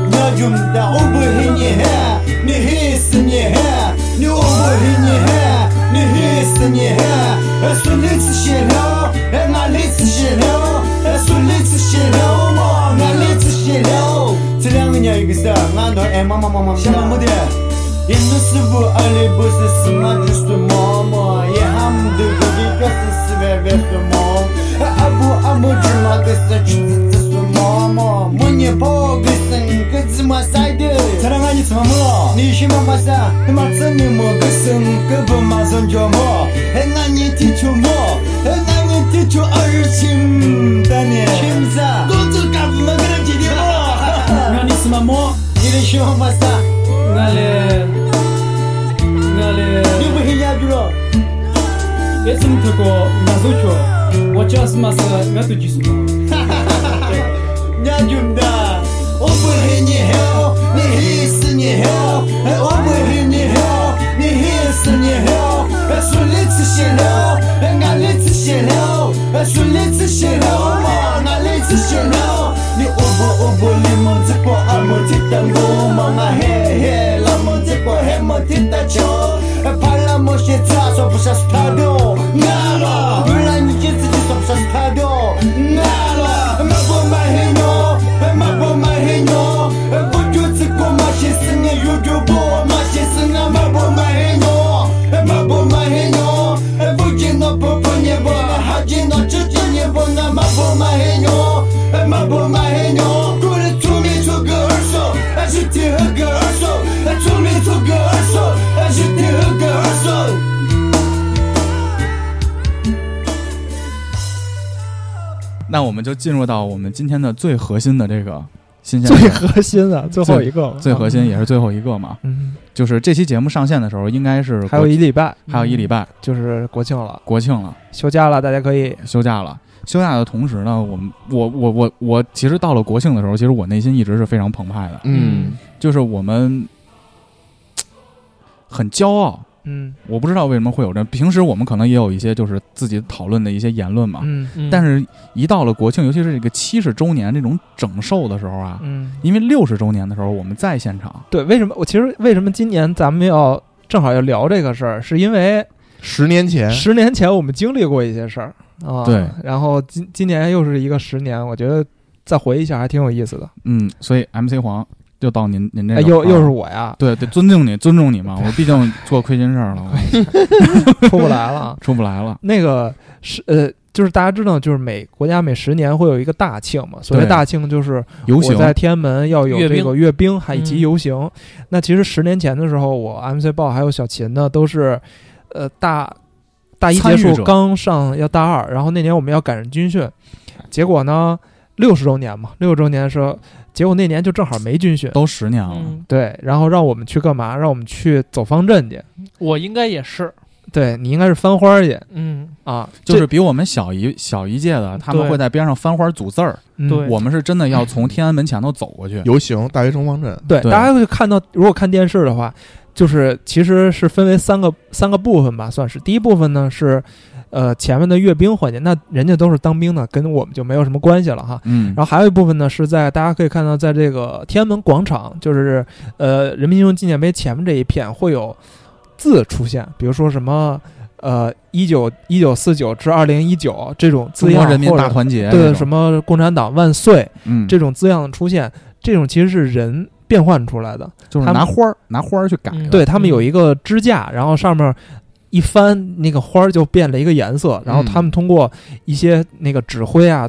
S9: Я дюм, да обыги не гэ, не гис не гэ, не обыги не гэ, не гис не гэ. Э, сулицы щелё, э, на лице щелё, э, сулицы щелё, ма, на лице щелё. Целя меня и гзда, надо, э, мама, мама, ща, мама, где? Енді сыбу әлі бұсы сына жүсті мама Я хамды гүді көсі сіве верді мам Абу абу жына көсі жүсті түсті мама Мұне богысын көзіма сайды Сараңа несі мама Не іші мамаса Марца не могысын көбі мазын жомо Әна не тичу мо Әна не тичу аршым Дәне Кімза Гонзу капы мағырым жиде мо Нәні сыма мо Не іші мамаса
S6: 那里那里
S9: Yubu hinya biro
S6: 也这么特过马足球，我叫什么是我都记住。
S9: Nyajumda Obu hinya hell Ni hisi ni hell Obu hinya hell Ni hisi ni hell Su litsi shi hell Nga litsi shi hell Su litsi shi hell Nga litsi shi hell Ni obu obu limo zipo Amo tita ngoma Nga he he Lamo zipo hemo tita cho Pala mo shi tsa So pusha stado Ngalo Gula ni kitsi ti So pusha stado Ngalo Mabo mahenyo Mabo mahenyo Bujo tsiko mashi singe yujo bo Mashi singe mabo mahenyo Mabo mahenyo Buji no popo niebo Na haji no chichi niebo Na e mabo mahenyo Mabo mahenyo Kure tumi chuga urso Ashiti huga urso Tumi chuga urso Ashiti huga urso
S3: 那我们就进入到我们今天的最核心的这个新
S4: 嗯
S3: 鲜
S4: 最
S3: 事
S4: 核心的最后一个嘛，
S3: 最核心也是最后一个嘛，
S4: 嗯，
S3: 就是这期节目上线的时候应该是国
S4: 还有一礼拜嗯
S3: 还有一礼拜
S4: 就是国庆了，
S3: 国庆了，
S4: 休假了，大家可以
S3: 休假了。休假的同时呢，我们我我我我其实到了国庆的时候，其实我内心一直是非常澎湃的，
S5: 嗯，
S3: 就是我们很骄傲。
S4: 嗯
S3: 我不知道为什么会有这，平时我们可能也有一些就是自己讨论的一些言论嘛，
S4: 嗯
S6: 嗯
S3: 但是一到了国庆，尤其是这个七十周年这种整寿的时候啊，
S4: 嗯，
S3: 因为六十周年的时候我们在现场，
S4: 对，为什么我其实为什么今年咱们要正好要聊这个事儿，是因为
S5: 十年前，
S4: 十年前我们经历过一些事儿啊，
S3: 哎对，
S4: 然后今今年又是一个十年，我觉得再回忆一下还挺有意思的。
S3: 嗯，所以 MC 黄就到您您这
S4: 哎，
S3: 个啊
S4: 又
S3: 块儿，
S4: 又是我呀
S3: 对对，尊敬你，尊重你嘛，我毕竟做亏心事儿了， 我
S4: 出不来了 啊。
S3: 出不来了，
S4: 那个是呃，就是大家知道，就是每国家每十年会有一个大庆嘛，所谓
S3: 对
S4: 大庆就是
S3: 游
S4: 我
S3: 行，
S4: 在天安门要有
S6: 阅
S4: 这
S6: 兵
S4: 个阅兵，还以及
S6: 嗯
S4: 游行。那其实十年前的时候，我 MC 豹还有小秦呢，都是呃大大一
S3: 参与
S4: 结束
S3: 者
S4: 刚上要大二，然后那年我们要赶上军训，结果呢六十周年嘛，六十周年的时候，结果那年就正好没军训。
S3: 都十年了，
S6: 嗯，
S4: 对，然后让我们去干嘛？让我们去走方阵去。
S6: 我应该也是，
S4: 对你应该是翻花去
S6: 嗯，
S4: 啊，
S3: 就是比我们小一小一届的，他们
S6: 对
S3: 会在边上翻花组字儿，
S4: 这
S6: 对
S3: 我们是真的要从天安门前头走过去，
S5: 游行大学城方阵，
S4: 对，
S3: 对
S4: 大家会看到，如果看电视的话，就是其实是分为三个三个部分吧，算是第一部分呢是，呃，前面的阅兵环节，那人家都是当兵的，跟我们就没有什么关系了哈。
S3: 嗯，
S4: 然后还有一部分呢，是在大家可以看到，在这个天安门广场，就是呃人民英雄纪念碑前面这一片会有字出现，比如说什么呃一九一九四九至二零一九这种字
S3: 中
S4: 样，
S3: 国人民
S4: 或者
S3: 大团结那种，
S4: 对什么共产党万岁，
S3: 嗯，
S4: 这种字样的出现，这种其实是人变换出来的。
S3: 就是
S4: 他们嗯
S3: 拿花儿拿花儿去改的。
S4: 对他们有一个支架，然后上面一翻，那个花儿就变了一个颜色，然后他们通过一些那个指挥啊，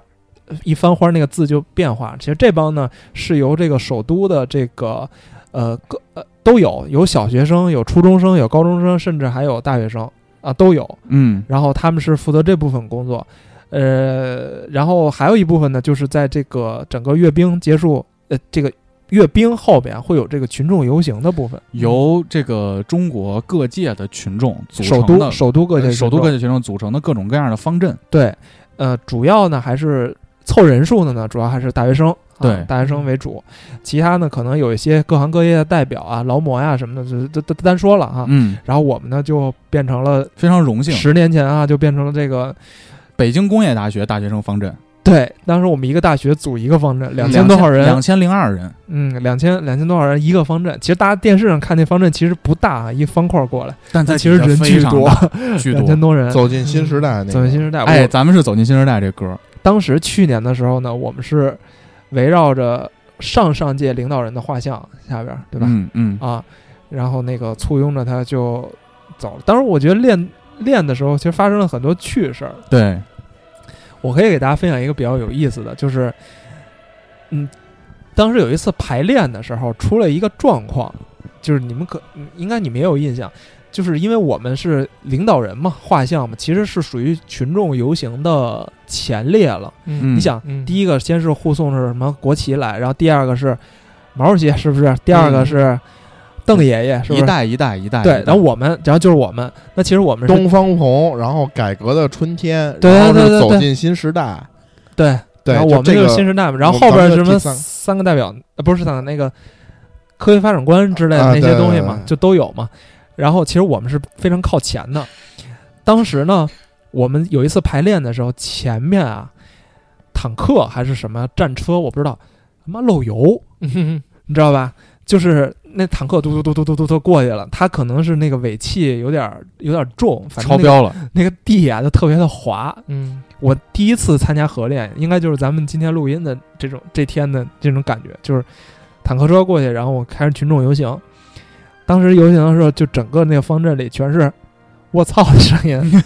S4: 一翻花儿那个字就变化。其实这帮呢是由这个首都的这个呃各呃都有，有小学生，有初中生，有高中生，甚至还有大学生啊都有。
S3: 嗯，
S4: 然后他们是负责这部分工作，呃，然后还有一部分呢，就是在这个整个阅兵结束，呃，这个阅兵后边会有这个群众游行的部分，嗯
S3: 由这个中国各界的群众组
S4: 首
S3: 成的
S4: 都首都各界
S3: 呃首都各
S4: 群众
S3: 界群众组成的各种各样的方阵。
S4: 对，呃，主要呢还是凑人数的呢，主要还是大学生。啊
S3: 对
S4: 大学生为主，其他呢可能有一些各行各业的代表啊、劳模呀、什么的，就就就单说了哈、啊
S3: 嗯，
S4: 然后我们呢就变成了
S3: 非常荣幸，
S4: 十年前啊，就变成了这个
S3: 北京工业大学大学生方阵
S4: 对，当时我们一个大学组一个方阵，两千
S3: 2000
S4: 多号人，
S3: 两千零二人。
S4: 嗯，两千两千多少人一个方阵，其实大家电视上看那方阵其实不大啊，一方块儿过来，
S3: 但在
S4: 其实
S3: 底下
S4: 人
S3: 非
S4: 巨
S3: 常
S4: 多
S3: 大， 巨
S4: 两千
S3: 多。
S4: 多人。
S5: 走进新时代那个，
S4: 走进新时代，
S3: 哎，
S4: 我
S3: 咱们是走进新时代这歌儿，
S4: 当时去年的时候呢，我们是围绕着上上届领导人的画像下边儿，对吧？
S3: 嗯嗯，
S4: 啊，然后那个簇拥着他就走了。当时我觉得练练的时候，其实发生了很多趣事儿，
S3: 对，
S4: 我可以给大家分享一个比较有意思的，就是，嗯，当时有一次排练的时候出了一个状况，就是你们可嗯应该你们也有印象，就是因为我们是领导人嘛，画像嘛，其实是属于群众游行的前列了。
S3: 嗯
S4: 你想，
S6: 嗯
S4: 第一个先是护送着什么国旗来，然后第二个是毛主席，是不是？第二个是邓爷爷，是不
S3: 嗯一
S4: 是？
S3: 代一代一代。
S4: 对
S3: 一代，
S4: 然后我们，然后就是我们，那其实我们是
S5: 东方红，然后改革的春天，
S4: 对
S5: 然后
S4: 对
S5: 是
S4: 对
S5: 走
S4: 对
S5: 进新时代，
S4: 对
S5: 对，
S4: 然后我们
S5: 这
S4: 就是
S5: 个
S4: 新时代嘛，然后
S5: 我们
S4: 后边
S5: 咱
S4: 什么
S5: 们这三个
S4: 三个代表，呃，不是三个那个科学发展观之类
S5: 啊
S4: 的那
S5: 对
S4: 些
S5: 对
S4: 东西
S5: 对
S4: 嘛
S5: 对，
S4: 就都有嘛。然后其实我们是非常靠前的。当时呢，我们有一次排练的时候，前面啊，坦克还是什么战车，我不知道，他妈漏 油，你知道吧？就是那坦克嘟嘟嘟嘟嘟嘟嘟过去了，它可能是那个尾气有点儿有点儿重，反正
S3: 超
S4: 那个
S3: 标了，
S4: 那个地啊就特别的滑，
S6: 嗯
S4: 我第一次参加合练，应该就是咱们今天录音的这种这天的这种感觉，就是坦克车过去，然后我开始群众游行。当时游行的时候，就整个那个方阵里全是“我操”的声音，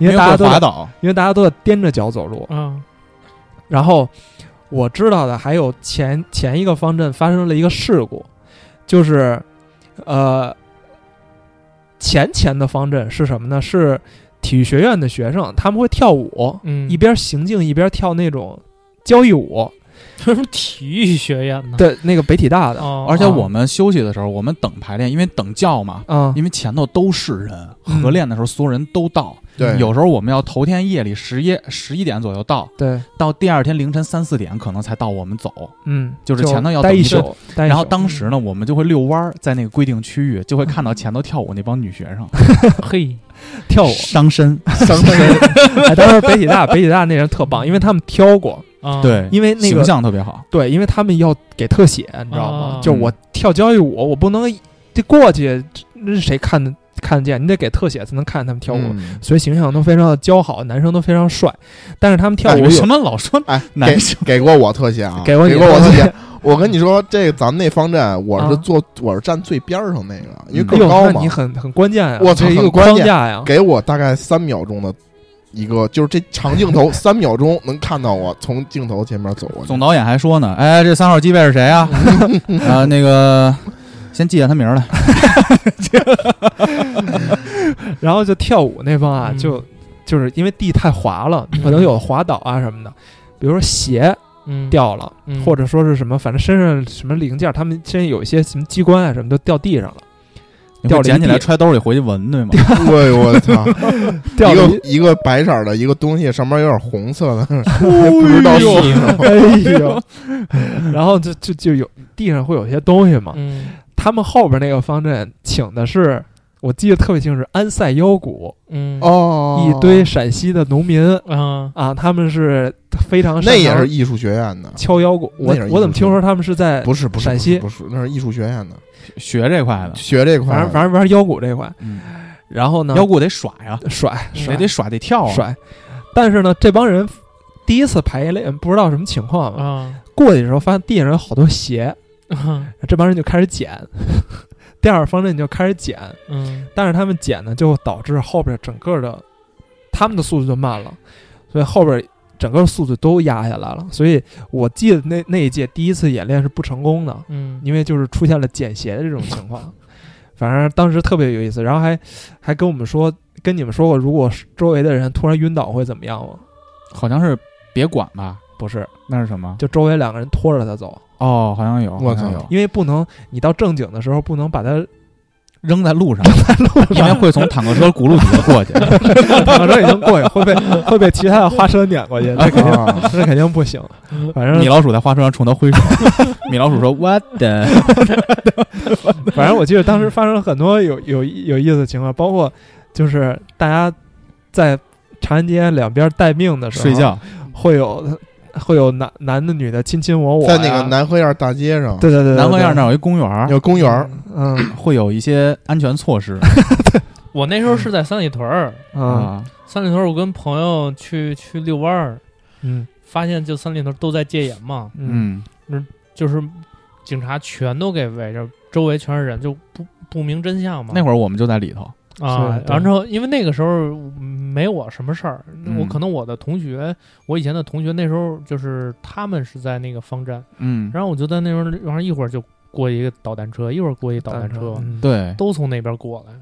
S4: 因为大家
S3: 会
S4: 都在
S3: 滑
S4: 啊
S3: 倒。
S4: 因为大家都在踮着脚走路。
S6: 啊
S4: 然后我知道的还有前前一个方阵发生了一个事故，就是呃前前的方阵是什么呢？是体育学院的学生，他们会跳舞，
S6: 嗯，
S4: 一边行进一边跳那种交谊舞，
S6: 什么体育学院呢？
S4: 对，那个北体大的，
S6: 嗯哦，
S3: 而且我们休息的时候，我们等排练，因为等叫嘛，
S4: 啊，
S6: 嗯
S3: 因为前头都是人，
S4: 嗯
S3: 合练的时候所有人都到。
S5: 对
S3: 有时候我们要头天夜里十一十一点左右到，
S4: 对，
S3: 到第二天凌晨三四点可能才到我们走。
S4: 嗯，
S3: 就是前头要
S4: 待
S3: 等
S4: 一
S3: 一阵
S4: 宿，待一
S3: 然后
S4: 宿
S3: 当时呢，我们就会遛弯儿，在那个规定区域，就会看到前头跳舞那帮女学生
S6: 啊嘿，
S4: 跳舞，啊
S3: 伤身。
S5: 伤身，
S4: 哎，当时北体大 北体大那人特
S6: 嗯
S4: 棒，因为他们挑过，
S6: 啊，
S3: 对，
S4: 因为那
S3: 形
S4: 个
S3: 象特别好。
S4: 对，因为他们要给特写，你知道吗？
S6: 啊
S4: 就我跳交谊舞，我不能这过去，这谁看得看得见？你得给特写才能看见他们跳舞。
S5: 嗯
S4: 所以形象都非常的姣好，男生都非常帅，但是他们跳
S5: 哎
S4: 舞
S3: 为
S4: 有
S3: 什么老说
S5: 哎，
S3: 男生
S5: 给给过我特写啊，
S4: 给
S5: 给
S4: 过你
S5: 过我
S4: 特
S5: 特
S4: 写
S5: 写。我跟你说，这咱们那方阵，我是
S4: 啊
S5: 坐，我是站最边儿上那个，因为
S3: 嗯
S5: 更
S4: 哟
S5: 高
S4: 哎那
S5: 嘛
S4: 你。很很关键呀、
S5: 我操
S4: 这是一个
S5: 很关
S4: 框
S5: 键
S4: 架呀、
S5: 给我大概三秒钟的一个，就是这长镜 头三秒钟能看到我从镜头前面走过去。
S3: 总导演还说呢，哎，这三号机位是谁啊？ 啊，那个先记下他名儿来。
S4: 然后就跳舞那帮啊，
S6: 嗯
S4: 就就是因为地太滑了，可能有滑倒啊什么的，比如说鞋
S6: 嗯，
S4: 掉了，
S6: 嗯
S4: 或者说是什么，反正身上什么零件，他们身上有一些什么机关啊什么都掉地上了，
S3: 你
S4: 掉
S3: 会
S4: 了一
S3: 捡起来
S4: 地
S3: 揣兜里回去闻，对吗？
S5: 哎呦我操！
S4: 掉
S5: 一
S4: 了
S5: 个
S4: 一。
S5: 一个白色儿的一个东西，上面有点红色的，不知道是什么。
S4: 哎呦，然后就就就有地上会有一些东西嘛。
S6: 嗯
S4: 他们后边那个方阵请的是，我记得特别清楚，安塞腰鼓，
S6: 嗯
S5: 哦，
S4: 一堆陕西的农民
S6: 啊，
S4: 啊，他们是非常
S5: 那
S4: 擅
S5: 也
S4: 长
S5: 是艺术学院的，
S4: 敲腰鼓。我
S5: 那也是艺术
S4: 我怎么听说他们是在
S5: 不是不是
S4: 陕西
S5: 不是不是那是艺术学院的，
S3: 学这块 的，
S5: 学这块
S4: 反
S5: 儿
S4: 正反正玩腰鼓这一块，
S3: 嗯
S4: 然后呢，
S3: 腰鼓得甩呀，
S4: 甩
S3: 谁
S4: 甩
S3: 得甩得跳啊。
S4: 甩，但是呢，这帮人第一次排练不知道什么情况嘛，
S6: 啊
S4: 过去的时候发现地上有好多鞋，
S6: 嗯
S4: 这帮人就开始捡， 第二方阵就开始捡，
S6: 嗯
S4: 但是他们捡呢，就导致后边整个的他们的速度就慢了，所以后边整个速度都压下来了。所以我记得那那一届第一次演练是不成功的，
S6: 嗯
S4: 因为就是出现了捡鞋的这种情况。 反正当时特别有意思，然后还还跟我们说，跟你们说过，如果是周围的人突然晕倒会怎么样吗？
S3: 好像是别管吧？
S4: 不是，
S3: 那是什么？
S4: 就周围两个人拖着他走，
S3: 哦，好像有，
S5: 我
S3: 好
S5: 操
S3: 像有，
S4: 因为不能你到正经的时候不能把 他
S3: 扔在 路上，因为会从坦克车轱辘底下过去。
S4: 坦克车已经过去，会被会被其他的花车碾过 去，这肯定
S5: 啊，
S4: 这肯定不行。反正
S3: 米老鼠在花车上冲他挥 手，米老鼠说：“What the？”
S4: 反正我记得当时发生了很多有有有意思的情况，包括就是大家在长安街两边待命的时候，
S3: 睡觉，
S4: 会有会有男男的女的亲亲我我呀，
S5: 在那个南河沿大街上
S4: 对对对对
S3: 南河沿那
S4: 儿
S3: 儿有一公园儿，
S5: 有公园儿，
S4: 嗯
S3: 会有一些安全措施
S6: 我那时候是在三里屯儿，
S4: 嗯
S3: 啊。
S6: 三里屯儿我跟朋友去去遛弯儿，
S4: 嗯
S6: 发现就三里屯儿都在戒严嘛，
S4: 嗯
S3: 嗯，
S6: 就是警察全都给围着，周围全是人，就不不明真相嘛。
S3: 那会儿我们就在里头，
S6: 啊
S4: 是，对
S6: 完之后，因为那个时候没我什么事儿，
S3: 嗯
S6: 我可能我的同学，我以前的同学那时候就是他们是在那个方站，
S3: 嗯，
S6: 然后我就在那边，然后一会儿就过一个导弹车，一会儿过一导弹车，
S4: 嗯
S3: 对，
S6: 都从那边过来。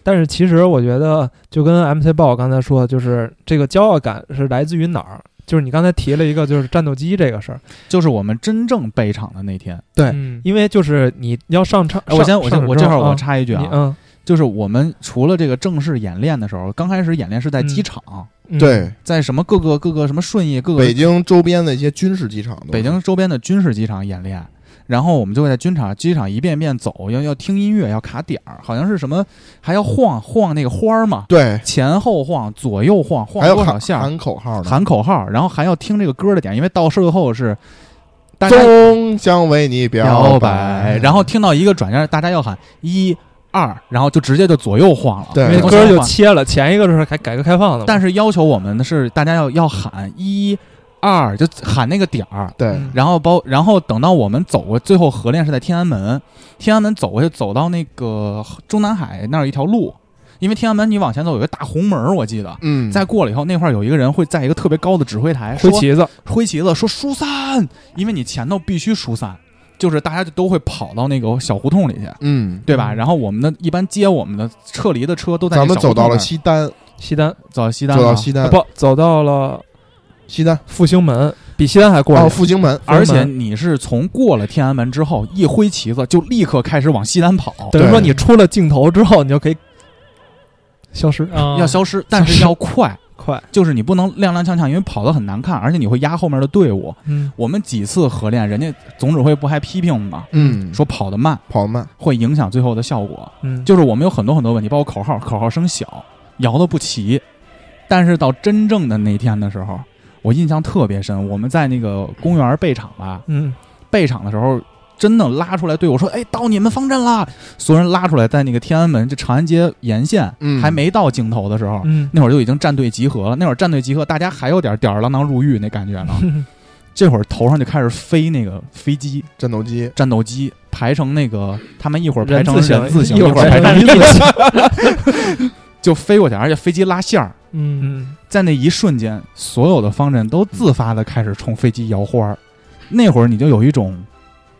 S4: 但是其实我觉得，就跟 MC 豹刚才说的，就是这个骄傲感是来自于哪儿？就是你刚才提了一个，就是战斗机这个事儿，
S3: 就是我们真正备场的那天。
S4: 对
S6: 嗯
S4: 因为就是你要上场，
S3: 哎，我先
S4: 上
S3: 我
S4: 上
S3: 先
S4: 场
S3: 我
S4: 之
S3: 这会儿我
S4: 啊
S3: 插一句
S4: 你
S3: 啊，
S4: 嗯
S3: 就是我们除了这个正式演练的时候，刚开始演练是在机
S6: 嗯
S3: 场，
S6: 嗯，
S5: 对，
S3: 在什么各个各个什么顺义各个
S5: 北京周边的一些军事机场都是，
S3: 北京周边的军事机场演练，然后我们就会在军场机场一遍遍走，要要听音乐，要卡点儿，好像是什么还要晃晃那个花儿嘛，
S5: 对，
S3: 前后晃，左右晃，晃
S5: 还有
S3: 多少
S5: 喊
S3: 下，
S5: 喊口号呢，
S3: 喊口号，然后还要听这个歌的点，因为到最后是大家
S5: 终将为你
S3: 摇
S5: 表
S3: 摆，然后听到一个转向，大家要喊一二，然后就直接就左右晃了，
S5: 对
S3: 因
S4: 那
S3: 为
S4: 歌儿就
S3: 晃
S4: 切了，前一个是改改革开放的嘛，
S3: 但是要求我们的是大家要要喊一二，就喊那个点儿。
S5: 对
S4: 嗯
S3: 然后包，然后等到我们走过，最后合练是在天安门，天安门走过去，走到那个中南海那儿有一条路，因为天安门你往前走有一个大红门儿，我记得。
S5: 嗯，
S3: 再过了以后，那块儿有一个人会在一个特别高的指挥台
S4: 挥
S3: 说
S4: 旗子，
S3: 挥旗子，说疏散，因为你前头必须疏散，就是大家就都会跑到那个小胡同里去，
S5: 嗯，
S3: 对吧？
S4: 嗯
S3: 然后我们的一般接我们的撤离的车都在那
S5: 咱们
S3: 小胡
S5: 走到
S3: 同那
S5: 了
S3: 儿
S5: 西单，
S4: 西单
S3: 走到西
S5: 走
S3: 单
S5: 到
S3: 了
S5: 西
S4: 啊
S5: 单，
S4: 不走到了
S5: 西单
S4: 复兴门，比西单还过去。
S5: 哦，复兴门，
S3: 而且你是从过了天安门之后，一挥旗子就立刻开始往西单跑，
S4: 等于
S5: 对
S4: 说你出了镜头之后，你就可以消失，
S6: 啊，
S3: 要消失，但是要快，
S4: 快，
S3: 就是你不能踉踉跄跄，因为跑得很难看，而且你会压后面的队伍。
S4: 嗯，
S3: 我们几次合练，人家总指挥不还批评我们吗？
S5: 嗯，
S3: 说跑得慢
S5: 跑得慢，
S3: 会影响最后的效果，
S4: 嗯，
S3: 就是我们有很多很多问题，包括口号，口号声小，摇的不齐。但是到真正的那天的时候，我印象特别深，我们在那个公园备场吧，
S4: 嗯，
S3: 备场的时候，真的拉出来队伍说：“哎，到你们方阵啦！”所有人拉出来，在那个天安门就长安街沿线，
S5: 嗯
S3: 还没到镜头的时候，
S4: 嗯，
S3: 那会儿就已经战队集合了。那会儿战队集合，大家还有点吊儿郎当入狱那感 觉呢。这会儿头上就开始飞那个飞机、
S5: 战斗机，
S3: 战斗机，排成那个他们一会儿排
S4: 人
S3: 成
S4: 字形，
S3: 人字形，
S4: 一
S3: 一
S4: 会
S3: 会儿
S4: 儿
S3: 排
S4: 排
S3: 成
S4: 成一字形，
S3: 就飞过去，而且飞机拉线儿。
S6: 嗯，
S4: 嗯，
S3: 在那一瞬间，所有的方阵都自发的开始冲飞机摇花儿。那会儿你就有一种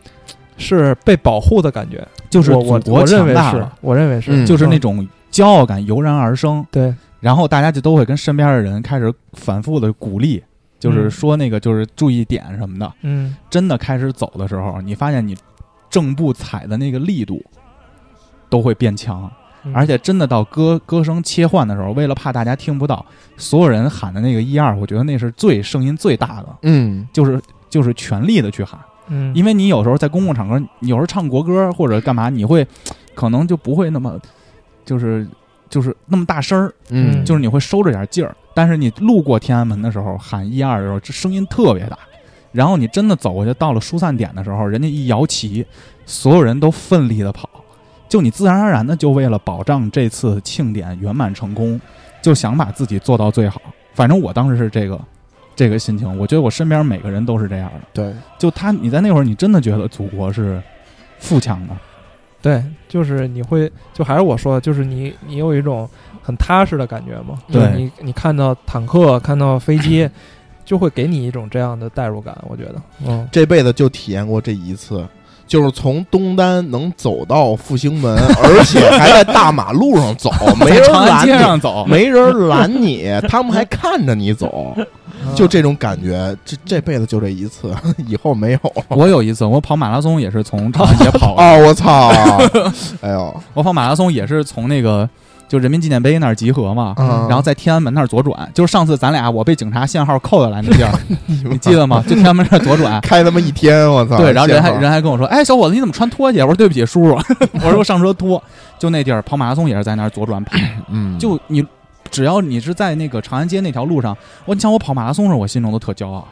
S4: 是被保护的感觉，
S3: 就是
S4: 我我
S3: 祖国
S4: 我认
S3: 强
S4: 为
S3: 大
S4: 是
S3: 了，，
S4: 我认为是，
S5: 嗯
S3: 就是那种骄傲感油然而生，
S4: 对，
S3: 然后大家就都会跟身边的人开始反复的鼓励，就是说那个就是注意点什么的。
S4: 嗯，
S3: 真的开始走的时候，你发现你正步踩的那个力度都会变强，
S6: 嗯
S3: 而且真的到歌歌声切换的时候，为了怕大家听不到，所有人喊的那个一二，我觉得那是最声音最大的，
S5: 嗯，
S3: 就是就是全力的去喊。
S4: 嗯，
S3: 因为你有时候在公共场合，你有时候唱国歌或者干嘛，你会可能就不会那么就是就是那么大声儿，
S4: 嗯
S3: 就是你会收着点劲儿。但是你路过天安门的时候，喊一二的时候，这声音特别大。然后你真的走过去到了疏散点的时候，人家一摇旗，所有人都奋力的跑，就你自然而然的就为了保障这次庆典圆满成功，就想把自己做到最好。反正我当时是这个这个心情。我觉得我身边每个人都是这样的。
S5: 对，
S3: 就他，你在那会儿，你真的觉得祖国是富强的。
S4: 对，就是你会，就还是我说的，就是你你有一种很踏实的感觉嘛。
S3: 对
S4: 就是你你看到坦克，看到飞机，就会给你一种这样的代入感。我觉得，嗯，
S5: 这辈子就体验过这一次，就是从东单能走到复兴门，而且还在大马路上走，没
S3: 在
S5: 人
S3: 长安街
S5: 拦
S3: 上走
S5: 你，，没人拦你， 他们还看着你走，就这种感觉，这这辈子就这一次， 以后没有了。
S3: 我有一次，我跑马拉松也是从长安街跑的，
S5: 哦，我操！ 哎呦，
S3: 我跑马拉松也是从那个就人民纪念碑那儿集合嘛，
S5: 嗯。
S3: 然后在天安门那儿左转。就是上次咱俩我被警察限号扣下来那地 儿，你记得吗？就天安门那儿左转
S5: 开他妈一天，我操！
S3: 对，然后人还
S5: 幸好
S3: 人还跟我说：“哎，小伙子，你怎么穿拖鞋？”我说：“对不起，叔叔。” 我说：“我上车多。”就那地儿跑马拉松也是在那儿左转跑。
S5: 嗯，
S3: 就你只要你是在那个长安街那条路上，我你像我跑马拉松的时，候，我心中都特骄傲。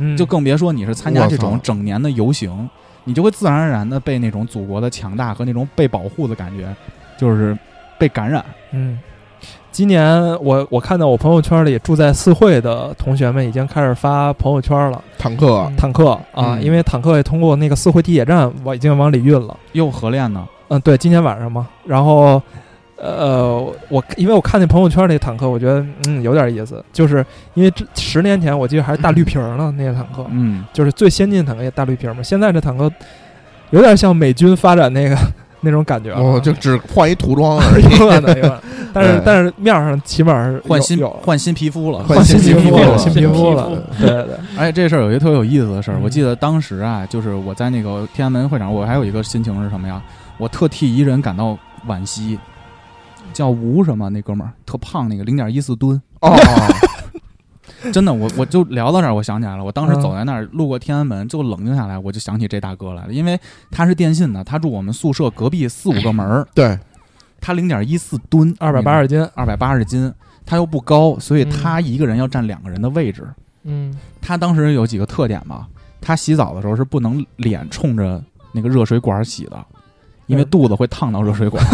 S4: 嗯
S3: 就更别说你是参加这
S5: 我
S3: 种
S5: 操
S3: 整年的游行，你就会自然而然的被那种祖国的强大和那种被保护的感觉，就是被感染。
S4: 嗯，今年我我看到我朋友圈里住在四惠的同学们已经开始发朋友圈了，
S5: 坦克，
S4: 坦克啊，
S3: 嗯
S4: 因为坦克也通过那个四惠地铁站往已经往里运了。
S3: 又何练呢？
S4: 嗯，对，今天晚上嘛，然后。呃，我因为我看那朋友圈那坦克，我觉得嗯有点意思，就是因为这十年前我记得还是大绿瓶儿呢，那个坦克，
S3: 嗯，
S4: 就是最先进的坦克也大绿瓶儿嘛。现在这坦克有点像美军发展那个 那种感觉啊
S3: 啊
S4: 了，
S3: 哦
S5: 哦我就只换一涂装而已。
S4: 有可嗯能有可能 但是
S5: 对
S4: 但是面儿上起码是
S3: 换
S4: 有
S3: 新
S4: 有
S3: 换新皮肤了，
S5: 换新
S4: 新
S5: 皮肤
S4: 了，
S5: 了
S4: 新皮肤了，对对 对，
S3: 而且这事儿有一个特别有意思的事儿，
S4: 嗯
S3: 我记得当时啊，就是我在那个天安门会场，我还有一个心情是什么呀？我特替一人感到惋惜，叫吴什么那哥们儿，特胖那个零点一四吨，
S5: 哦，
S3: 真的，我我就聊到这儿，我想起来了，我当时
S4: 嗯
S3: 走在那儿，路过天安门，就冷静下来，我就想起这大哥来了，因为他是电信的，他住我们宿舍隔壁四五个门儿，
S5: 对，
S3: 他零点一四吨，
S4: 二百八十斤，
S3: 二百八十斤，他又不高，所以他一个人要占两个人的位置。
S6: 嗯，
S3: 他当时有几个特点吧，他洗澡的时候是不能脸冲着那个热水管洗的。因为
S4: 嗯
S3: 肚子会烫到热水管，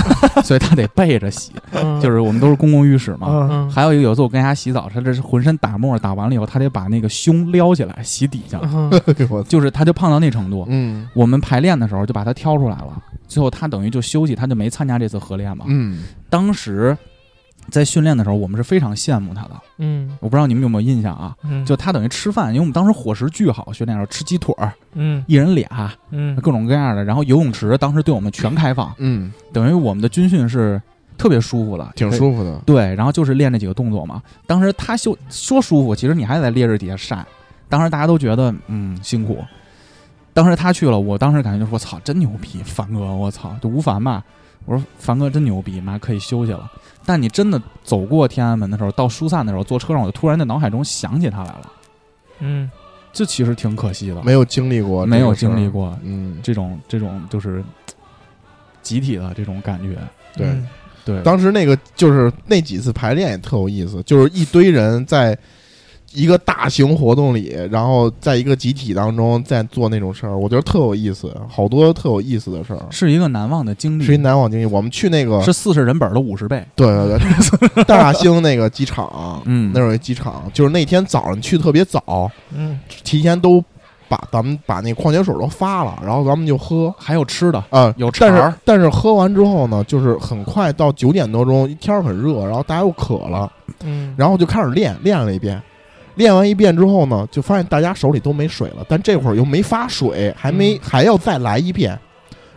S3: 所以他得背着洗。 就是是我们都是公共浴室嘛，
S4: 嗯，
S6: 嗯，
S3: 还有一个，有一次我跟人家洗澡，他这是浑身打沫，打完了以后，他得把那个胸撩起来洗底下，
S6: 嗯
S5: 我操，
S3: 就是他就胖到那程度。
S5: 嗯
S3: 我们排练的时候就把他挑出来了，最后他等于就休息，他就没参加这次合练嘛。
S5: 嗯，
S3: 当时在训练的时候，我们是非常羡慕他的。
S6: 嗯
S3: 我不知道你们有没有印象啊？
S4: 嗯
S3: 就他等于吃饭，因为我们当时伙食巨好，训练的时候吃鸡腿儿，
S4: 嗯
S3: 一人俩，
S4: 嗯
S3: 各种各样的。然后游泳池当时对我们全开放，
S5: 嗯，
S3: 等于我们的军训是特别舒服的，
S5: 挺
S3: 可以
S5: 舒服的。
S3: 对，然后就是练这几个动作嘛。当时他休说舒服，其实你还在烈日底下晒。当时大家都觉得嗯辛苦。当时他去了，我当时感觉就是我操，真牛逼，凡哥，我操，就吴凡吧。我说凡哥真牛逼，妈可以休息了。但你真的走过天安门的时候，到疏散的时候，坐车上，我就突然在脑海中想起他来了。
S4: 嗯
S3: 这其实挺可惜的，
S5: 没有经历过，
S3: 啊没有经历，过
S5: 嗯，
S3: 这种这种就是嘖集体的这种感觉。
S5: 对。
S4: 嗯
S3: 对，
S5: 当时那个就是那几次排练也特有意思，就是一堆人在一个大型活动里，然后在一个集体当中在做那种事儿，我觉得特有意思，好多特有意思的事儿，
S3: 是一个难忘的经历，
S5: 是一难忘经历。我们去那个
S3: 是四十人本的五十倍。
S5: 对对 对大兴那个机场，
S3: 嗯
S5: 那儿有一机场，就是那天早上去特别早，
S4: 嗯
S5: 提前都把咱们把那矿泉水都发了，然后咱们就喝。
S3: 还有吃的，
S5: 啊，
S3: 有肠
S5: 但
S3: 儿
S5: 是但是喝完之后呢，就是很快到九点多钟，天儿很热，然后大家又渴了，
S6: 嗯，
S5: 然后就开始练，练了一遍，练完一遍之后呢，就发现大家手里都没水了，但这会儿又没发水，还没、还要再来一遍。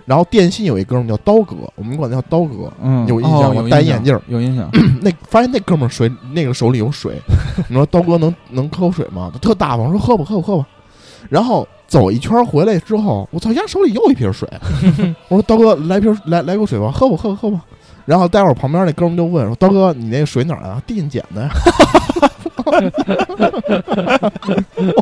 S5: 然后电信有一哥们儿叫刀哥，我们管他叫刀哥，
S3: 嗯，
S5: 有印象
S3: 哦
S5: 我
S3: 有
S5: 戴
S3: 印象
S5: 眼镜儿
S3: 有印象。
S5: 那发现那哥们儿水那个手里有水，你说刀哥能能喝口水吗？他特大方，说喝吧喝吧喝吧。然后走一圈儿回来之后，我操，丫手里又一瓶水。我说刀哥来瓶来来口水吧，喝吧喝吧喝吧。然后待会儿旁边那哥们儿就问说：“刀哥，你那水哪儿啊？地上捡的呀？”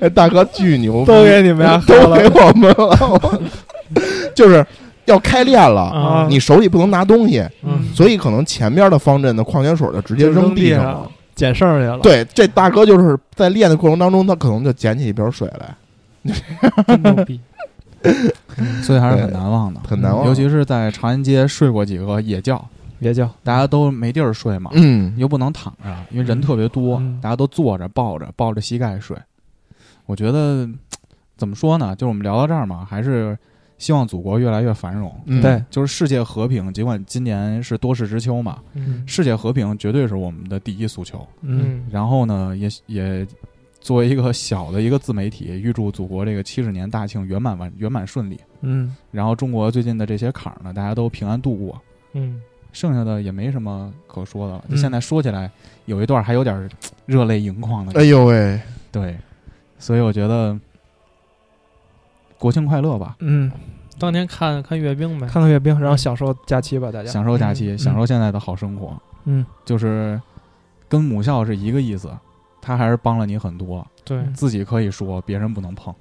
S5: 哎大哥巨牛逼，
S4: 都给你们家喝
S5: 都
S4: 了
S5: 给我们了， 就是要开练了，
S6: 啊，
S5: 你手里不能拿东西，
S6: 嗯
S5: 所以可能前边的方阵的矿泉水就直接扔地上
S4: 就扔地
S5: 了。
S4: 捡剩儿去了，
S5: 对，这大哥就是在练的过程当中，他可能就捡起一瓶水来，
S6: 真牛逼，
S3: 嗯 所以还是很难忘的，嗯
S5: 很难忘。
S3: 尤其是在长安街睡过几个野觉，
S4: 别叫，
S3: 大家都没地儿睡嘛，
S5: 嗯，
S3: 又不能躺着，因为人特别多，
S4: 嗯
S3: 大家都坐着、抱着、抱着膝盖睡。我觉得怎么说呢？就是我们聊到这儿嘛，还是希望祖国越来越繁荣。
S5: 嗯
S4: 对，
S3: 就是世界和平，尽管今年是多事之秋嘛，
S4: 嗯
S3: 世界和平绝对是我们的第一诉求。
S4: 嗯，
S3: 然后呢，也也作为一个小的一个自媒体，预祝祖国这个七十年大庆圆满完圆满顺利。
S4: 嗯
S3: 然后中国最近的这些坎儿呢，大家都平安度过。
S6: 嗯，
S3: 剩下的也没什么可说的了。
S4: 嗯
S3: 就现在说起来，有一段还有点儿热泪盈眶的感
S5: 哎
S3: 觉。
S5: 呦喂，
S3: 对，所以我觉得国庆快乐吧，
S4: 嗯，
S6: 当年看看阅兵呗，
S4: 看看阅兵，然后享受假期吧，大家。
S3: 享受假期，
S4: 嗯
S3: 享受现在的好生活，
S4: 嗯
S3: 就是跟母校是一个意思。他还是帮了你很多，
S6: 对，
S4: 嗯
S3: 自己可以说，别人不能碰。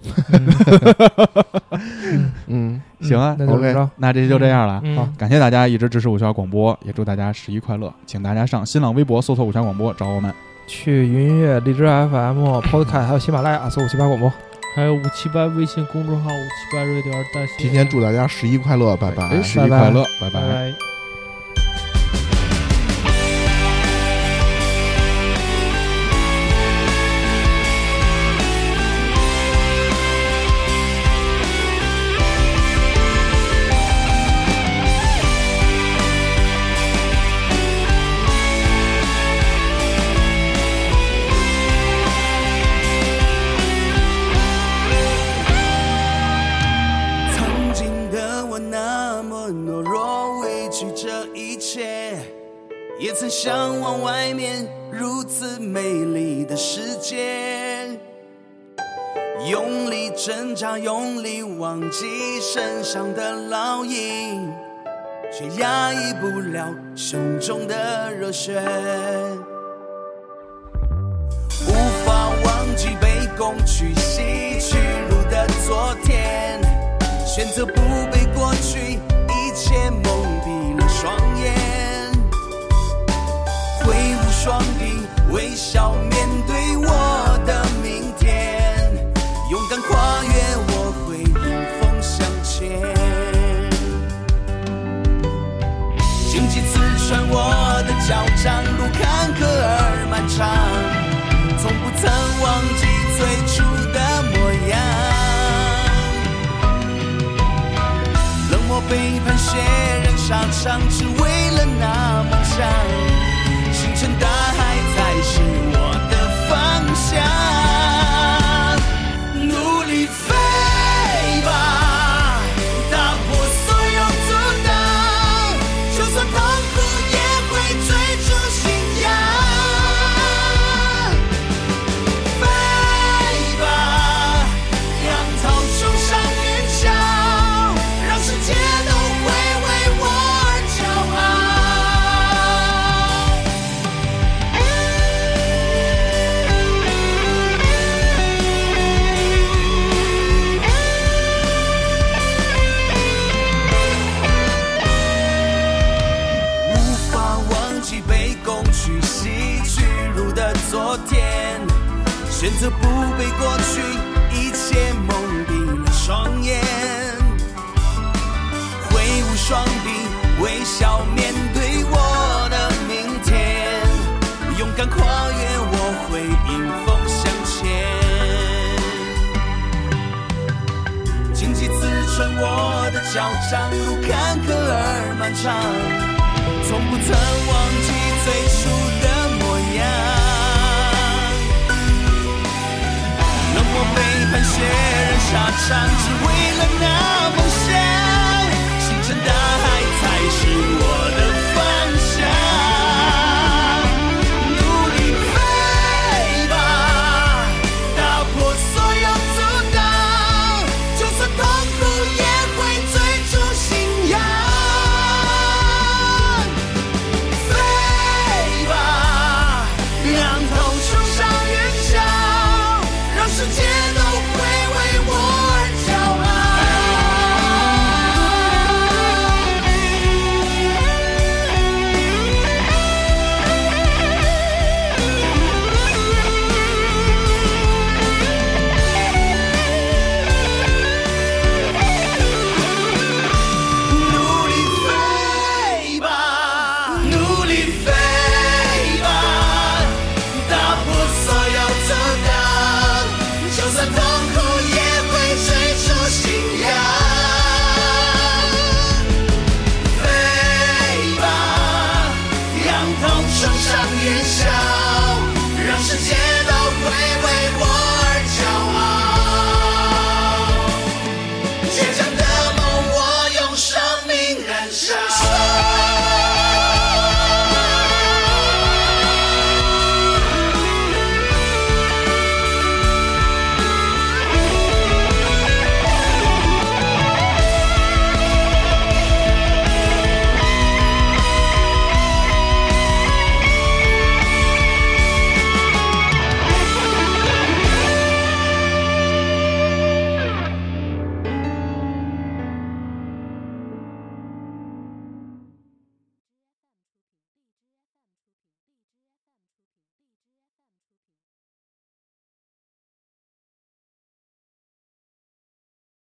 S5: 嗯，
S3: 行啊，
S4: 那就这
S5: OK
S4: 么着，
S3: 那这就这样了。
S6: 嗯，
S3: 感谢大家一直支持五七八广播，也祝大家十一快乐。请大家上新浪微博搜索“五七八广播”找我们。
S4: 去云音乐、荔枝 FM、Podcast 还有喜马拉雅搜五七八广播。
S6: 还有五七八微信公众号五七八 radio 大写
S5: 提前祝大家十一快乐，拜拜。
S3: 哎十一快乐，拜
S6: 拜拜。
S9: 曾经的我那么懦弱，畏惧这一切，也曾向往外面如此美丽的世界，用力挣扎，用力忘记身上的烙印，却压抑不了胸中的热血。无法忘记卑躬屈膝屈辱的昨天，选择不被过去一切蒙蔽了双眼，挥舞双臂，微笑面对我的明天，勇敢跨越，我会迎风向前。荆棘刺穿我的脚掌，路坎坷而漫长，从不曾忘记最初的模样。冷漠背叛，血染沙场，只为了那梦想。星辰大海才是我的方向。努力飞吧，打破所有阻挡，就算痛苦也会追逐信仰。飞吧，扬涛冲上云霄，让世界都会为我而骄傲。无法忘记卑躬屈膝屈辱的昨天，选择不被过去一切蒙蔽了双眼，挥舞双臂，微笑面对我的明天，勇敢跨越，我会迎风向前。荆棘刺穿我的脚掌，路坎坷而漫长，从不曾忘记最初的模样。冷漠背叛，血染沙场，只为了那梦